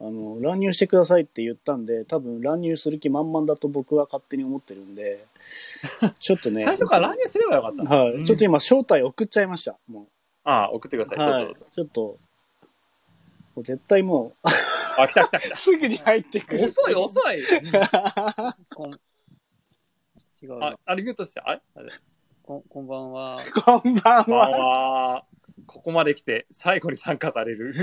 [SPEAKER 1] あの、乱入してくださいって言ったんで、多分乱入する気満々だと僕は勝手に思ってるん
[SPEAKER 2] [laughs]
[SPEAKER 1] で、ちょっとね。
[SPEAKER 2] 最初から乱入すればよかったな。
[SPEAKER 1] は
[SPEAKER 2] うん
[SPEAKER 1] い。ちょっと今、招待送っちゃいました。も
[SPEAKER 2] ああ、送ってくださ
[SPEAKER 1] う。
[SPEAKER 2] い。どうぞ
[SPEAKER 1] は
[SPEAKER 2] どうぞ。
[SPEAKER 1] い。ちょっと、もう絶対もう、
[SPEAKER 2] あ、来た来た来
[SPEAKER 1] [laughs]
[SPEAKER 2] た。
[SPEAKER 1] すぐに入ってくる。
[SPEAKER 2] [laughs] 遅い遅い。
[SPEAKER 3] こん、違う
[SPEAKER 2] あ
[SPEAKER 3] な。、
[SPEAKER 2] あれミュートして、あれあれ
[SPEAKER 3] こん、こんばんは。
[SPEAKER 1] こんばん
[SPEAKER 2] こんばん
[SPEAKER 1] は。
[SPEAKER 2] は。ここまで来て、最後に参加され [laughs] る。
[SPEAKER 3] い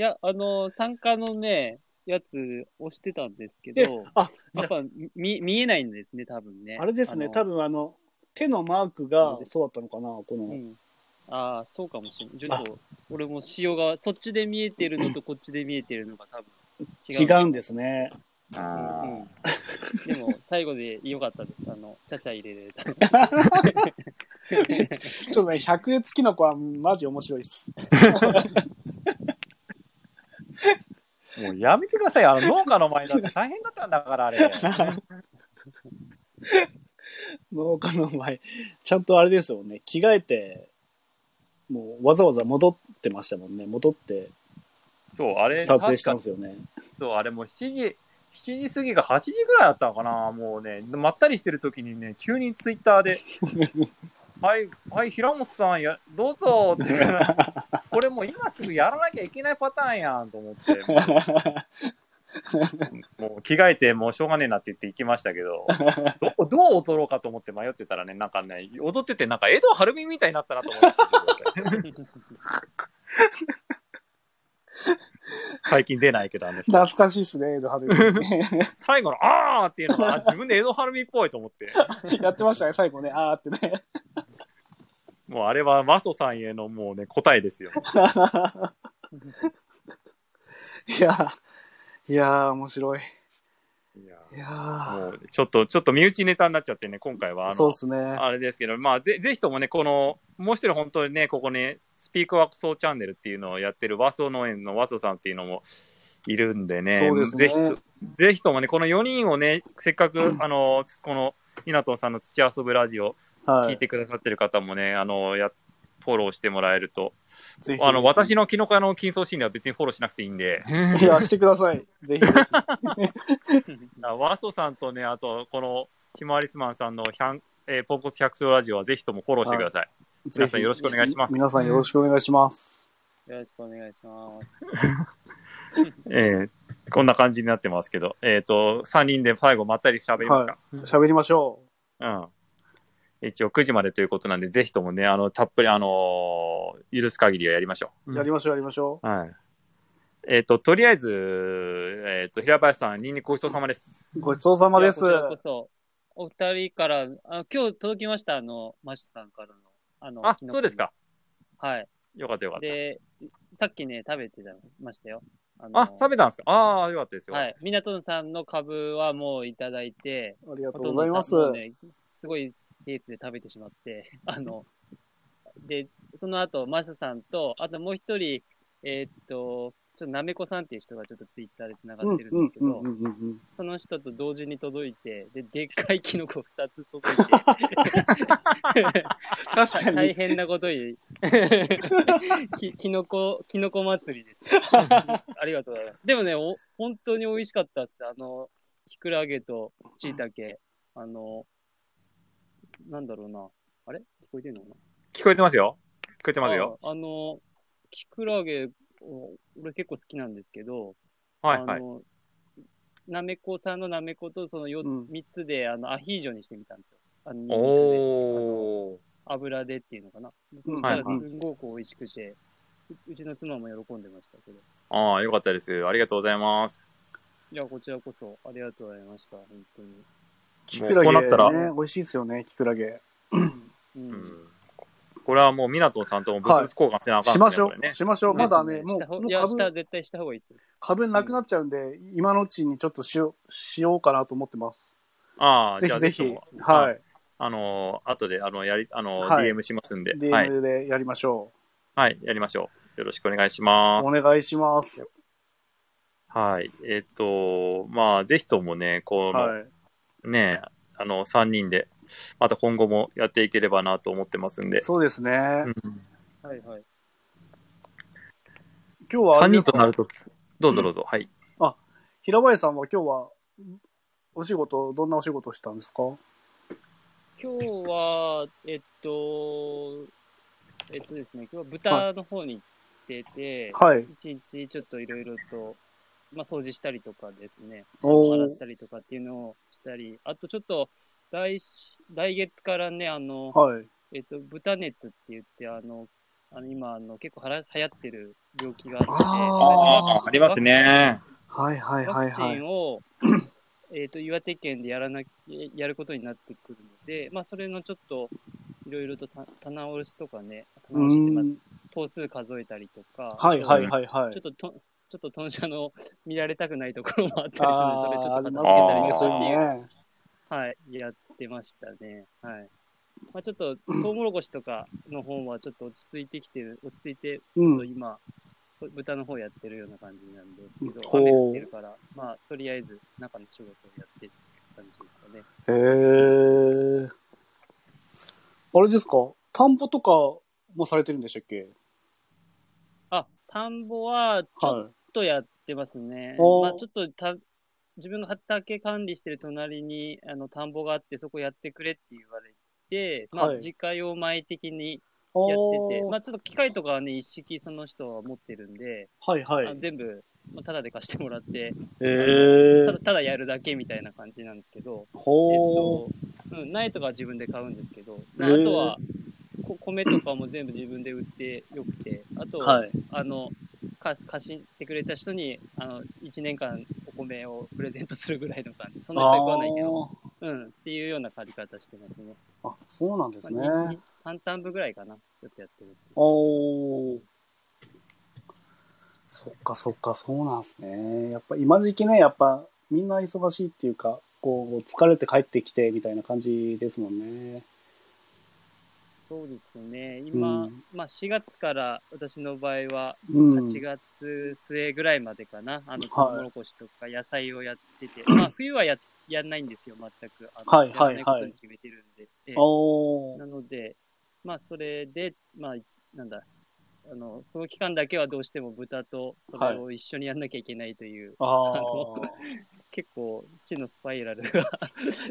[SPEAKER 3] や、あの、参加のね、やつ押してたんですけ
[SPEAKER 1] え
[SPEAKER 3] ど、
[SPEAKER 1] あ、
[SPEAKER 3] やっぱ見、見えないんですね、多分ね。
[SPEAKER 1] あれですね、
[SPEAKER 3] の
[SPEAKER 1] 多分あの、手のマークが
[SPEAKER 3] そうです
[SPEAKER 1] そうだったのかな、この。
[SPEAKER 3] うん。ああ、そうかもしれない。ちょっと、俺も塩が、そっちで見えてるのとこっちで見えてるのが多分違
[SPEAKER 1] 違
[SPEAKER 3] う。
[SPEAKER 1] うんですね。
[SPEAKER 3] うん。うんでも、最後で良かったです。あの、ちゃちゃ入れれ
[SPEAKER 1] [laughs]
[SPEAKER 3] た。
[SPEAKER 1] ちょっとね、百越きの子はマジ面白いっす。
[SPEAKER 2] もうやめてください。あの農家の前だって大変だったんだから、あれ。
[SPEAKER 1] [laughs] 農家の前、ちゃんとあれですよね、着替えて、もうわざわざ戻ってましたもんね、戻って
[SPEAKER 2] [laughs] そう、あれ、
[SPEAKER 1] 撮影したんです
[SPEAKER 2] よ。
[SPEAKER 1] よね。
[SPEAKER 2] そう、あれもう7時、7時過ぎが8時ぐらいだったのかな。もうね、まったりしてる時にね、急にツイッターで、はい、はい、平本さんや、どうぞって、これもう今すぐやらなきゃいけないパターンやんと思って、もう着替えて、もうしょうがねえなって言って行きましたけど、どどう踊ろうかと思って迷ってたらね、なんかね、踊ってて、なんか江戸晴美みたいになったなと思って、最近出ないけど、あの人
[SPEAKER 1] 懐かしいっすね、江戸春美
[SPEAKER 2] 最後のあーっていうのが、あ自分で江戸晴美っぽいと思って、
[SPEAKER 1] [laughs] やってましたね、最後ね、あーってね。 [laughs]
[SPEAKER 2] もうあれはマソさんへのもうね、答えですよ。
[SPEAKER 1] いや、いやー、面白い。
[SPEAKER 2] いや
[SPEAKER 1] いやー
[SPEAKER 2] もうちょっと、ちょっと身内ネタになっちゃってね、今回は。あの
[SPEAKER 1] そうっすね。
[SPEAKER 2] あれですけど、まあ、ぜぜひともね、この、もう一人本当にね、ここね、スピークワークソーチャンネルっていうのをやってる和装農園の和装さんっていうのもいるんでね、
[SPEAKER 1] そうですね
[SPEAKER 2] ぜひとぜひともね、この4人をね、せっかく、あの、この、湊さんの土遊ぶラジオ
[SPEAKER 1] は
[SPEAKER 2] 聞いてくださってる方もね、あの、やフォローしてもらえると、
[SPEAKER 1] ぜひ
[SPEAKER 2] あ
[SPEAKER 1] [laughs]
[SPEAKER 2] の、私のキノカの金層心理は別にフォローしなくていいんで、
[SPEAKER 1] いや、してください。ぜひぜひ。
[SPEAKER 2] あワーストさんとね、あと、この、ひまわりすまんさんのひゃん、えーポンコツ百姓ラジオはぜひともフォローしてください。皆さんよろしくお願いします
[SPEAKER 1] 皆さんよろしくお願いします。
[SPEAKER 3] よろしくお願いします。
[SPEAKER 2] えーこんな感じになってますけど、えっ、と、3人で最後まったり喋りますか。
[SPEAKER 1] 喋りましょ
[SPEAKER 2] うん。一応9時までということなんで、ぜひともね、あの、たっぷり、あのー許す限りはやりましょう。
[SPEAKER 1] う。やりましょう、やりましょ
[SPEAKER 2] はい。えっ、と、とりあえず、えっ、と、平林さん、ニンニクごちそうさまです。
[SPEAKER 1] う。ごちそうさまです
[SPEAKER 3] い。やこちらこそ、お二人から、あ今日届きました、あの、マシュさんからの。あの、
[SPEAKER 2] あ、
[SPEAKER 3] キノコ
[SPEAKER 2] そうですか。
[SPEAKER 3] はい。
[SPEAKER 2] よかったよかっ
[SPEAKER 3] で、さっきね、食べてましたよ。あ
[SPEAKER 2] た。あ、食べたんですかああ、よかったですよ。
[SPEAKER 3] はい。港さんの株はもういただいて、
[SPEAKER 1] ありが
[SPEAKER 3] ほ
[SPEAKER 1] と
[SPEAKER 3] と
[SPEAKER 1] うんござい
[SPEAKER 3] ど
[SPEAKER 1] ます。
[SPEAKER 3] もうね、すごいスペースで食べてしまって、 [laughs] あの、で、その後、マシュさんと、あともう一人、えーっと、ちょっとなめこさんっていう人がちょっとツイッターで繋
[SPEAKER 1] う
[SPEAKER 3] が
[SPEAKER 1] ん
[SPEAKER 3] っ
[SPEAKER 1] う
[SPEAKER 3] てるんで
[SPEAKER 1] ん
[SPEAKER 3] すけ
[SPEAKER 1] う
[SPEAKER 3] ど、
[SPEAKER 1] んうんうん
[SPEAKER 3] その人と同時に届いて、で、でっかいキノコ2つ届いて、
[SPEAKER 1] 確か
[SPEAKER 3] [laughs] 大
[SPEAKER 1] に。
[SPEAKER 3] 変なことに、きキノコ、キノコ祭りです。ありがとうございます。でもね、お本当に美味しかったって、あの、キクラゲと椎茸、あの、なんだろうな。あれ聞こえてんのかな
[SPEAKER 2] 聞こえてますよ。聞こえてますよ。
[SPEAKER 3] ああの、キクラゲ、お俺結構好きなんですけど、
[SPEAKER 2] はいはい
[SPEAKER 3] あ。の、なめこさんのなめこと、そのよ
[SPEAKER 1] うん
[SPEAKER 3] 三つで、あの、アヒージョにしてみたんですよ。あの、ニンニクで
[SPEAKER 2] おー。
[SPEAKER 3] 油でっていうのかな。そしたら、
[SPEAKER 2] はいはい
[SPEAKER 3] すんごく美味しくて、ううちの妻も喜んでましたけど。
[SPEAKER 2] ああ、よかったです。ありがとうございます。
[SPEAKER 3] いや、こちらこそ、ありがとうございました、本当に。
[SPEAKER 1] キ
[SPEAKER 2] も
[SPEAKER 1] ク
[SPEAKER 2] うこうなった
[SPEAKER 1] ラ
[SPEAKER 2] ら、
[SPEAKER 1] ゲ、ね、美味しいですよね、キクラゲ。
[SPEAKER 3] うん
[SPEAKER 2] うんこれはもう、港さんとも物々交換せなあかん
[SPEAKER 1] しましょ
[SPEAKER 2] これね
[SPEAKER 1] う、しましょう。
[SPEAKER 3] そうで
[SPEAKER 1] ますだね、も
[SPEAKER 3] したほ
[SPEAKER 1] う、もう
[SPEAKER 3] いや、した、
[SPEAKER 1] 株、
[SPEAKER 3] 絶対した方がいいです。
[SPEAKER 1] 株なくなっちゃうんで、今のうちにちょっとしよう、しようかなと思ってます。
[SPEAKER 2] ああ、
[SPEAKER 1] ぜ
[SPEAKER 2] じゃ
[SPEAKER 1] ひ
[SPEAKER 2] あ
[SPEAKER 1] ぜひ
[SPEAKER 2] とも、
[SPEAKER 1] は。
[SPEAKER 2] あ
[SPEAKER 1] い。
[SPEAKER 2] あのー、後で、あの、やり、あのー、
[SPEAKER 1] はい
[SPEAKER 2] DM しますんで、はい。
[SPEAKER 1] DM でやりましょ
[SPEAKER 2] はい、やりましょう。よろしくお願いし
[SPEAKER 1] う。
[SPEAKER 2] ま
[SPEAKER 1] お
[SPEAKER 2] す。
[SPEAKER 1] 願いします。
[SPEAKER 2] はい。えっ、と、まあ、ぜひともね、この、
[SPEAKER 1] はい。
[SPEAKER 2] ね、あの、3人で、また今後もやっていければなと思ってますんで。
[SPEAKER 1] そうですね
[SPEAKER 2] うん。
[SPEAKER 3] はいはい。
[SPEAKER 1] 今日はあ
[SPEAKER 2] 3
[SPEAKER 1] れですか、
[SPEAKER 2] 人となると、どうぞどうぞ。はい。
[SPEAKER 1] 平林さんは今日は、お仕事、どんなお仕事したんですか
[SPEAKER 3] 今日は、えっと、えっとですね、今日は豚の方に行ってて、
[SPEAKER 1] はい。
[SPEAKER 3] 一、日ちょっといろいろと、まあ、掃除したりとかですね、
[SPEAKER 1] お
[SPEAKER 3] 洗っ
[SPEAKER 1] ー。
[SPEAKER 3] たりとかっていうのをしたり、あとちょっと、来し、来月からね、あの、
[SPEAKER 1] はい。
[SPEAKER 3] えっと、豚熱って言って、あの、あの今、あの、結構はら流行ってる病気があって、
[SPEAKER 1] あ
[SPEAKER 2] ありますね。
[SPEAKER 1] はいはいは
[SPEAKER 3] ワ
[SPEAKER 1] い
[SPEAKER 3] クチ
[SPEAKER 1] はい
[SPEAKER 3] ン。を、えっと、岩手県でやらなき、やることになってくるので、まあ、それのちょっと、いろいろとた棚卸しとかね、
[SPEAKER 1] う
[SPEAKER 3] 棚卸しって、まあ
[SPEAKER 1] ん。
[SPEAKER 3] 頭数数えたりとか、
[SPEAKER 1] はいはいはいは
[SPEAKER 3] ちょっ
[SPEAKER 1] い。
[SPEAKER 3] とと、ちょっと豚舎の見られたくないところもあったりするので、それちょっ
[SPEAKER 1] ああー、
[SPEAKER 3] と
[SPEAKER 1] あり
[SPEAKER 3] 片付
[SPEAKER 1] ま
[SPEAKER 3] け
[SPEAKER 1] すよ
[SPEAKER 3] たり
[SPEAKER 1] ね、
[SPEAKER 3] と
[SPEAKER 1] そう
[SPEAKER 3] か
[SPEAKER 1] いう
[SPEAKER 3] って
[SPEAKER 1] のね。
[SPEAKER 3] いうはい、やってましたね。はい。まあ、ちょっと、トウモロコシとかの方はちょっと落ち着いてきてる、落ち着いて、ち
[SPEAKER 1] う
[SPEAKER 3] ょっと
[SPEAKER 1] ん。
[SPEAKER 3] 今、豚の方やってるような感じなんですけど、
[SPEAKER 1] ほう
[SPEAKER 3] 雨降ってるから、まあ、とりあえず中の仕事をやってる感じですかね。
[SPEAKER 1] へえ。あれですか田んぼとかもされてるんでしたっけ
[SPEAKER 3] あ、田んぼはちょっ
[SPEAKER 1] は
[SPEAKER 3] とやってますね。
[SPEAKER 1] お
[SPEAKER 3] まあ、ちょっとた、自分の畑管理してる隣にあの田んぼがあって、そこやってくれって言われて、まあ、
[SPEAKER 1] はい
[SPEAKER 3] 自家用米的に
[SPEAKER 1] い。
[SPEAKER 3] やってて、
[SPEAKER 1] あー
[SPEAKER 3] まあ、ちょっと機械とかはね、一式その人は持ってるんで、
[SPEAKER 1] はいは
[SPEAKER 3] あの
[SPEAKER 1] い。
[SPEAKER 3] 全部、まあ、ただで貸してもらって、
[SPEAKER 1] へ
[SPEAKER 3] た
[SPEAKER 1] え
[SPEAKER 3] だ。ただやるだけみたいな感じなんですけど、えっ
[SPEAKER 1] ほ
[SPEAKER 3] と、うん、苗とかは自分で買うんですけど、ま
[SPEAKER 1] へ
[SPEAKER 3] あ、
[SPEAKER 1] ー
[SPEAKER 3] あとは、こ米とかも全部自分で売ってよくて、あと、
[SPEAKER 1] う。はい。
[SPEAKER 3] あの、貸し貸してくれた人に、あの、1年間お米をプレゼントするぐらいの感じ。そんなにいっぱい食わないけど、
[SPEAKER 1] ー
[SPEAKER 3] うん、っていうような借り方してますね。
[SPEAKER 1] あ、そうなんですね。
[SPEAKER 3] まあに三単部ぐらいかな、ちょっとやってる。
[SPEAKER 1] おー。そっかそっか、そうなんですね。やっぱ今時期ね、やっぱみんな忙しいっていうか、こう、疲れて帰ってきてみたいな感じですもんね。
[SPEAKER 3] そうですね。今、
[SPEAKER 1] うん
[SPEAKER 3] まあ4月から私の場合は
[SPEAKER 1] うん。
[SPEAKER 3] 8月末ぐらいまでかな。あの、ト
[SPEAKER 1] はい
[SPEAKER 3] ウモロコシとか野菜をやって
[SPEAKER 1] [clears throat]
[SPEAKER 3] て、まあ冬はや、やんないんですよ、全く。あの
[SPEAKER 1] はいはいはい
[SPEAKER 3] やらなことに決めてるんで。ええ
[SPEAKER 1] おー。
[SPEAKER 3] なので、まあ、それで、まあ、いなんだ、あの、その期間だけはどうしても豚とそれを一緒にやんなきゃいけないという、
[SPEAKER 1] あ
[SPEAKER 3] あ
[SPEAKER 1] ー
[SPEAKER 3] の。結構、死のスパイラルが。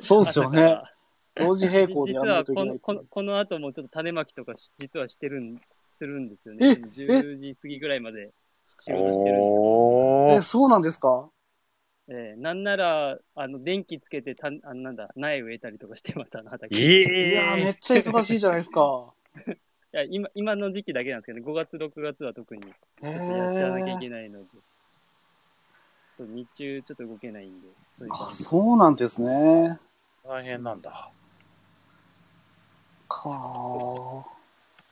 [SPEAKER 1] そうですよ
[SPEAKER 3] 朝
[SPEAKER 1] ね
[SPEAKER 3] か。
[SPEAKER 1] 同時
[SPEAKER 3] ら
[SPEAKER 1] 並行で
[SPEAKER 3] 実
[SPEAKER 1] やらな
[SPEAKER 3] はい
[SPEAKER 1] とい
[SPEAKER 3] こ
[SPEAKER 1] けないって
[SPEAKER 3] の
[SPEAKER 1] いう。
[SPEAKER 3] この、この後もちょっと種まきとかし、実はしてるん、するんですよ
[SPEAKER 1] え
[SPEAKER 3] ね。
[SPEAKER 1] え
[SPEAKER 3] 10時過ぎぐらいまで仕事してるんですよ。
[SPEAKER 2] お
[SPEAKER 1] え、
[SPEAKER 2] ー。
[SPEAKER 1] そうなんですか
[SPEAKER 3] ええなんなら、あの、電気つけて、た、あなんだ、苗植えたりとかしてます、あの畑。い
[SPEAKER 1] いやー、め
[SPEAKER 2] え
[SPEAKER 1] っちゃ忙しいじゃないですか。
[SPEAKER 3] や、今、今の時期だけなんですけどね、5月、6月は特に。
[SPEAKER 1] へ
[SPEAKER 3] ちょっとやっちゃわなきゃい
[SPEAKER 1] ー
[SPEAKER 3] けないので、そう日中ちょっと動けないんで、そういう
[SPEAKER 1] あ
[SPEAKER 3] 感、じ。
[SPEAKER 1] そうなんですね。
[SPEAKER 2] ー、大変なんだ。
[SPEAKER 1] かー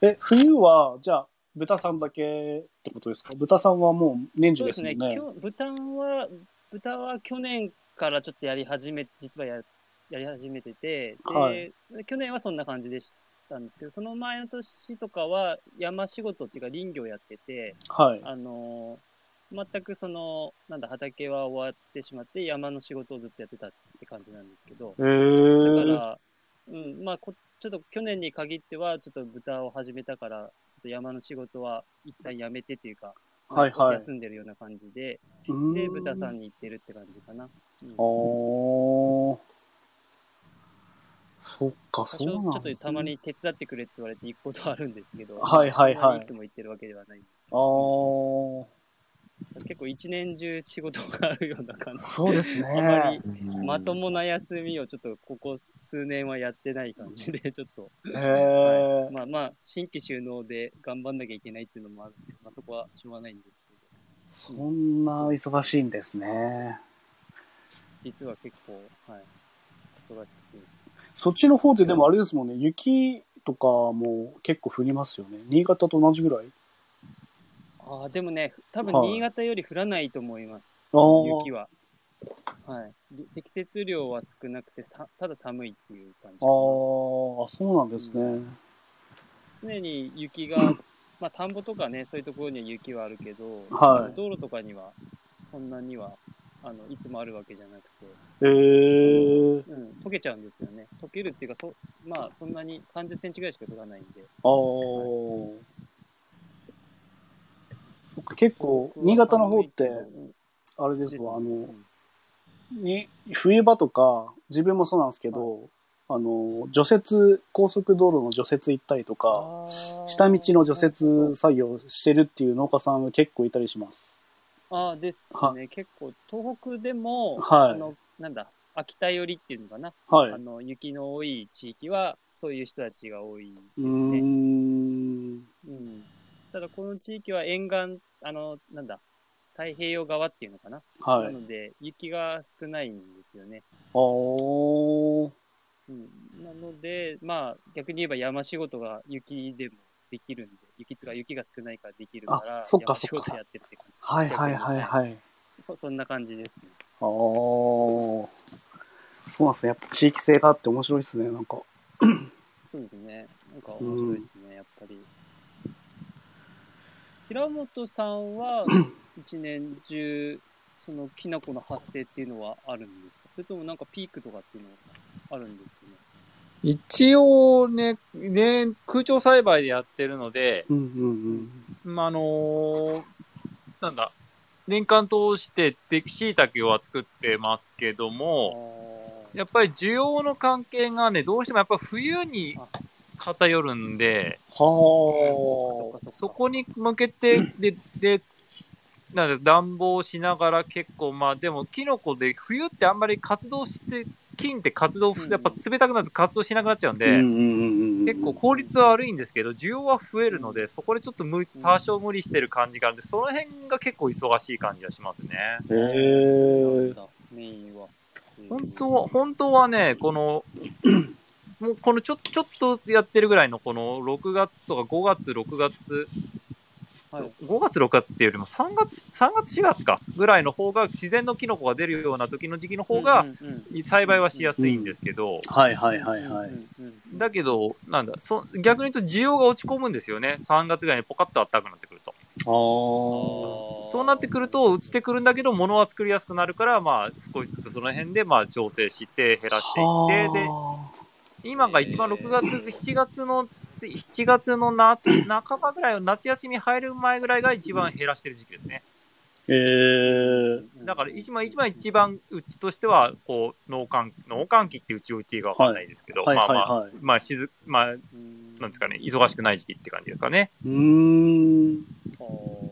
[SPEAKER 1] え、冬は、じゃあ、豚さんだけってことですか豚さんはもう年中
[SPEAKER 3] そ
[SPEAKER 1] で
[SPEAKER 3] うですす
[SPEAKER 1] も
[SPEAKER 3] ね、
[SPEAKER 1] んね。
[SPEAKER 3] 今日豚は、豚は去年からちょっとやり始め、実はややり始めてて、で、
[SPEAKER 1] はい
[SPEAKER 3] 去年はそんな感じでしたんですけど、その前の年とかは山仕事っていうか林業やってて、
[SPEAKER 1] はい。
[SPEAKER 3] あのー全くその、なんだ、畑は終わってしまって、山の仕事をずっとやってたって感じなんですけど、
[SPEAKER 1] え
[SPEAKER 3] だか
[SPEAKER 1] ー、
[SPEAKER 3] ら、うん、まあこ、ちょっと去年に限っては、ちょっと豚を始めたから、ちょっと山の仕事は一旦やめてっていうか、
[SPEAKER 1] はいはい
[SPEAKER 3] まあ少し休んでるような感じで、
[SPEAKER 1] うーん
[SPEAKER 3] で、豚さんに行ってるって感じかな。うん
[SPEAKER 1] おー。そっか、
[SPEAKER 3] 多
[SPEAKER 1] そ
[SPEAKER 3] 少
[SPEAKER 1] う
[SPEAKER 3] ち
[SPEAKER 1] なん
[SPEAKER 3] ょ
[SPEAKER 1] です
[SPEAKER 3] っとたま。に手伝ってくれって言われて行くことはあるんですけど、
[SPEAKER 1] はいはいはい
[SPEAKER 3] いつも行ってるわけではない。
[SPEAKER 1] あー。
[SPEAKER 3] 結構一年中仕事があるような感じ。
[SPEAKER 1] そうです
[SPEAKER 3] あま
[SPEAKER 1] ね
[SPEAKER 3] り。まともな休みをちょっとここ数年はやってない感じで、ちょっと、
[SPEAKER 1] えー
[SPEAKER 3] まあまあ、新規収納で頑張んなきゃいけないっていうのもあるんで、まあそこはしょうがないんですけど、
[SPEAKER 1] そんな忙しいんですね。
[SPEAKER 3] 実は結構、はい、忙しくて。
[SPEAKER 1] そっちの方ででもあれですもんね、雪とかも結構降りますよね。新潟と同じぐらい。
[SPEAKER 3] ああ、で
[SPEAKER 1] [laughs]
[SPEAKER 3] もね、多分
[SPEAKER 1] はい
[SPEAKER 3] 新潟より降らないと思います、
[SPEAKER 1] あー
[SPEAKER 3] 雪は。はい。で積雪量は少なくてさ、ただ寒いっていう感じ
[SPEAKER 1] あ。ーあ、そうなんですね。
[SPEAKER 3] 常に雪が、まあ田んぼとかね、そういうところには雪はあるけど、
[SPEAKER 1] はい
[SPEAKER 3] 道路とかには、そんなには、あの、いつもあるわけじゃなくて、
[SPEAKER 1] えー、
[SPEAKER 3] うん、溶けちゃうんですよね。溶けるっていうか、そまあ、そんなに30センチぐらいしか溶かないんで。
[SPEAKER 1] あーそっか結構、新潟の方って
[SPEAKER 3] う、ん
[SPEAKER 1] あれです
[SPEAKER 3] ですね
[SPEAKER 1] わ、あ
[SPEAKER 3] う
[SPEAKER 1] の、
[SPEAKER 3] ん
[SPEAKER 1] に冬場とか、自分もそうなんですけど、あの、除雪、高速道路の除雪行ったりとか、
[SPEAKER 3] あー
[SPEAKER 1] 下道の除雪作業してるっていう農家さんが結構いたりします。
[SPEAKER 3] ああ、です
[SPEAKER 1] は
[SPEAKER 3] ね。結構、東北でも、
[SPEAKER 1] はい
[SPEAKER 3] あの、なんだ、秋田寄りっていうのかな。
[SPEAKER 1] はい。
[SPEAKER 3] あ
[SPEAKER 1] う
[SPEAKER 3] の、雪の多い地域は、そういう人たちが多い。
[SPEAKER 1] ーん。
[SPEAKER 3] うん。ただ、この地域は沿岸、あの、なんだ、太平洋側っていうのかな。
[SPEAKER 1] は。
[SPEAKER 3] ないので、雪が少ないんですよね。
[SPEAKER 1] あー。
[SPEAKER 3] うん。なので、まあ、逆に言えば山仕事が雪でもできるんで、雪つか雪が少ないからできるから、
[SPEAKER 1] あそっか
[SPEAKER 3] 山仕
[SPEAKER 1] そっ
[SPEAKER 3] 事
[SPEAKER 1] か
[SPEAKER 3] やってって感じ。
[SPEAKER 1] はいはいはい
[SPEAKER 3] 逆に
[SPEAKER 1] はい。
[SPEAKER 3] そ、そんな感じですね。
[SPEAKER 1] あー。そうなんですね。やっぱ地域性があって面白いですね、なんか。
[SPEAKER 3] そうですね。なんか面白いですね、やっぱり。平本さ
[SPEAKER 1] [clears throat]
[SPEAKER 3] んは、一年中、そのきな粉の発生っていうのはあるんですかそれともなんかピークとかっていうのはあるんですかね
[SPEAKER 2] 一応ね、ね、空調栽培でやってるので、
[SPEAKER 1] うんうん
[SPEAKER 2] まあ、あのーなんだ、年間通してで、椎茸は作ってますけども、
[SPEAKER 3] あ
[SPEAKER 2] やっぱり需要の関係がね、どうしてもやっぱ冬に偏るんで、
[SPEAKER 1] うん。は
[SPEAKER 3] あ。
[SPEAKER 2] そこに向けて、で、で、なんだ暖房しながら結構、まあでも、キノコで冬ってあんまり活動して、菌って活動
[SPEAKER 3] う、ん
[SPEAKER 2] やっぱ冷たくなると活動しなくなっちゃうん
[SPEAKER 1] ー。
[SPEAKER 2] で、
[SPEAKER 1] うんうんうんうん、
[SPEAKER 2] 結構効率は悪いんですけど、需要は増えるので、そこでちょっと無理
[SPEAKER 3] うん
[SPEAKER 2] 多少無理してる感じがあるんで、その辺が結構忙しい感じはしますね。
[SPEAKER 1] へ
[SPEAKER 3] なん
[SPEAKER 1] ー。
[SPEAKER 3] だメインは。
[SPEAKER 2] 本当は、本当はね、この、 [clears throat] もうこのちょちょっとやってるぐらいの、この6月とか5月、6月、
[SPEAKER 3] はい
[SPEAKER 2] 5月、6月っていうよりも3月、3月、4月か、ぐらいの方が自然のキノコが出るような時の時期の方が、
[SPEAKER 3] うんうん
[SPEAKER 2] 栽培はしやすいんですけど、
[SPEAKER 1] はいは
[SPEAKER 3] うん
[SPEAKER 1] いはいはい。
[SPEAKER 3] うんうんうん
[SPEAKER 2] だけど、なんだそ、逆に言うと需要が落ち込むんですよね。3月ぐらいにポカッと暖かくなってくると。
[SPEAKER 1] あー。
[SPEAKER 2] そうなってくる、と、落ちてくるんだけど、物は作りやすくなるから、まあ、少しずつその辺で、まあ、調整して、減らしていって、で、今が一番
[SPEAKER 3] えー
[SPEAKER 2] 6月、7月の、7月の [laughs] 夏、半ばぐらいの夏休み入る前ぐらいが一番減らしてる時期ですね。
[SPEAKER 1] えー、
[SPEAKER 2] だから一番、一番、一番、うちとしては、こう、農閑、農閑期ってうちを言っていいかわかんないですけど、
[SPEAKER 1] はい
[SPEAKER 2] ま
[SPEAKER 1] は
[SPEAKER 2] あ
[SPEAKER 1] い
[SPEAKER 2] まあ、
[SPEAKER 1] はい。
[SPEAKER 2] まあ、しず、まあ、
[SPEAKER 3] うん
[SPEAKER 2] なんですかね、忙しくない時期って感じですかね。
[SPEAKER 1] うーん。
[SPEAKER 3] あ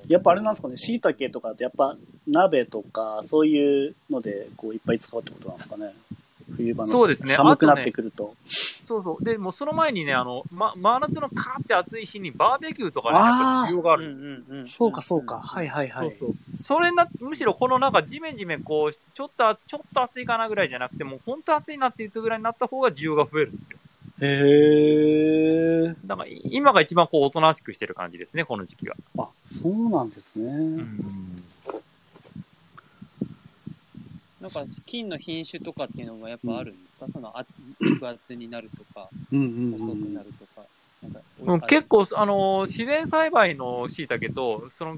[SPEAKER 3] ー
[SPEAKER 1] やっぱあれなんですかね、椎茸とかってやっぱ鍋とかそういうのでこういっぱい使うってことなんですかね。冬場の
[SPEAKER 2] そうですね
[SPEAKER 1] 寒くなってくると。
[SPEAKER 2] そうそう。で、もうその前にね、あの、ま、真夏のカーって暑い日にバーベキューとかね、
[SPEAKER 1] あー
[SPEAKER 2] やっぱ需要があ
[SPEAKER 3] うん
[SPEAKER 2] る。
[SPEAKER 3] うんうん
[SPEAKER 1] そうかそうか。はいはいは
[SPEAKER 2] そ
[SPEAKER 1] い。
[SPEAKER 2] うそう。それな、むしろこのなんかジメジメこう、ちょっと、ちょっと暑いかなぐらいじゃなくて、もう本当暑いなっていうぐらいになった方が需要が増えるんですよ。
[SPEAKER 1] へえ。
[SPEAKER 2] だから今が一番こう、おとなしくしてる感じですね、この時期は。
[SPEAKER 1] あ、そうなんですね。
[SPEAKER 3] なんか、金の品種とかっていうのもやっぱあるんですか、その、あ肉厚になるとか、
[SPEAKER 1] うんう
[SPEAKER 3] 細
[SPEAKER 1] んう。
[SPEAKER 3] くなんるとか。なんか
[SPEAKER 2] うん、結構、あのー自然栽培の椎茸と、その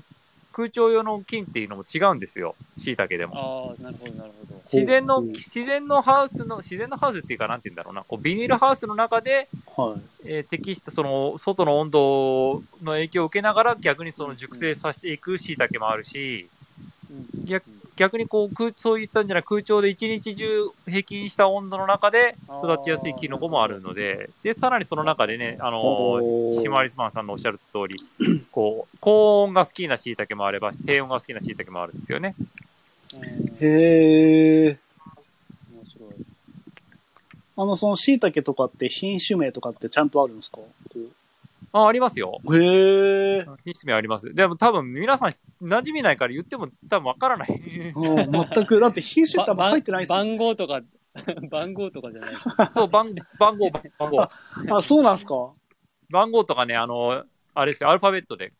[SPEAKER 2] 空調用の菌っていうのも違うんですよ、椎茸でも。
[SPEAKER 3] ああ、なるほど、なるほど。
[SPEAKER 2] 自然の、
[SPEAKER 1] ほう
[SPEAKER 2] 自然のハウスの、自然のハウスっていうか、なんて言うんだろうな、こうビニールハウスの中で、
[SPEAKER 1] はい。
[SPEAKER 2] えー適したその外の温度の影響を受けながら、逆にその熟成させていく椎茸もあるし、
[SPEAKER 3] うんうんうん
[SPEAKER 2] 逆逆にこう空そういったんじゃない空調で一日中平均した温度の中で育ちやすいキノコもあるのででさらにその中でねあのシマリスマンさんのおっしゃる通りこう高温が好きな椎茸もあれば低温が好きな椎茸もあるんですよね。
[SPEAKER 3] うん
[SPEAKER 1] へえ。
[SPEAKER 3] 面白い。
[SPEAKER 1] あの、その椎茸とかって品種名とかってちゃんとあるんですか
[SPEAKER 2] あありますよ。
[SPEAKER 1] へえ。
[SPEAKER 2] 品種名あります。でも多分皆さん馴染みないから言っても多分わからない。
[SPEAKER 1] うん、全く、だって品種ってあんま
[SPEAKER 3] ば
[SPEAKER 1] 書いてないですよね
[SPEAKER 3] 番号とか、 [laughs] 番号とかじゃない。
[SPEAKER 2] そう番番号番号
[SPEAKER 1] あ、そうなんすか
[SPEAKER 2] 番号とかねあのあれですよアルファベットで、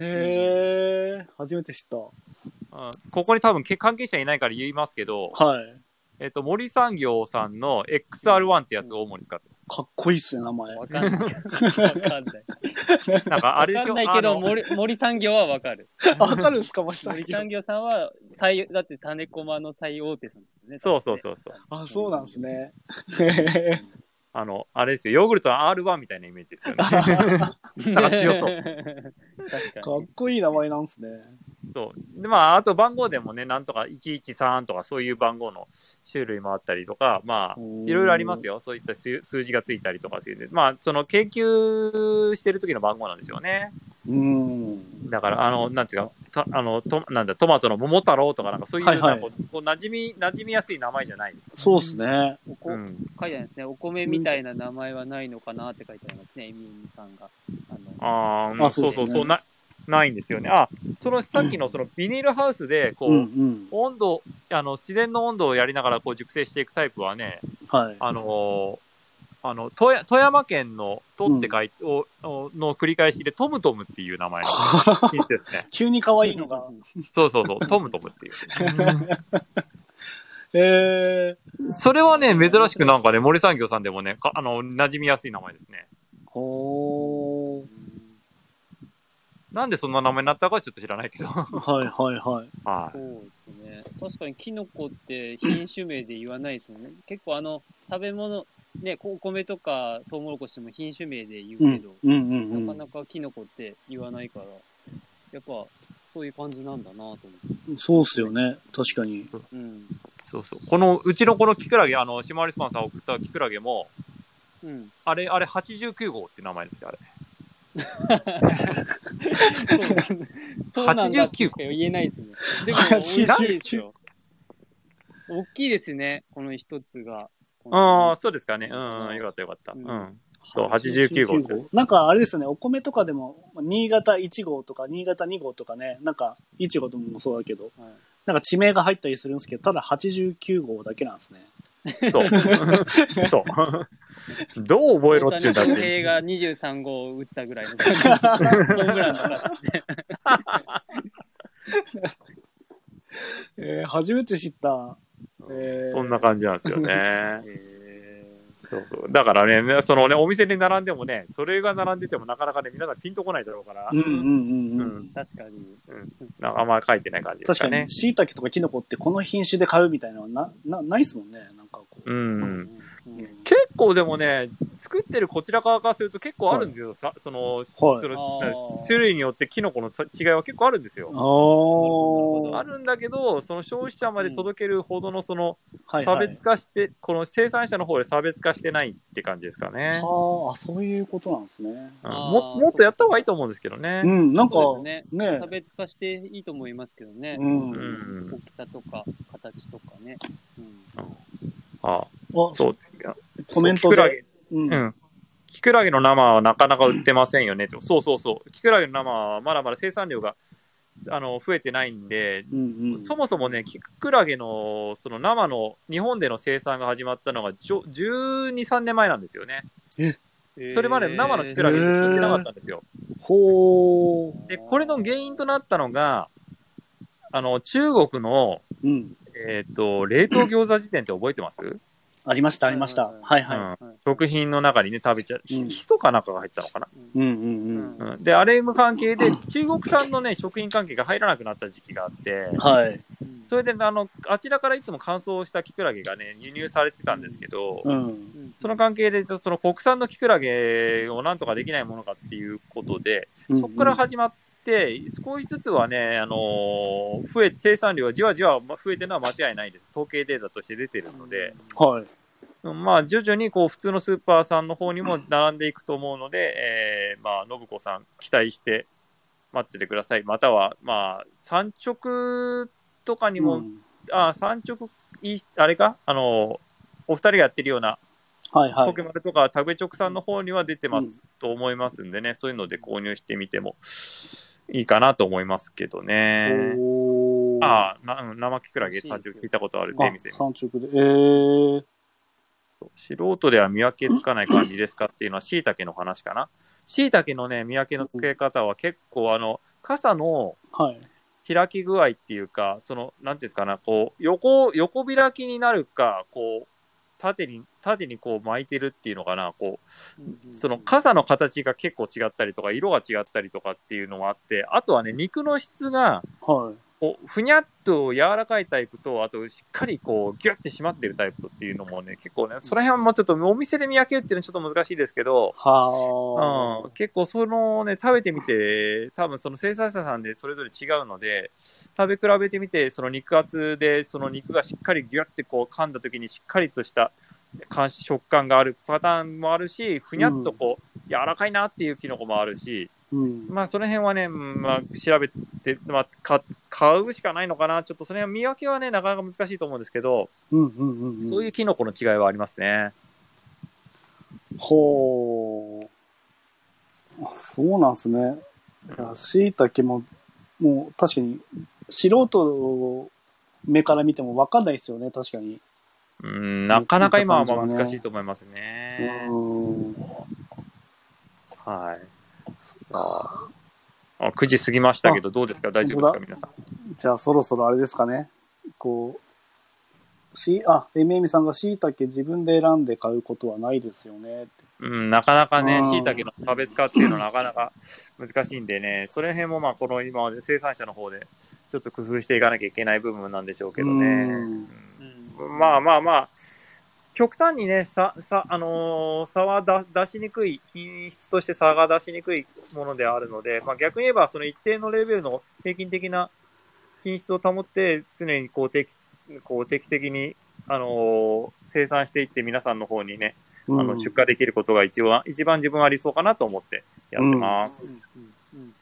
[SPEAKER 1] へえ、初めて知った。
[SPEAKER 2] うん、ここに多分け関係者いないから言いますけど、
[SPEAKER 1] はい。
[SPEAKER 2] えっと、森産業さんの XR1 ってやつを主に使ってます。
[SPEAKER 1] かっこいいっすね、名前。
[SPEAKER 3] わ
[SPEAKER 2] [laughs]
[SPEAKER 3] かんない。わかんない。
[SPEAKER 2] なんか、あれで
[SPEAKER 3] わ
[SPEAKER 2] し
[SPEAKER 3] か
[SPEAKER 2] ょ
[SPEAKER 3] んないけ
[SPEAKER 2] あ
[SPEAKER 3] ど、
[SPEAKER 2] の
[SPEAKER 3] 森森産業はわかる。
[SPEAKER 1] あ [laughs] わかるんすか、マさん
[SPEAKER 3] 森。産業さんは最、だって種駒の最大手さんですね。
[SPEAKER 2] そうそうそうそう。
[SPEAKER 1] あ、そうなんす [laughs] ね。へ
[SPEAKER 2] あの、あれですよ。ヨーグルトの R1 みたいなイメージですよね。
[SPEAKER 3] う。
[SPEAKER 2] なんか強そう
[SPEAKER 1] え
[SPEAKER 3] 確
[SPEAKER 1] か
[SPEAKER 3] か
[SPEAKER 1] っこいい名前なんすね。
[SPEAKER 2] そう。で、まあ、あと番号でもね、なんとか113とかそういう番号の種類もあったりとか、まあ、いろいろあります
[SPEAKER 1] よ。
[SPEAKER 2] よ。そういった数数字がついたりとかするんで、まあ、その研究してる時の番号なんですよね。
[SPEAKER 1] うん。
[SPEAKER 2] だから、あの、なんていうか、たあのとなんだトマトの桃太郎とか、なんかそういう、
[SPEAKER 1] はいはい
[SPEAKER 2] なんかこうこう馴染み、馴染みやすい名前じゃないです。
[SPEAKER 1] そうっすね。
[SPEAKER 3] に。おこ
[SPEAKER 2] うん、
[SPEAKER 3] 書いてあるんですね。お米みたいな名前はないのかなって書いてありますね、エミエミさんが。あの
[SPEAKER 2] あ
[SPEAKER 1] あ
[SPEAKER 2] あ、
[SPEAKER 1] そう
[SPEAKER 2] そう
[SPEAKER 1] です
[SPEAKER 2] そ
[SPEAKER 1] ね
[SPEAKER 2] うそう、な、ないんですよね。あ、そのさっきのそのビニールハウスで、こう、
[SPEAKER 1] うんうん。
[SPEAKER 2] 温度、あの、自然の温度をやりながら、こう、熟成していくタイプはね、
[SPEAKER 1] はい。
[SPEAKER 2] あのーあの富山富山県の「と」って書いて、ををの繰り返しでトムトムっていう名前の品種ですね
[SPEAKER 1] [laughs] 急に可愛いのが。
[SPEAKER 2] そうそうそうトムトムっていう
[SPEAKER 1] へえ。
[SPEAKER 2] それはね珍しくなんかね森産業さんでもねかあの馴染みやすい名前ですね
[SPEAKER 1] ほー。
[SPEAKER 2] なんでそんな名前になったかはちょっと知らない
[SPEAKER 1] [laughs]
[SPEAKER 2] けどは
[SPEAKER 1] はいはいはい。
[SPEAKER 2] い
[SPEAKER 3] そうですね。確かにキノコって品種名で言わないですもんね。結構あの、食べ物、ね、こうお米とかトウモロコシも品種名で言
[SPEAKER 1] う
[SPEAKER 3] うんけど、
[SPEAKER 1] うんうんう
[SPEAKER 3] なんかなかキノコって言わないから、やっぱそういう感じなんだなと思って。
[SPEAKER 1] そうっすよね。確かに。
[SPEAKER 3] うん。
[SPEAKER 2] そうそうこのうちのこのキクラゲあのシマリスマンさん送ったキクラゲも
[SPEAKER 3] うん。
[SPEAKER 2] あれあれ89号って名前ですよあれ
[SPEAKER 3] [laughs] そうなんだってしか言えないですね。でも、美味しいですよ。大きいですね、この一つが。
[SPEAKER 2] ああそうですかねうんうんよかったよかった
[SPEAKER 3] う
[SPEAKER 2] うんん、そう89号
[SPEAKER 1] 89なんかあれですよね、お米とかでも、新潟1号とか新潟2号とかね、なんか1号ともそうだけど、
[SPEAKER 3] はい
[SPEAKER 1] なんか地名が入ったりするんですけど、ただ89号だけなんですね。
[SPEAKER 2] そう。 [laughs] そう。 [laughs] どう覚えろって言うんだっ
[SPEAKER 3] 大谷翔
[SPEAKER 2] て。
[SPEAKER 3] 平が23号を打ったぐらい [laughs] の感じ。ホームランの話。
[SPEAKER 1] [laughs] えー、初めて知った。えー
[SPEAKER 2] そんな感じなんですよね。
[SPEAKER 3] へ
[SPEAKER 2] そうそう。だからね、そのね、お店に並んでもね、それが並んでてもなかなかね、皆さんピンとこないだろうから、
[SPEAKER 1] うんうんうんう。
[SPEAKER 2] うんん
[SPEAKER 3] ー確かに。
[SPEAKER 2] なんかあんまり書いてない感じです
[SPEAKER 1] 確
[SPEAKER 2] か
[SPEAKER 1] か
[SPEAKER 2] ね
[SPEAKER 1] に、。椎茸とかキノコってこの品種で買うみたいなのはな、な、ないですもんね。なんかこう。
[SPEAKER 2] うん。
[SPEAKER 3] うん
[SPEAKER 1] うん
[SPEAKER 2] 結構でもね、作ってるこちら側からすると結構あるんですよ。さその、その
[SPEAKER 3] あー
[SPEAKER 2] 種類によってキノコのさ違いは結構あるんですよ。
[SPEAKER 1] あ
[SPEAKER 2] あるんだけど、その消費者まで届けるほどのその
[SPEAKER 1] あ、
[SPEAKER 2] 差別化して、この生産者の方で差別化してないって感じですかね。
[SPEAKER 1] はあ、あそういうことなんですね。
[SPEAKER 2] うん
[SPEAKER 3] あー
[SPEAKER 2] ももっとやった方がいいと思うんですけどね
[SPEAKER 1] う。ん、なんか
[SPEAKER 3] そう、で
[SPEAKER 1] ね
[SPEAKER 3] すね。差別化していいと思いますけどね
[SPEAKER 1] う。ん。
[SPEAKER 2] う
[SPEAKER 1] あ、
[SPEAKER 2] ん
[SPEAKER 3] 大。きさとか形とかね。うん
[SPEAKER 2] あ
[SPEAKER 1] そ、
[SPEAKER 2] そうう。
[SPEAKER 1] コメント
[SPEAKER 2] キクラゲ
[SPEAKER 1] で。うん
[SPEAKER 2] うん。キクラゲの生はなかなか売ってませんよねって。そうそうそう。キクラゲの生はまだまだ生産量があの増えてないんで、
[SPEAKER 1] うんうん、
[SPEAKER 2] そもそもね、キクラゲのその生の日本での生産が始まったのがじょ12、3年前なんですよね。それまで生のキクラゲって売ってなかったんですよ。
[SPEAKER 1] ほう。
[SPEAKER 2] で、これの原因となったのが、あの中国の、
[SPEAKER 1] うん。
[SPEAKER 2] えっと冷凍餃子事典って覚えてます
[SPEAKER 1] ありました、ありました。はいは
[SPEAKER 3] うん
[SPEAKER 2] 食品の中にね、食べちゃう、
[SPEAKER 1] うん
[SPEAKER 2] ヒ素かなんかが入ったのか
[SPEAKER 1] い。うんうん
[SPEAKER 2] な。うん、で、あれの関係で、中国産のね、食品関係が入らなくなった時期があって
[SPEAKER 1] うん。、はい。
[SPEAKER 3] うん
[SPEAKER 2] それで、あの、あちらからいつも乾燥したキクラゲがね、輸入されてたんですけど、
[SPEAKER 1] うん。
[SPEAKER 2] その関係で、その国産のキクラゲをなんとかできないものかっていうことで、そこから始まっって、少しずつはね、あのー増え、生産量はじわじわ増えてるのは間違いないです。統計データとして出てるので、
[SPEAKER 1] はい。
[SPEAKER 2] うんまあ、徐々にこう普通のスーパーさんの方にも並んでいくと思うので、えーまあ、信子さん、期待して待っててください。または、まあ、産直とかにも、
[SPEAKER 1] うん
[SPEAKER 2] あ、産直、いいあれかあの、お二人がやってるような、
[SPEAKER 1] はいは
[SPEAKER 2] ポ
[SPEAKER 1] い
[SPEAKER 2] ケ。マルとか食べ直さんの方には出てますと思いますんでね、そういうので購入してみてもいいかなと思いますけどね。
[SPEAKER 1] おー
[SPEAKER 2] ああ、なうん生キクラゲ、産直聞いたことあるって
[SPEAKER 1] あ
[SPEAKER 2] 見せます。
[SPEAKER 1] 三直で。えー、
[SPEAKER 2] 素人では見分けつかない感じですかっていうのは椎茸の話かな。椎茸のね、見分けのつけ方は結構あの、傘の
[SPEAKER 1] はい。
[SPEAKER 2] 開き具合っていうか、その、なんていうんですかな、こう、横、横開きになるか、こう、縦に、縦にこう巻いてるっていうのかな、こう、その傘の形が結構違ったりとか、色が違ったりとかっていうのもあって、あとはね、肉の質が、
[SPEAKER 1] はい。
[SPEAKER 2] こうふにゃっと柔らかいタイプと、あとしっかりこうギュッて締まってるタイプとっていうのもね、結構ね、その辺はもうちょっとお店で見分けるっていうのはちょっと難しいですけど、
[SPEAKER 1] は
[SPEAKER 2] うん、結構そのね、食べてみて、多分その生産者さんでそれぞれ違うので、食べ比べてみて、その肉厚で、その肉がしっかりギュッてこう噛んだ時にしっかりとした感食感があるパターンもあるし、ふにゃっとこう、柔らかいなっていうキノコもあるし、
[SPEAKER 1] ー。うん。
[SPEAKER 2] まあ、その辺はね、うんまあ、調べて、まあ、か買うしかないのかな。ちょっとその辺、見分けはね、なかなか難しいと思うんですけど、
[SPEAKER 1] うんうんうんうん。
[SPEAKER 2] そういうキノコの違いはありますね。
[SPEAKER 1] ほう。あそうなんですね。いや、しいたけも、もう確かに、素人目から見ても分かんないですよね、確かに。
[SPEAKER 2] うん、なかなか今はまあ
[SPEAKER 1] そういう感じはね
[SPEAKER 2] 難しいと思いますね。
[SPEAKER 1] うん。
[SPEAKER 2] はい。あ9時過ぎましたけど、どうですか大丈夫ですか
[SPEAKER 1] 本当だ
[SPEAKER 2] 皆さん。
[SPEAKER 1] じゃあそろそろあれですかね。こう、し、あ、エミエミさんがしいたけ自分で選んで買うことはないですよねって。
[SPEAKER 2] うん、なかなかね
[SPEAKER 1] う、ん
[SPEAKER 2] 椎茸の差別化っていうのはなかなか難しいんでね、その辺もまあ、この今まで生産者の方で、ちょっと工夫していかなきゃいけない部分なんでしょうけどね。
[SPEAKER 1] うん
[SPEAKER 2] うん
[SPEAKER 3] うん
[SPEAKER 2] まあまあまあ、極端にね、ささあのー差はだ出しにくい、品質として差が出しにくいものであるので、まあ、逆に言えば、その一定のレベルの平均的な品質を保って、常にこう定期こう定期的に、あのー生産していって、皆さんの方にね、
[SPEAKER 1] あ
[SPEAKER 2] あの出荷できることが一番、一番自分は理想かなと思ってやってます。
[SPEAKER 3] うんうんうん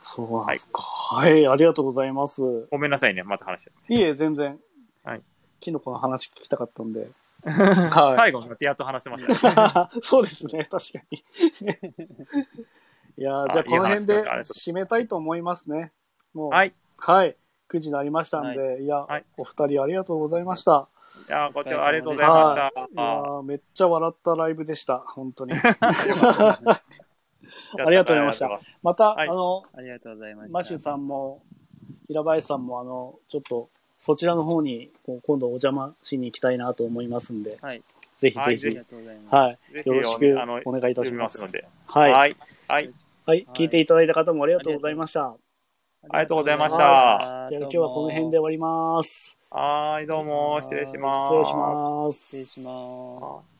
[SPEAKER 1] そうなんですか。はい、ありがとうございます。
[SPEAKER 2] ごめんなさいね、また話しちゃって。
[SPEAKER 1] いえ、全然。
[SPEAKER 2] はい。
[SPEAKER 1] キノコの話聞きたかったん
[SPEAKER 2] [laughs]
[SPEAKER 1] で。は
[SPEAKER 2] 最後になってやっと話せましたね、
[SPEAKER 1] [laughs] い。そうですね、確かに。 [laughs] いやー
[SPEAKER 2] あ
[SPEAKER 1] じゃあこの辺
[SPEAKER 2] いい話
[SPEAKER 1] で
[SPEAKER 2] だありがとう
[SPEAKER 1] 締めたいと思いますね。もう、
[SPEAKER 2] はい。
[SPEAKER 1] はい。9時になりましたんで、い、や、
[SPEAKER 2] はい
[SPEAKER 1] お二人ありがとうございました。
[SPEAKER 2] いやーこちらありがとうございました。
[SPEAKER 1] いやーめっちゃ笑ったライブでした、本
[SPEAKER 2] [laughs]
[SPEAKER 1] 当に。
[SPEAKER 2] あ
[SPEAKER 1] ありがとうございましたまた、
[SPEAKER 2] はい
[SPEAKER 1] あの、
[SPEAKER 3] ありがとうございました。
[SPEAKER 1] マシュさんも、平林さんも、あの、ちょっと、そちらの方に、こう今度お邪魔しに行きたいなと思いますんで、
[SPEAKER 3] はい
[SPEAKER 1] ぜひ
[SPEAKER 2] は
[SPEAKER 1] ぜ
[SPEAKER 2] い
[SPEAKER 3] あり
[SPEAKER 1] ひ
[SPEAKER 3] が、とうございます。
[SPEAKER 1] はい。
[SPEAKER 2] ぜひ
[SPEAKER 1] よろし
[SPEAKER 2] ね
[SPEAKER 1] く
[SPEAKER 2] あの
[SPEAKER 1] お願いいたし
[SPEAKER 2] 読み
[SPEAKER 1] ま
[SPEAKER 2] ます
[SPEAKER 1] す。
[SPEAKER 2] ので。
[SPEAKER 1] はい、は。
[SPEAKER 2] はいい。はい。
[SPEAKER 1] 聞いていただいた方もありがとうございました。
[SPEAKER 2] ありがとうございました
[SPEAKER 1] じゃあ今日はこの辺で終わります。
[SPEAKER 2] はい、どうも、失礼します。
[SPEAKER 1] 失礼します。
[SPEAKER 3] 失礼します。
[SPEAKER 2] す。